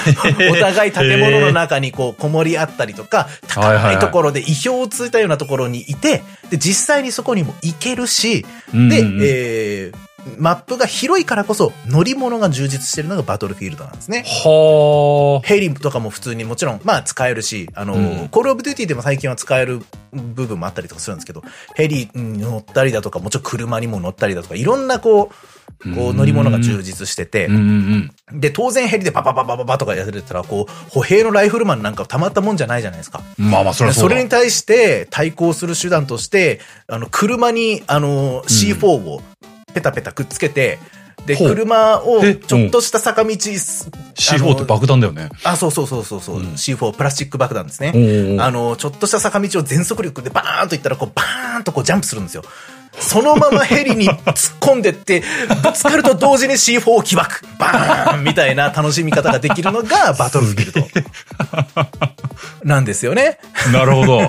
S2: お互い建物の中にこう、こもり合ったりと
S1: は
S2: か、
S1: いは
S2: 高
S1: い
S2: い
S1: はい
S2: ところで意表をついたようなところにいて、で、実際にそこにも行けるし、
S1: うん
S2: で、
S1: うんうん
S2: えーマップが広いからこそ、乗り物が充実してるのがバトルフィールドなんですね。
S1: はあ。
S2: ヘリとかも普通にもちろん、まあ使えるし、あの、
S1: うん
S2: コールオブデューティーでも最近は使える部分もあったりとかするんですけど、ヘリに乗ったりだとか、もちろん車にも乗ったりだとか、いろんなこう、こう乗り物が充実してて
S1: うん、うん
S2: で、当然ヘリでババババババとかやってたら、こう、歩兵のライフルマンなんかたまったもんじゃないじゃないですか。
S1: うん。まあまあ、それはそ
S2: そう
S1: だ。
S2: れに対して対抗する手段として、あの、車に、あの、C4 をペタペタくっつけて、で、
S1: ほう
S2: 車を
S1: え
S2: ちょっとした坂道、
S1: C4 って爆弾だよね。
S2: あ、そうそうそうそうそう、
S1: うん
S2: C4 プラスチック爆弾です
S1: お
S2: ね。
S1: ー
S2: あの、ちょっとした坂道を全速力でバーンといったら、こう、バーンとこうジャンプするんですよ。そのままヘリに突っ込んでって、 ぶつかると同時に C4 を起爆バーンみたいな楽しみ方ができるのがバトルフィールド。なんですよね。
S1: なるほど。お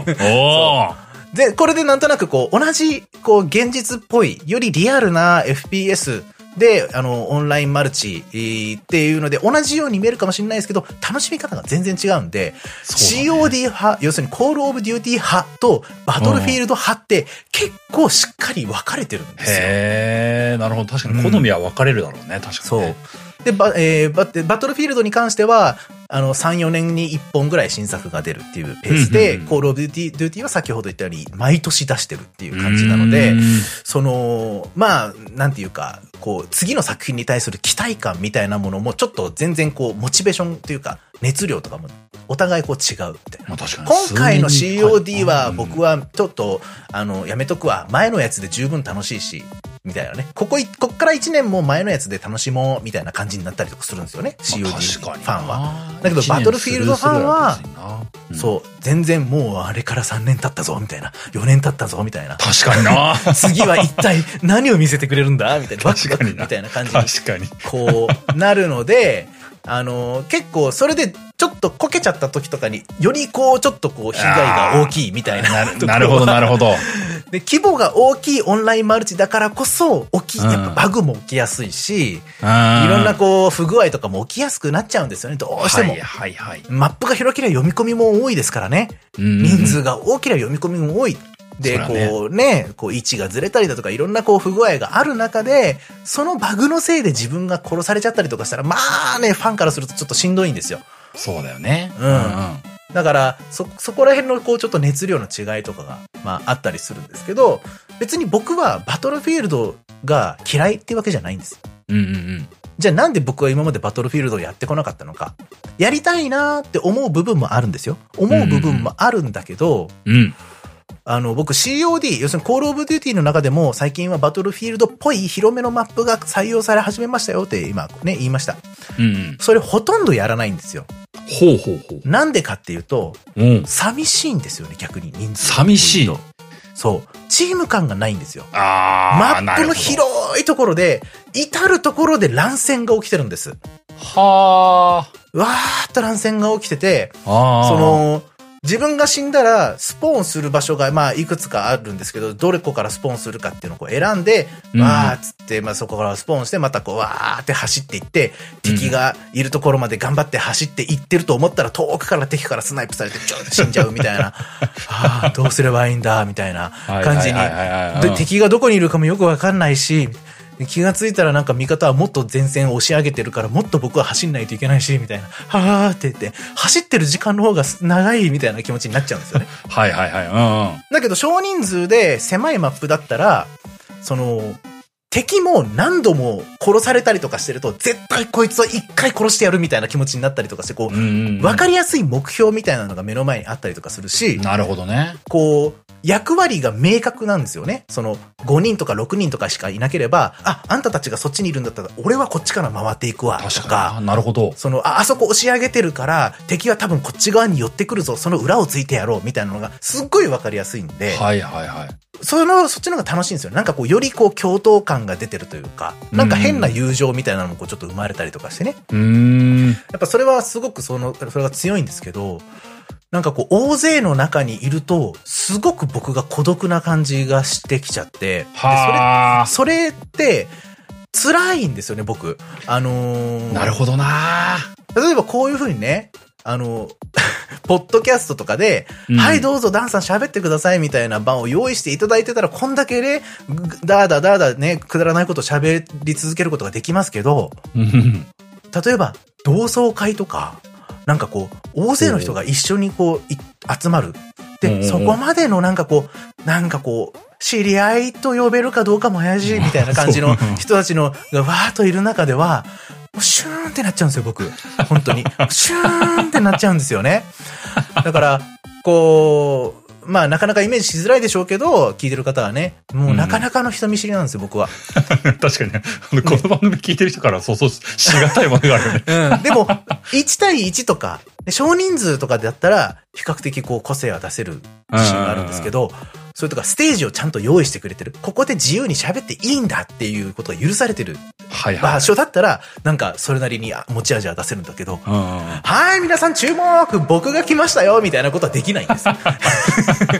S1: ー
S2: で、これでなんとなくこう、同じ、こう、現実っぽい、よりリアルな FPS で、あの、オンラインマルチえーっていうので、同じように見えるかもしれないですけど、楽しみ方が全然違うんで、
S1: そうだ
S2: COD 派、要するにコールオブデューティー派とバトルフィールド派って、結構しっかり分かれてるんですよ。
S1: へえ、なるほど。確かに好みは分かれるだろうね。確か
S2: そ
S1: に
S2: う
S1: ね。。
S2: で、バ、えーババトルフィールドに関しては、あの、3、4年に1本ぐらい新作が出るっていうペース
S1: うん
S2: で、
S1: うんうん
S2: コールオブデューティー、デューティーは先ほど言ったように、毎年出してるっていう感じなので
S1: うーん、
S2: その、まあ、なんていうか、こう、次の作品に対する期待感みたいなものも、ちょっと全然こう、モチベーションというか、熱量とかも、お互いこう違うみたいな。
S1: まあ確かに。
S2: 今回の
S1: 数年に一回
S2: COD は僕
S1: は、
S2: はちょっと、あの、やめとくわ。前のやつで十分楽しいし、みたいなね。ここい、こっから1年も前のやつで楽しもう、みたいな感じになったりとかするんですよね。COD ファンは。
S1: は
S2: だけどバトルフィールドファンは、
S1: うん。
S2: そう。全然もうあれから3年経ったぞ、みたいな。4年経ったぞ、みたいな。
S1: 確かにな。
S2: 次は一体何を見せてくれるんだ みたいな。
S1: 確かにな
S2: みたいな感じに
S1: 確かに。
S2: こう、なるので、あの、結構、それで、ちょっとこけちゃった時とかに、よりこう、ちょっとこう、被害が大きいみたい な。
S1: なるほど、なるほど。
S2: で、規模が大きいオンラインマルチだからこそ、起き、
S1: うん
S2: やっぱバグも起きやすいし、い
S1: い
S2: ろんなこう、不具合とかも起きやすくなっちゃうんですよね、どうしても。
S1: はいはいはい。
S2: マップが広ければ読み込みも多いですからね。人
S1: 人
S2: 数が多ければ読み込みも多い。で、
S1: そりゃね
S2: こうね、こう位置がずれたりだとかいろんなこう不具合がある中で、そのバグのせいで自分が殺されちゃったりとかしたら、まあね、ファンからするとちょっとしんどいんですよ。
S1: そうだよね。
S2: うんだから、そ、そこら辺のこうちょっと熱量の違いとかが、まああったりするんですけど、別に僕はバトルフィールドが嫌いってわけじゃないんです。
S1: うんうんうん。
S2: じゃあなんで僕は今までバトルフィールドをやってこなかったのか。やりたいなーって思う部分もあるんですよ。思う部分もあるんだけど、
S1: うん。
S2: あの、僕 COD、要するにコールオブデューティーの中でも最近はバトルフィールドっぽい広めのマップが採用され始めましたよって今ね、言いました。
S1: うんうん。
S2: それほとんどやらないんですよ。
S1: ほうほうほう。
S2: なんでかっていうと、
S1: うん。
S2: 寂しいんですよね、逆に人数。
S1: 寂しい。
S2: そう。チーム感がないんですよ。
S1: あ
S2: マ
S1: あ、
S2: ップの
S1: なる
S2: 広いところで、至るところで乱戦が起きてるんです。
S1: ほど。は
S2: わーっと乱戦が起きてて、
S1: あ。ああ。
S2: そ、の、自分が死んだら、スポーンする場所が、まあ、いくつかあるんですけど、どれこからスポーンするかっていうのをこう選んで、
S1: うん
S2: わーっつって、まあ、そこからスポーンして、またこう、わーって走っていって、敵がいるところまで頑張って走っていってると思ったら、遠くから敵からスナイプされて、ちょっと死んじゃうみたい な。ああ、どうすればいいんだ、みたいな感じに。
S1: はいはいはいはいはい
S2: で、敵がどこにいるかもよくわかんないし、で気がついたらなんか味方はもっと前線を押し上げてるからもっと僕は走んないといけないし、みたいな。はーって言って、走ってる時間の方が長いみたいな気持ちになっちゃうんですよね。
S1: はいはいは
S2: だけど少人数で狭いマップだったら、その、敵も何度も殺されたりとかしてると、絶対こいつは一回殺してやるみたいな気持ちになったりとかして、
S1: い。
S2: こ
S1: うん。うんうんう
S2: う、
S1: ん。
S2: わかりやすい目標みたいなのが目の前にあったりとかするし、
S1: なるほどね。
S2: こう、役割が明確なんですよね。その、5人とか6人とかしかいなければ、あ、あんたたちがそっちにいるんだったら、俺はこっちから回っていくわ、と
S1: 確
S2: か
S1: かに。なるほど。
S2: そのあ、あそこ押し上げてるから、敵は多分こっち側に寄ってくるぞ、その裏をついてやろう、みたいなのが、すっごいわかりやすいんで、
S1: はいはいはい。
S2: その、そっちの方が楽しいんですよね。なんかこう、よりこう、共闘感が出てるというか、なんか変な友情みたいなのもこう、ちょっと生まれたりとかしてね。
S1: うーん。
S2: やっぱそれはすごくその、それが強いんですけど、なんかこう、大勢の中にいると、すごく僕が孤独な感じがしてきちゃって、で
S1: はあ。
S2: それ、それって、辛いんですよね、僕。あのー、
S1: なるほどな
S2: 例えばこういうふうにね、あの、 ポッドキャストとかで、
S1: うん
S2: はい、どうぞ、ダンさん喋ってくださいみたいな場を用意していただいてたら、こんだけね、ぐだーだだーだね、くだらないことを喋り続けることができますけど、
S1: うん
S2: 例えば、同窓会とか、なんかこう、大勢の人が一緒にこう、い集まる。
S1: うんうん
S2: で、
S1: うん
S2: そこまでのなんかこう、なんかこう、知り合いと呼べるかどうかも怪しいみたいな感じの
S1: そう
S2: 人たちの、がわーっといる中では、もうシューンってなっちゃうんですよ、僕。本当に。シューンってなっちゃうんですよね。だから、こう、まあなかなかイメージしづらいでしょうけど、聞いてる方はね、もうなかなかの人見知りなんですよ、僕は。
S1: 確かにね、あのこの番組聞いてる人からそうそうししがたいものがあるよね。
S2: うんでも、1対1とか、で少人数とかだったら、比較的こう個性は出せる自信があるんですけど、それとかステージをちゃんと用意してくれてる。ここで自由に喋っていいんだっていうことが許されてる
S1: はいは
S2: 場
S1: い。
S2: 所だったら、なんかそれなりにあ持ち味は出せるんだけど、
S1: うんうん うん
S2: はい、皆さん注目僕が来ましたよみたいなことはできないんです。
S1: な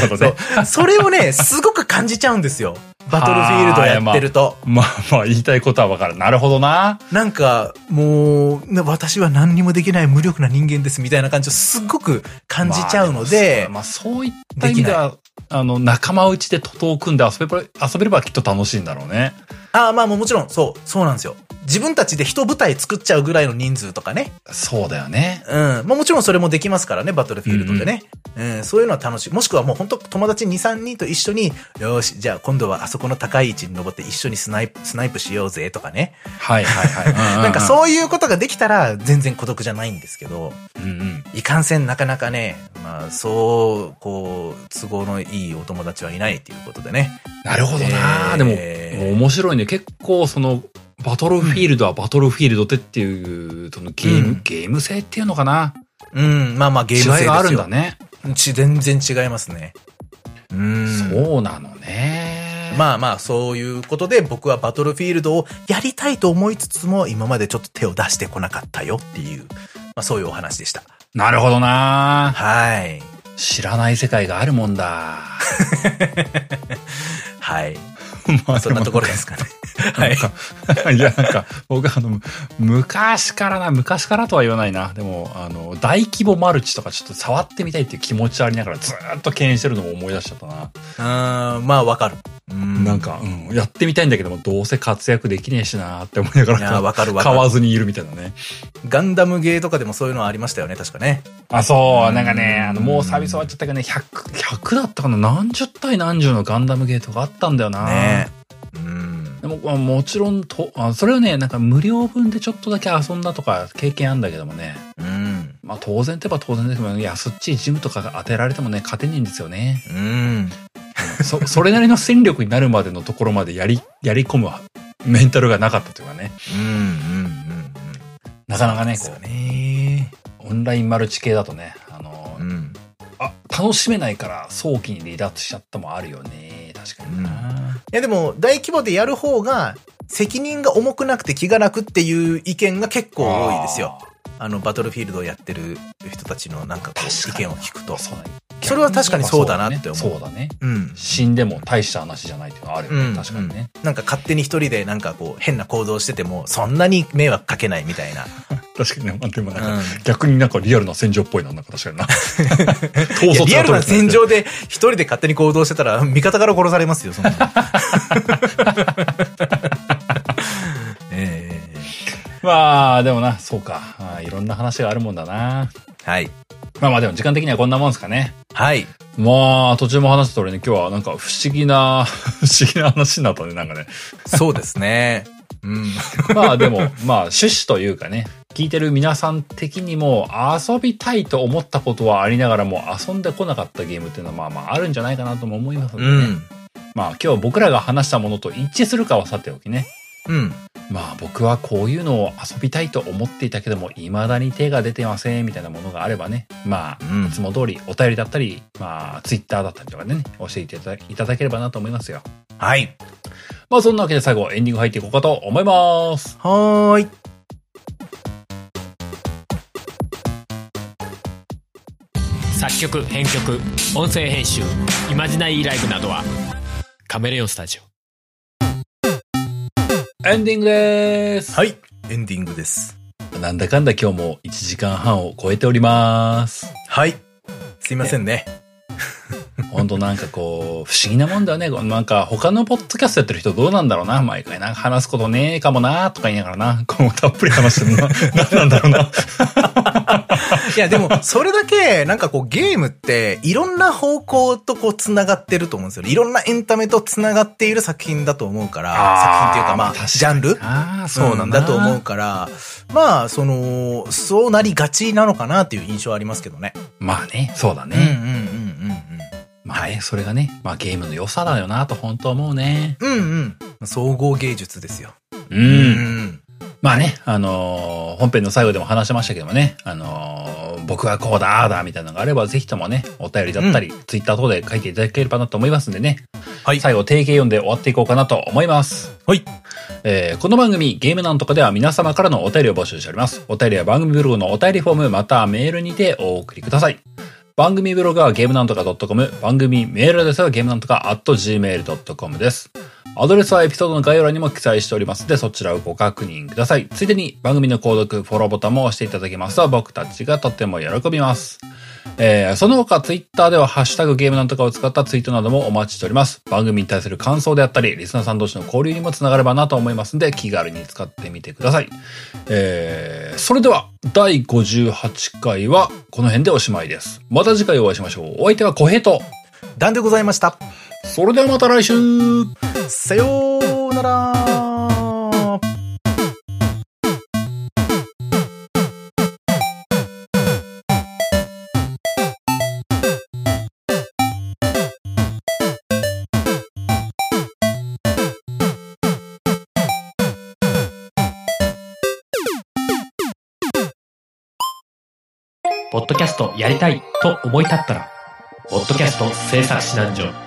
S1: るほどね。
S2: それをね、すごく感じちゃうんですよ。バトルフィールドやってると。
S1: まあまあ言いたいことはわかる。なるほどな。
S2: なんか、もう、な私は何にもできない無力な人間ですみたいな感じをすっごく感じちゃうので、
S1: まあそういった意味では、あの、仲間内で徒党を組んで遊べば、遊べればきっと楽しいんだろうね。
S2: ああ、まあもうもちろん、そう、そうなんですよ。自分たちで一舞台作っちゃうぐらいの人数とかね。
S1: そうだよね。
S2: うん。まあもちろんそれもできますからね、バトルフィールドでね。うん、そういうのは楽しい。もしくはもう本当友達2、3人と一緒に、よーし、じゃあ今度はあそこの高い位置に登って一緒にスナイプ、スナイプしようぜとかね。
S1: はいはいはい。
S2: なんかそういうことができたら全然孤独じゃないんですけど。
S1: うんうん。うんうん。
S2: いかんせんなかなかね、まあ、そう、こう、都合のいいお友達はいないということでね。
S1: なるほどな。
S2: えー
S1: でも、面白いね。結構その、バトルフィールドはバトルフィールドでっていう、そのゲーム、
S2: うん
S1: ゲーム性っていうのかな。
S2: うん、まあまあゲーム性で
S1: 違
S2: すよ。
S1: いがあるんだね。
S2: ち。全然違いますね。うん。
S1: そうなのね。
S2: まあまあ、そういうことで僕はバトルフィールドをやりたいと思いつつも、今までちょっと手を出してこなかったよっていう、まあそういうお話でした。
S1: なるほどな。
S2: はい。
S1: 知らない世界があるもんだ。
S2: はい。
S1: まあ
S2: そんなところですかね。はい。
S1: いや、なんか、 僕あの、む昔からな、昔からとは言わないな。でも、あの、大規模マルチとかちょっと触ってみたいっていう気持ちありながらずーっと敬遠してるのも思い出しちゃったな。
S2: うん、まあわかる。うん
S1: なんか、うん、やってみたいんだけども、どうせ活躍できねえしなーって思いなが
S2: いや
S1: ら、
S2: わかるわか
S1: 買
S2: る
S1: わずにいるみたいなね。
S2: ガンダムゲーとかでもそういうのはありましたよね、確かね。
S1: あ、そう、なんか
S2: う
S1: ね、
S2: ん
S1: あの、もうサービス終わっちゃったけどね、100、100だったかな何十対何十のガンダムゲートがあったんだよな。
S2: ねうん。
S1: でも、まあもちろんとあ、それをね、なんか無料分でちょっとだけ遊んだとか経験あんだけどもね、
S2: うん。
S1: まあ当然といえば当然ですけど、安っちいジムとか当てられてもね、勝てねえんですよね。
S2: うん。
S1: そ、 それなりの戦力になるまでのところまでやり、やり込むメンタルがなかったというかね、
S2: うん。うん。
S1: なかなかね、
S2: そ
S1: こ
S2: うですよね。
S1: う、オンラインマルチ系だとね、あの、
S2: うん。
S1: あ、楽しめないから早期に離脱しちゃったもあるよね。確かにな。
S2: いやでも、大規模でやる方が、責任が重くなくて気が楽っていう意見が結構多いですよ。あの、バトルフィールドをやってる人たちのなんかこう
S1: 確
S2: 意
S1: かに
S2: 見を聞く
S1: あー。
S2: と。
S1: そうだね
S2: それは確かにそうだなって思う
S1: そうだね。
S2: うん。
S1: 死んでも大した話じゃないっていうのはあるよね。
S2: うん
S1: 確かにね。
S2: なんか勝手に一人でなんかこう変な行動してても、そんなに迷惑かけないみたいな
S1: 確かにね、まあでもなんか、
S2: うん
S1: 逆になんかリアルな戦場っぽいな、なんか確かにな。統
S2: いや
S1: 率
S2: リアルな戦
S1: が
S2: 場で一人で勝手に行動してたら味方から殺されますよ、そんなの
S1: 取れてる。
S2: え
S1: まあ、でもな、そうか。あーいろんな話があるもんだな。
S2: えはい。
S1: まあまあでも時間的にはこんなもんですかね。
S2: はい。
S1: まあ、途中も話した通りね、今日はなんか不思議な、 不思議な話になったね、なんかね。
S2: そうですね。うん。
S1: まあでも、 まあ趣旨というかね、聞いてる皆さん的にも遊びたいと思ったことはありながらも遊んでこなかったゲームっていうのはまあまああるんじゃないかなとも思いますので
S2: う
S1: ね。
S2: ん。
S1: まあ今日僕らが話したものと一致するかはさておきね。
S2: うん。
S1: まあ僕はこういうのを遊びたいと思っていたけども、未だに手が出てませんみたいなものがあればね。まあ、
S2: うん
S1: いつも通りお便りだったり、まあツイッターだったりとかでね、教えていただいただければなと思いますよ。
S2: はい。
S1: まあそんなわけで最後エンディング入っていこうかと思います。
S2: はーい。
S3: 作曲編曲音声編集イマジナイーライブなどはカメレオンスタジオ
S1: エンディングです。
S2: はい。エンディングです。
S1: なんだかんだ今日も1時間半を超えております。
S2: はい。すいませんね。
S1: ほんとなんかこう、不思議なもんだよね。なんか他のポッドキャストやってる人どうなんだろうな。毎回なんか話すことねえかもなとか言いながらな。今後たっぷり話してるな。なんなんだろうな。
S2: いや、で も、それだけ、なんかこう、ゲームって、いろんな方向とこう、繋がってると思うんですよ。いろんなエンタメと繋がっている作品だと思うから、作品っていうか、まあ、
S1: 確に
S2: ジャンル
S1: ああ、
S2: そうなんだと思う。から、まあ、その、そうなりがちなのかなっていう印象はありますけどね。
S1: まあね、そうだ
S2: うんうんうん
S1: ね。まあね、それがね、まあゲームの良さだよなと本当思うね。
S2: うんうん。うんうん。総合芸術ですよ。
S1: う。
S2: うんん。
S1: まあね、あのー本編の最後でも話しましたけどもね、あのー僕はこうだ、ああだ、みたいなのがあれば、ぜひともね、お便りだったり、ツイッター等で書いていただければなと思いますんでね、
S2: はい。
S1: 最後定型読んで終わっていこうかなと思います。
S2: はい。
S1: えーこの番組、ゲームなんとかでは皆様からのお便りを募集しております。お便りは番組ブログのお便りフォーム、またはメールにてお送りください。番組ブログはゲームなんとか .com、番組メールですはゲームなんとか at gmail.com です。アドレスはエピソードの概要欄にも記載しておりますので、そちらをご確認ください。ついでに番組の購読、フォローボタンも押していただけますと僕たちがとても喜びます。えーその他ツイッターではハッシュタグゲームなんとかを使ったツイートなどもお待ちしております。番組に対する感想であったり、リスナーさん同士の交流にもつながればなと思いますので、気軽に使ってみてください。えーそれでは、第58回はこの辺でおしまいです。また次回お会いしましょう。お相手は小平と。
S2: 段でございました。
S1: それではまた来週
S2: さようなら。
S3: ポッドキャストやりたいと思い立ったら「ポッドキャスト制作指南所」